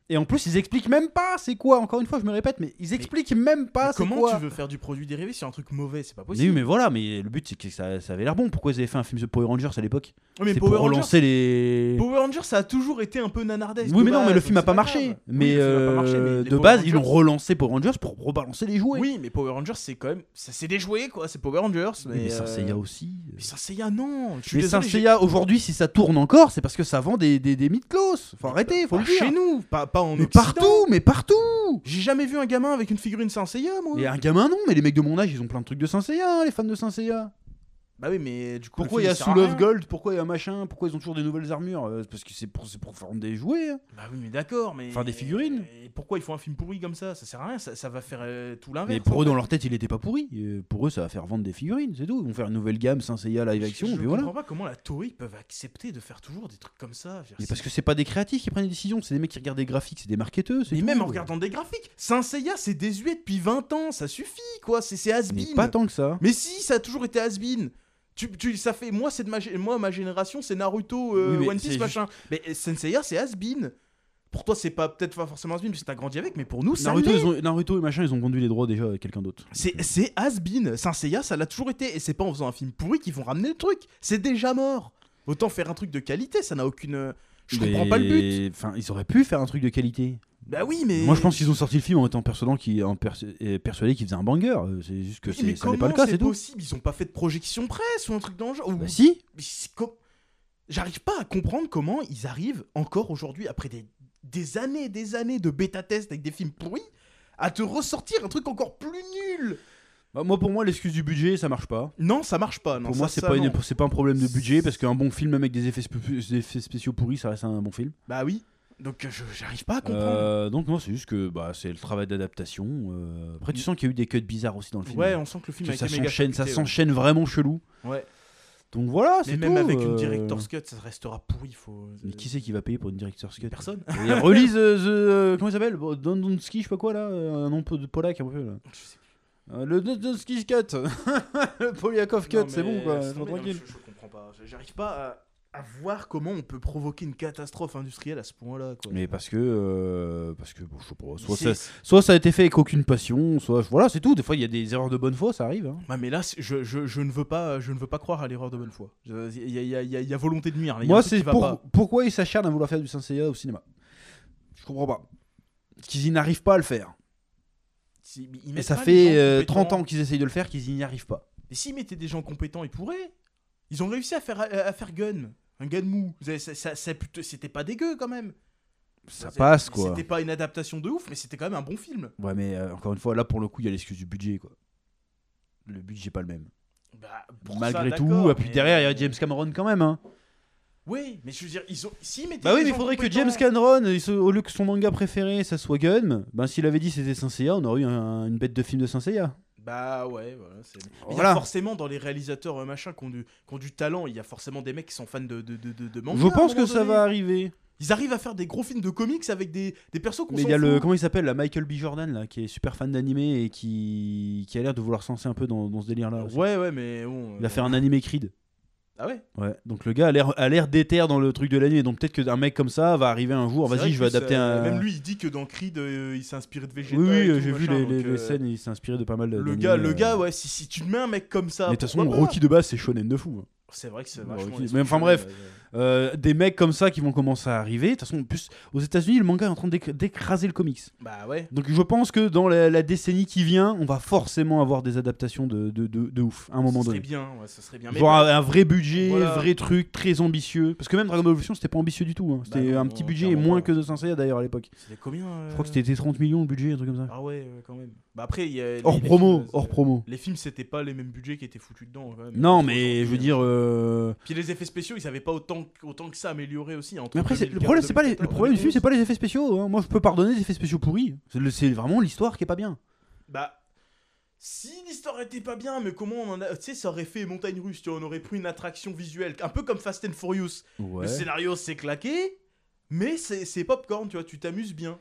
[SPEAKER 1] Et en plus, ils expliquent même pas c'est quoi. Encore une fois, je me répète, mais ils expliquent même pas c'est
[SPEAKER 2] Comment
[SPEAKER 1] quoi.
[SPEAKER 2] tu veux faire du produit dérivé sur un truc mauvais C'est pas
[SPEAKER 1] Mais
[SPEAKER 2] possible.
[SPEAKER 1] oui, mais voilà, mais le but c'est que ça, ça avait l'air bon. Pourquoi ils avaient fait un film sur Power Rangers à l'époque
[SPEAKER 2] mais
[SPEAKER 1] C'est pour
[SPEAKER 2] Power, Rangers,
[SPEAKER 1] relancer les.
[SPEAKER 2] Power Rangers, ça a toujours été un peu nanardesque.
[SPEAKER 1] Oui,
[SPEAKER 2] de
[SPEAKER 1] mais non, mais le
[SPEAKER 2] base,
[SPEAKER 1] film
[SPEAKER 2] donc
[SPEAKER 1] a
[SPEAKER 2] bah,
[SPEAKER 1] pas
[SPEAKER 2] c'est
[SPEAKER 1] marché.
[SPEAKER 2] grave. Oui,
[SPEAKER 1] Mais
[SPEAKER 2] le film a pas marché, mais
[SPEAKER 1] euh,
[SPEAKER 2] les
[SPEAKER 1] de
[SPEAKER 2] Power
[SPEAKER 1] base, ils l'ont
[SPEAKER 2] Rangers-
[SPEAKER 1] relancé Power Rangers pour rebalancer les jouets.
[SPEAKER 2] Oui, mais Power Rangers, c'est quand même. Ça s'est déjoué, quoi. C'est Power Rangers. Mais,
[SPEAKER 1] Mais, Saint
[SPEAKER 2] euh,
[SPEAKER 1] Seiya aussi.
[SPEAKER 2] Mais Saint Seiya, non. Je suis
[SPEAKER 1] Mais Saint
[SPEAKER 2] désolé, j'ai-
[SPEAKER 1] Seiya aujourd'hui, si ça tourne encore, c'est parce que ça vend des des, des Mythos. Faut arrêter, faut
[SPEAKER 2] Pas
[SPEAKER 1] le dire.
[SPEAKER 2] Chez nous, pas, pas en
[SPEAKER 1] mais
[SPEAKER 2] Occident.
[SPEAKER 1] partout, mais partout.
[SPEAKER 2] J'ai jamais vu un gamin avec une figurine Saint Seiya, moi.
[SPEAKER 1] Et un gamin non, mais les mecs de mon âge, ils ont plein de trucs de Saint Seiya, hein, les fans de Saint Seiya.
[SPEAKER 2] Bah oui, mais du coup.
[SPEAKER 1] Pourquoi il
[SPEAKER 2] le
[SPEAKER 1] y
[SPEAKER 2] film,
[SPEAKER 1] a
[SPEAKER 2] sert à
[SPEAKER 1] Soul of
[SPEAKER 2] rien.
[SPEAKER 1] Gold Pourquoi il y a machin Pourquoi ils ont toujours des nouvelles armures Euh, c'est Parce que c'est pour, c'est pour vendre des jouets. hein.
[SPEAKER 2] Bah oui, mais d'accord, mais.
[SPEAKER 1] Enfin, des figurines.
[SPEAKER 2] Et pourquoi ils font un film pourri comme ça Ça sert à rien, ça, ça va faire euh, tout l'inverse.
[SPEAKER 1] Mais pour eux, dans leur tête, il était pas pourri. Euh, Pour eux, ça va faire vendre des figurines, c'est tout. Ils vont faire une nouvelle gamme Saint Seiya live action,
[SPEAKER 2] Je,
[SPEAKER 1] et
[SPEAKER 2] je
[SPEAKER 1] puis
[SPEAKER 2] comprends
[SPEAKER 1] voilà.
[SPEAKER 2] pas comment la Toei peuvent accepter de faire toujours des trucs comme ça. je veux dire,
[SPEAKER 1] Mais
[SPEAKER 2] c'est-
[SPEAKER 1] parce que c'est pas des créatifs qui prennent des décisions, c'est des mecs qui regardent des graphiques, c'est des marketeux. c'est
[SPEAKER 2] Mais
[SPEAKER 1] tout.
[SPEAKER 2] même en regardant des graphiques, Saint Seiya c'est désuet depuis 20 ans, ça suffit quoi, c'est c'est has
[SPEAKER 1] Mais pas tant que ça.
[SPEAKER 2] Mais si, ça a toujours été has Tu, tu, ça fait moi c'est de ma gé- moi ma génération c'est Naruto euh,
[SPEAKER 1] Oui, mais
[SPEAKER 2] One
[SPEAKER 1] c'est
[SPEAKER 2] Piece
[SPEAKER 1] juste-
[SPEAKER 2] machin. Mais euh, Saint Seiya c'est has Pour toi c'est pas peut-être pas forcément has been parce que t'as grandi avec mais pour nous ça
[SPEAKER 1] Naruto,
[SPEAKER 2] l'est.
[SPEAKER 1] ils ont- Naruto et machin, ils ont vendu les droits déjà à quelqu'un d'autre.
[SPEAKER 2] C'est c'est has Saint Seiya ça l'a toujours été et c'est pas en faisant un film pourri qu'ils vont ramener le truc. C'est déjà mort. Autant faire un truc de qualité, ça n'a aucune je
[SPEAKER 1] Mais-
[SPEAKER 2] comprends pas le but.
[SPEAKER 1] Enfin, ils auraient pu faire un truc de qualité.
[SPEAKER 2] Bah oui mais
[SPEAKER 1] Moi, je pense qu'ils ont sorti le film en étant persuadant qui, en perso- euh, persuadé qu'ils faisaient un banger. Euh, C'est juste que
[SPEAKER 2] Oui,
[SPEAKER 1] c'est-
[SPEAKER 2] mais
[SPEAKER 1] ça n'est pas
[SPEAKER 2] comment
[SPEAKER 1] le cas,
[SPEAKER 2] c'est
[SPEAKER 1] c'est tout.
[SPEAKER 2] possible Ils ont pas fait de projection presse ou un truc dans le genre. Ou-
[SPEAKER 1] Bah, si.
[SPEAKER 2] mais c'est co- J'arrive pas à comprendre comment ils arrivent encore aujourd'hui, après des, des années et des années de bêta-test avec des films pourris, à te ressortir un truc encore plus nul.
[SPEAKER 1] Bah, moi, pour moi, l'excuse du budget, ça marche pas.
[SPEAKER 2] Non, ça marche pas. Non,
[SPEAKER 1] pour
[SPEAKER 2] ça-
[SPEAKER 1] moi, c'est
[SPEAKER 2] ça,
[SPEAKER 1] pas,
[SPEAKER 2] non.
[SPEAKER 1] une- c'est pas un problème de budget parce qu'un bon film avec des effets, sp- des effets spéciaux pourris, ça reste un bon film.
[SPEAKER 2] Bah oui. Donc euh, je- j'arrive pas à comprendre.
[SPEAKER 1] Euh, donc, non, c'est juste que bah, c'est le travail d'adaptation. euh. Après, tu sens qu'il y a eu des cuts bizarres aussi dans le film.
[SPEAKER 2] Mm. ouais, on sent que le film
[SPEAKER 1] Que
[SPEAKER 2] a
[SPEAKER 1] ça
[SPEAKER 2] été méga
[SPEAKER 1] s'enchaîne, ça
[SPEAKER 2] fabriqué,
[SPEAKER 1] s'enchaîne vraiment chelou.
[SPEAKER 2] ouais. Ouais.
[SPEAKER 1] Donc voilà, c'est
[SPEAKER 2] Mais même
[SPEAKER 1] tout,
[SPEAKER 2] avec une
[SPEAKER 1] euh.
[SPEAKER 2] director's cut, ça restera pourri. Faut... euh,
[SPEAKER 1] Mais qui c'est qui va payer pour une director's cut
[SPEAKER 2] Personne.
[SPEAKER 1] Et release euh, the, euh, comment il s'appelle Bon, Don Donski, je sais pas quoi là, euh, un nom de polac un peu là.
[SPEAKER 2] Je sais pas.
[SPEAKER 1] Euh, le Don Donski cut, le Poliakov cut,
[SPEAKER 2] Non,
[SPEAKER 1] c'est
[SPEAKER 2] mais
[SPEAKER 1] bon quoi,
[SPEAKER 2] laisse
[SPEAKER 1] sois
[SPEAKER 2] tomber, non,
[SPEAKER 1] tranquille.
[SPEAKER 2] Je, je comprends pas. J'arrive pas à, à voir comment on peut provoquer une catastrophe industrielle à ce point-là. quoi.
[SPEAKER 1] Mais parce que, euh, parce que bon, je sais pas, soit
[SPEAKER 2] C'est-
[SPEAKER 1] ça, soit ça a été fait avec aucune passion, soit voilà, c'est tout. Des fois, il y a des erreurs de bonne foi, ça arrive. hein.
[SPEAKER 2] Ouais, mais là, c'est- je, je- je ne veux pas, je ne veux pas croire à l'erreur de bonne foi. Je- Il y, a- il y a- il y a- il y a volonté de nuire. là. Il y a un
[SPEAKER 1] Moi,
[SPEAKER 2] truc qui
[SPEAKER 1] c'est
[SPEAKER 2] va
[SPEAKER 1] pour-
[SPEAKER 2] pas.
[SPEAKER 1] pourquoi ils s'acharnent à vouloir faire du Saint Seiya au cinéma. Je comprends pas. Parce Qu'ils y n'arrivent pas à le faire.
[SPEAKER 2] Si- ils
[SPEAKER 1] Et
[SPEAKER 2] mettent
[SPEAKER 1] ça
[SPEAKER 2] pas les gens
[SPEAKER 1] fait euh,
[SPEAKER 2] compétents.
[SPEAKER 1] 30 ans qu'ils essayent de le faire, qu'ils n'y arrivent pas.
[SPEAKER 2] Et s'ils mettaient des gens compétents, ils pourraient. Ils ont réussi à faire, à, à faire gun, un gun mou. Vous savez, ça- ça- ça- plutôt- C'était pas dégueu quand même.
[SPEAKER 1] Ça
[SPEAKER 2] C'est-
[SPEAKER 1] passe quoi.
[SPEAKER 2] C'était pas une adaptation de ouf, mais c'était quand même un bon film.
[SPEAKER 1] Ouais, mais euh, encore une fois, là pour le coup, il y a l'excuse du budget quoi. Le budget pas le même.
[SPEAKER 2] Bah, pour
[SPEAKER 1] Malgré
[SPEAKER 2] ça,
[SPEAKER 1] tout,
[SPEAKER 2] d'accord,
[SPEAKER 1] et puis
[SPEAKER 2] mais- euh,
[SPEAKER 1] derrière, il y a James Cameron quand même. Hein.
[SPEAKER 2] Oui, mais je veux dire, ils ont. S'ils mettaient
[SPEAKER 1] Bah oui,
[SPEAKER 2] des
[SPEAKER 1] mais il
[SPEAKER 2] gens
[SPEAKER 1] faudrait que
[SPEAKER 2] compétents-
[SPEAKER 1] James Cameron, euh, il se- au lieu que son manga préféré ça soit Gun, ben s'il avait dit c'était Saint Seiya, on aurait eu un- une bête de film de Saint Seiya.
[SPEAKER 2] Bah ouais, voilà. c'est- Mais Il y
[SPEAKER 1] Voilà.
[SPEAKER 2] a forcément dans les réalisateurs euh, machin qui ont, du, qui ont du talent, il y a forcément des mecs qui sont fans de, de, de, de, de manga,
[SPEAKER 1] Je
[SPEAKER 2] à un
[SPEAKER 1] pense que
[SPEAKER 2] moment
[SPEAKER 1] ça
[SPEAKER 2] donné.
[SPEAKER 1] va arriver.
[SPEAKER 2] Ils arrivent à faire des gros films de comics avec des, des persos qu'on
[SPEAKER 1] Mais
[SPEAKER 2] s'en
[SPEAKER 1] il y a le
[SPEAKER 2] fout.
[SPEAKER 1] comment il s'appelle, la Michael B Jordan là, qui est super fan d'anime et qui qui a l'air de vouloir se lancer un peu dans, dans ce délire là.
[SPEAKER 2] Ouais, ouais, mais bon.
[SPEAKER 1] Il
[SPEAKER 2] euh,
[SPEAKER 1] a fait un anime Creed.
[SPEAKER 2] Ah ouais
[SPEAKER 1] Ouais, donc le gars a l'air a l'air déter dans le truc de l'anime, donc peut-être qu'un mec comme ça va arriver un jour.
[SPEAKER 2] C'est vrai
[SPEAKER 1] Oh, Vas-y, je vais
[SPEAKER 2] que ça-
[SPEAKER 1] adapter un.
[SPEAKER 2] Même lui, il dit que dans Creed, euh, il s'est inspiré de Vegeta.
[SPEAKER 1] Oui, oui,
[SPEAKER 2] et tout,
[SPEAKER 1] euh, j'ai vu
[SPEAKER 2] machin,
[SPEAKER 1] les,
[SPEAKER 2] donc,
[SPEAKER 1] les- les
[SPEAKER 2] euh,
[SPEAKER 1] scènes, il s'est inspiré de pas mal de.
[SPEAKER 2] Le
[SPEAKER 1] d'animés,
[SPEAKER 2] gars, le
[SPEAKER 1] euh.
[SPEAKER 2] gars, ouais, si, si tu te mets un mec comme ça.
[SPEAKER 1] Mais de toute façon,
[SPEAKER 2] pourquoi pas
[SPEAKER 1] Rocky de base, c'est shonen de fou.
[SPEAKER 2] C'est vrai que c'est
[SPEAKER 1] Ouais,
[SPEAKER 2] vachement.
[SPEAKER 1] Rocky.
[SPEAKER 2] l'esprit
[SPEAKER 1] Mais enfin,
[SPEAKER 2] shonen,
[SPEAKER 1] bref.
[SPEAKER 2] ouais, ouais.
[SPEAKER 1] Euh, des mecs comme ça qui vont commencer à arriver. De toute façon, en plus, aux États-Unis, le manga est en train d'éc- d'écraser le comics.
[SPEAKER 2] Bah ouais.
[SPEAKER 1] Donc je pense que dans la, la décennie qui vient, on va forcément avoir des adaptations de, de, de- de ouf, à un moment
[SPEAKER 2] ça
[SPEAKER 1] donné.
[SPEAKER 2] serait bien, ouais, ça serait bien. Mais
[SPEAKER 1] Genre
[SPEAKER 2] bah,
[SPEAKER 1] un, un vrai budget,
[SPEAKER 2] Voilà.
[SPEAKER 1] vrai truc, très ambitieux. Parce que même Dragon Ball Evolution, c'était pas ambitieux du tout. hein. C'était
[SPEAKER 2] Bah non,
[SPEAKER 1] un petit
[SPEAKER 2] non,
[SPEAKER 1] budget et
[SPEAKER 2] clairement
[SPEAKER 1] moins
[SPEAKER 2] pas.
[SPEAKER 1] que de Saint Seiya d'ailleurs à l'époque.
[SPEAKER 2] C'était combien
[SPEAKER 1] Je crois que c'était 30 millions le budget, un truc comme ça.
[SPEAKER 2] Ah ouais, ouais, quand même. Bah après, il y a. les-
[SPEAKER 1] Hors
[SPEAKER 2] les
[SPEAKER 1] promo,
[SPEAKER 2] films,
[SPEAKER 1] hors
[SPEAKER 2] euh,
[SPEAKER 1] promo.
[SPEAKER 2] Les films, c'était pas les mêmes budgets qui étaient foutus dedans. quand même.
[SPEAKER 1] Non,
[SPEAKER 2] Parce qu'aujourd'hui,
[SPEAKER 1] mais je veux
[SPEAKER 2] euh,
[SPEAKER 1] dire. euh,
[SPEAKER 2] Puis les effets spéciaux, ils avaient pas autant, autant que ça amélioré aussi. hein, Entre
[SPEAKER 1] Mais après, c'est- le
[SPEAKER 2] 2004,
[SPEAKER 1] problème, c'est pas les, le
[SPEAKER 2] 2014,
[SPEAKER 1] problème du film, c'est
[SPEAKER 2] 2011.
[SPEAKER 1] pas les effets spéciaux. hein. Moi, je peux pardonner les effets spéciaux pourris. C'est le- C'est vraiment l'histoire qui est pas bien.
[SPEAKER 2] Bah. Si l'histoire était pas bien, mais comment on en a. Tu sais, ça aurait fait Montagne Russe, tu vois, on aurait pris une attraction visuelle, un peu comme Fast and Furious.
[SPEAKER 1] Ouais.
[SPEAKER 2] Le scénario, c'est claqué, mais c'est c'est popcorn, tu vois, tu t'amuses bien.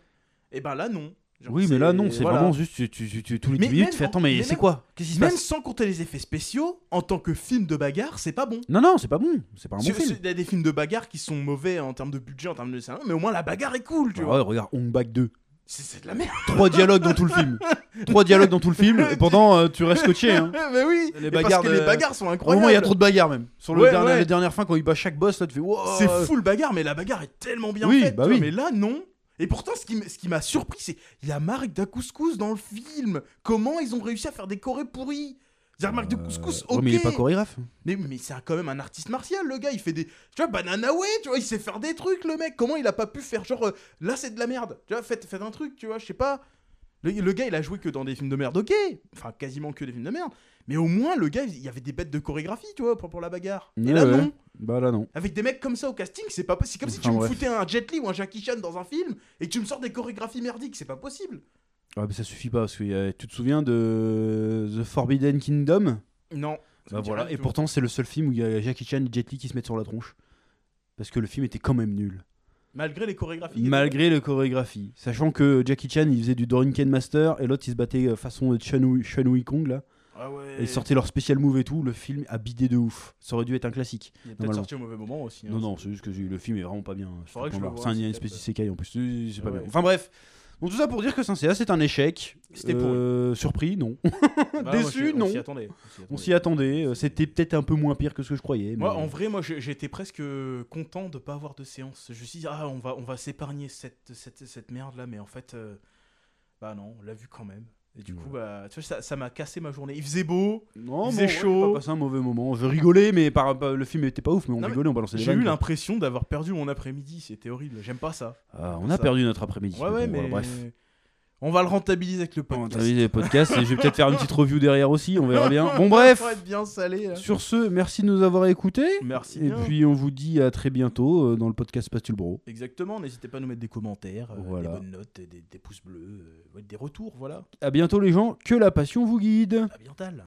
[SPEAKER 2] Et ben là, non. Genre,
[SPEAKER 1] Oui, mais là, non, c'est
[SPEAKER 2] voilà.
[SPEAKER 1] vraiment juste, tu, tu, tu- tu- tous les
[SPEAKER 2] Mais
[SPEAKER 1] 10 minutes,
[SPEAKER 2] même
[SPEAKER 1] tu fais
[SPEAKER 2] en-
[SPEAKER 1] attends, mais,
[SPEAKER 2] mais
[SPEAKER 1] c'est
[SPEAKER 2] même-
[SPEAKER 1] quoi Qu'est-ce qui se
[SPEAKER 2] Même
[SPEAKER 1] passe
[SPEAKER 2] sans compter les effets spéciaux, en tant que film de bagarre, c'est pas bon.
[SPEAKER 1] Non, non, c'est pas bon, c'est pas un bon
[SPEAKER 2] C'est-
[SPEAKER 1] film.
[SPEAKER 2] c'est- Il y a des films de bagarre qui sont mauvais en termes de budget, en termes de scénario, mais au moins la bagarre est cool, tu
[SPEAKER 1] Ah
[SPEAKER 2] vois.
[SPEAKER 1] ouais, regarde, Hong Bak 2.
[SPEAKER 2] C'est c'est de la merde.
[SPEAKER 1] Trois dialogues dans tout le film. Trois dialogues dans tout le film, et pendant, euh, tu restes coaché. Hein.
[SPEAKER 2] mais oui,
[SPEAKER 1] Les
[SPEAKER 2] et
[SPEAKER 1] bagarres
[SPEAKER 2] parce que
[SPEAKER 1] de-
[SPEAKER 2] les bagarres sont
[SPEAKER 1] Au moment,
[SPEAKER 2] incroyables.
[SPEAKER 1] il y a trop de bagarres même. Sur le
[SPEAKER 2] Ouais,
[SPEAKER 1] dernier,
[SPEAKER 2] ouais.
[SPEAKER 1] la dernière fin, quand il bat chaque boss, là, tu fais wow.
[SPEAKER 2] C'est fou le bagarre, mais la bagarre est tellement bien
[SPEAKER 1] Oh. Oui,
[SPEAKER 2] faite.
[SPEAKER 1] bah
[SPEAKER 2] tu vois,
[SPEAKER 1] oui.
[SPEAKER 2] Mais là, non. Et pourtant, ce qui m- ce qui m'a surpris, c'est il y a Marc Dacouscous dans le film. Comment ils ont réussi à faire des chorés pourris C'est-à-dire, Marc Dacouscous,
[SPEAKER 1] Euh, ouais,
[SPEAKER 2] ok.
[SPEAKER 1] mais il est pas chorégraphe.
[SPEAKER 2] Mais, mais c'est un- quand même un artiste martial, le gars. Il fait des. Tu vois, Banana Way, tu vois, il sait faire des trucs, le mec. Comment il a pas pu faire genre. euh, là, c'est de la merde. Tu vois, faites, faites un truc, tu vois, je sais pas. Le, le gars, il a joué que dans des films de merde, ok. Enfin, quasiment que des films de merde. Mais au moins, le gars, il y avait des bêtes de chorégraphie, tu vois, pour, pour la bagarre. Et
[SPEAKER 1] Ouais,
[SPEAKER 2] là,
[SPEAKER 1] ouais.
[SPEAKER 2] non.
[SPEAKER 1] Bah là, non.
[SPEAKER 2] Avec des mecs comme ça au casting, c'est pas possible. C'est comme si
[SPEAKER 1] Enfin,
[SPEAKER 2] tu me
[SPEAKER 1] bref.
[SPEAKER 2] foutais un Jet Li ou un Jackie Chan dans un film et que tu me sors des chorégraphies merdiques, c'est pas possible.
[SPEAKER 1] Ouais, Ah, mais ça suffit pas parce que euh, tu te souviens de The Forbidden Kingdom Bah
[SPEAKER 2] Non. Ça me dit rien
[SPEAKER 1] voilà.
[SPEAKER 2] du
[SPEAKER 1] Et
[SPEAKER 2] tout.
[SPEAKER 1] pourtant, c'est le seul film où il y a Jackie Chan et Jet Li qui se mettent sur la tronche. Parce que le film était quand même nul.
[SPEAKER 2] Malgré les chorégraphies.
[SPEAKER 1] Malgré le chorégraphie. Sachant que Jackie Chan, il faisait du Dorinken Master et l'autre, il se battait euh, façon Chun Wu- Chun Wei Kong là.
[SPEAKER 2] Ah ouais.
[SPEAKER 1] Et ils sortaient leur spécial move et tout. Le film a bidé de ouf. Ça aurait dû être un classique.
[SPEAKER 2] Il est peut-être
[SPEAKER 1] normalement.
[SPEAKER 2] sorti au mauvais moment aussi. hein.
[SPEAKER 1] Non, non, c'est juste que j'ai- le film est vraiment pas bien. hein,
[SPEAKER 2] Faudrait
[SPEAKER 1] c'est
[SPEAKER 2] que je
[SPEAKER 1] pas
[SPEAKER 2] le
[SPEAKER 1] mal.
[SPEAKER 2] voie,
[SPEAKER 1] C'est un- il y a
[SPEAKER 2] c'est
[SPEAKER 1] une
[SPEAKER 2] peut-être,
[SPEAKER 1] espèce d'isekai en plus. C'est c'est pas
[SPEAKER 2] Ouais.
[SPEAKER 1] bien. Enfin bref. Donc tout ça pour dire que Saint-Séa, c'est un échec.
[SPEAKER 2] C'était
[SPEAKER 1] Euh, Surpris, non.
[SPEAKER 2] Bah,
[SPEAKER 1] Déçu,
[SPEAKER 2] moi, je-
[SPEAKER 1] non.
[SPEAKER 2] On s'y attendait.
[SPEAKER 1] On s'y attendait. euh, C'était peut-être un peu moins pire que ce que je croyais.
[SPEAKER 2] Moi,
[SPEAKER 1] mais-
[SPEAKER 2] en vrai, moi, je- j'étais presque content de pas avoir de séance. Je me suis dit, ah, on va, on va s'épargner cette, cette, cette merde-là, mais en fait, euh, bah non, on l'a vu quand même. Et du
[SPEAKER 1] Ouais.
[SPEAKER 2] coup, bah, tu vois, ça- ça m'a cassé ma journée. Il faisait beau,
[SPEAKER 1] Non,
[SPEAKER 2] Il
[SPEAKER 1] bon,
[SPEAKER 2] faisait
[SPEAKER 1] ouais, j'ai
[SPEAKER 2] chaud.
[SPEAKER 1] pas passé un mauvais moment. Je rigolais, mais par, par- le film était pas ouf, mais on
[SPEAKER 2] Non, mais
[SPEAKER 1] rigolait, on balançait des
[SPEAKER 2] J'ai eu
[SPEAKER 1] vannes.
[SPEAKER 2] l'impression d'avoir perdu mon après-midi, c'était horrible, j'aime pas ça.
[SPEAKER 1] Ah, on a
[SPEAKER 2] ça.
[SPEAKER 1] perdu notre après-midi.
[SPEAKER 2] Ouais, ouais,
[SPEAKER 1] bon,
[SPEAKER 2] mais.
[SPEAKER 1] voilà, hein. bref.
[SPEAKER 2] On va le rentabiliser avec le
[SPEAKER 1] On a
[SPEAKER 2] podcast.
[SPEAKER 1] terminé les podcasts et je vais peut-être faire une petite review derrière aussi, on verra bien. Bon, bref.
[SPEAKER 2] Ça va être bien salé, hein. là.
[SPEAKER 1] Sur ce, merci de nous avoir écoutés.
[SPEAKER 2] Merci.
[SPEAKER 1] Et
[SPEAKER 2] bien.
[SPEAKER 1] puis, on vous dit à très bientôt euh, dans le podcast Pastul Bro.
[SPEAKER 2] Exactement, n'hésitez pas à nous mettre des commentaires, euh,
[SPEAKER 1] Voilà.
[SPEAKER 2] des bonnes notes, des, des pouces bleus, euh, ouais, des retours, voilà.
[SPEAKER 1] À bientôt, les gens. Que la passion vous guide.
[SPEAKER 2] Ambiental.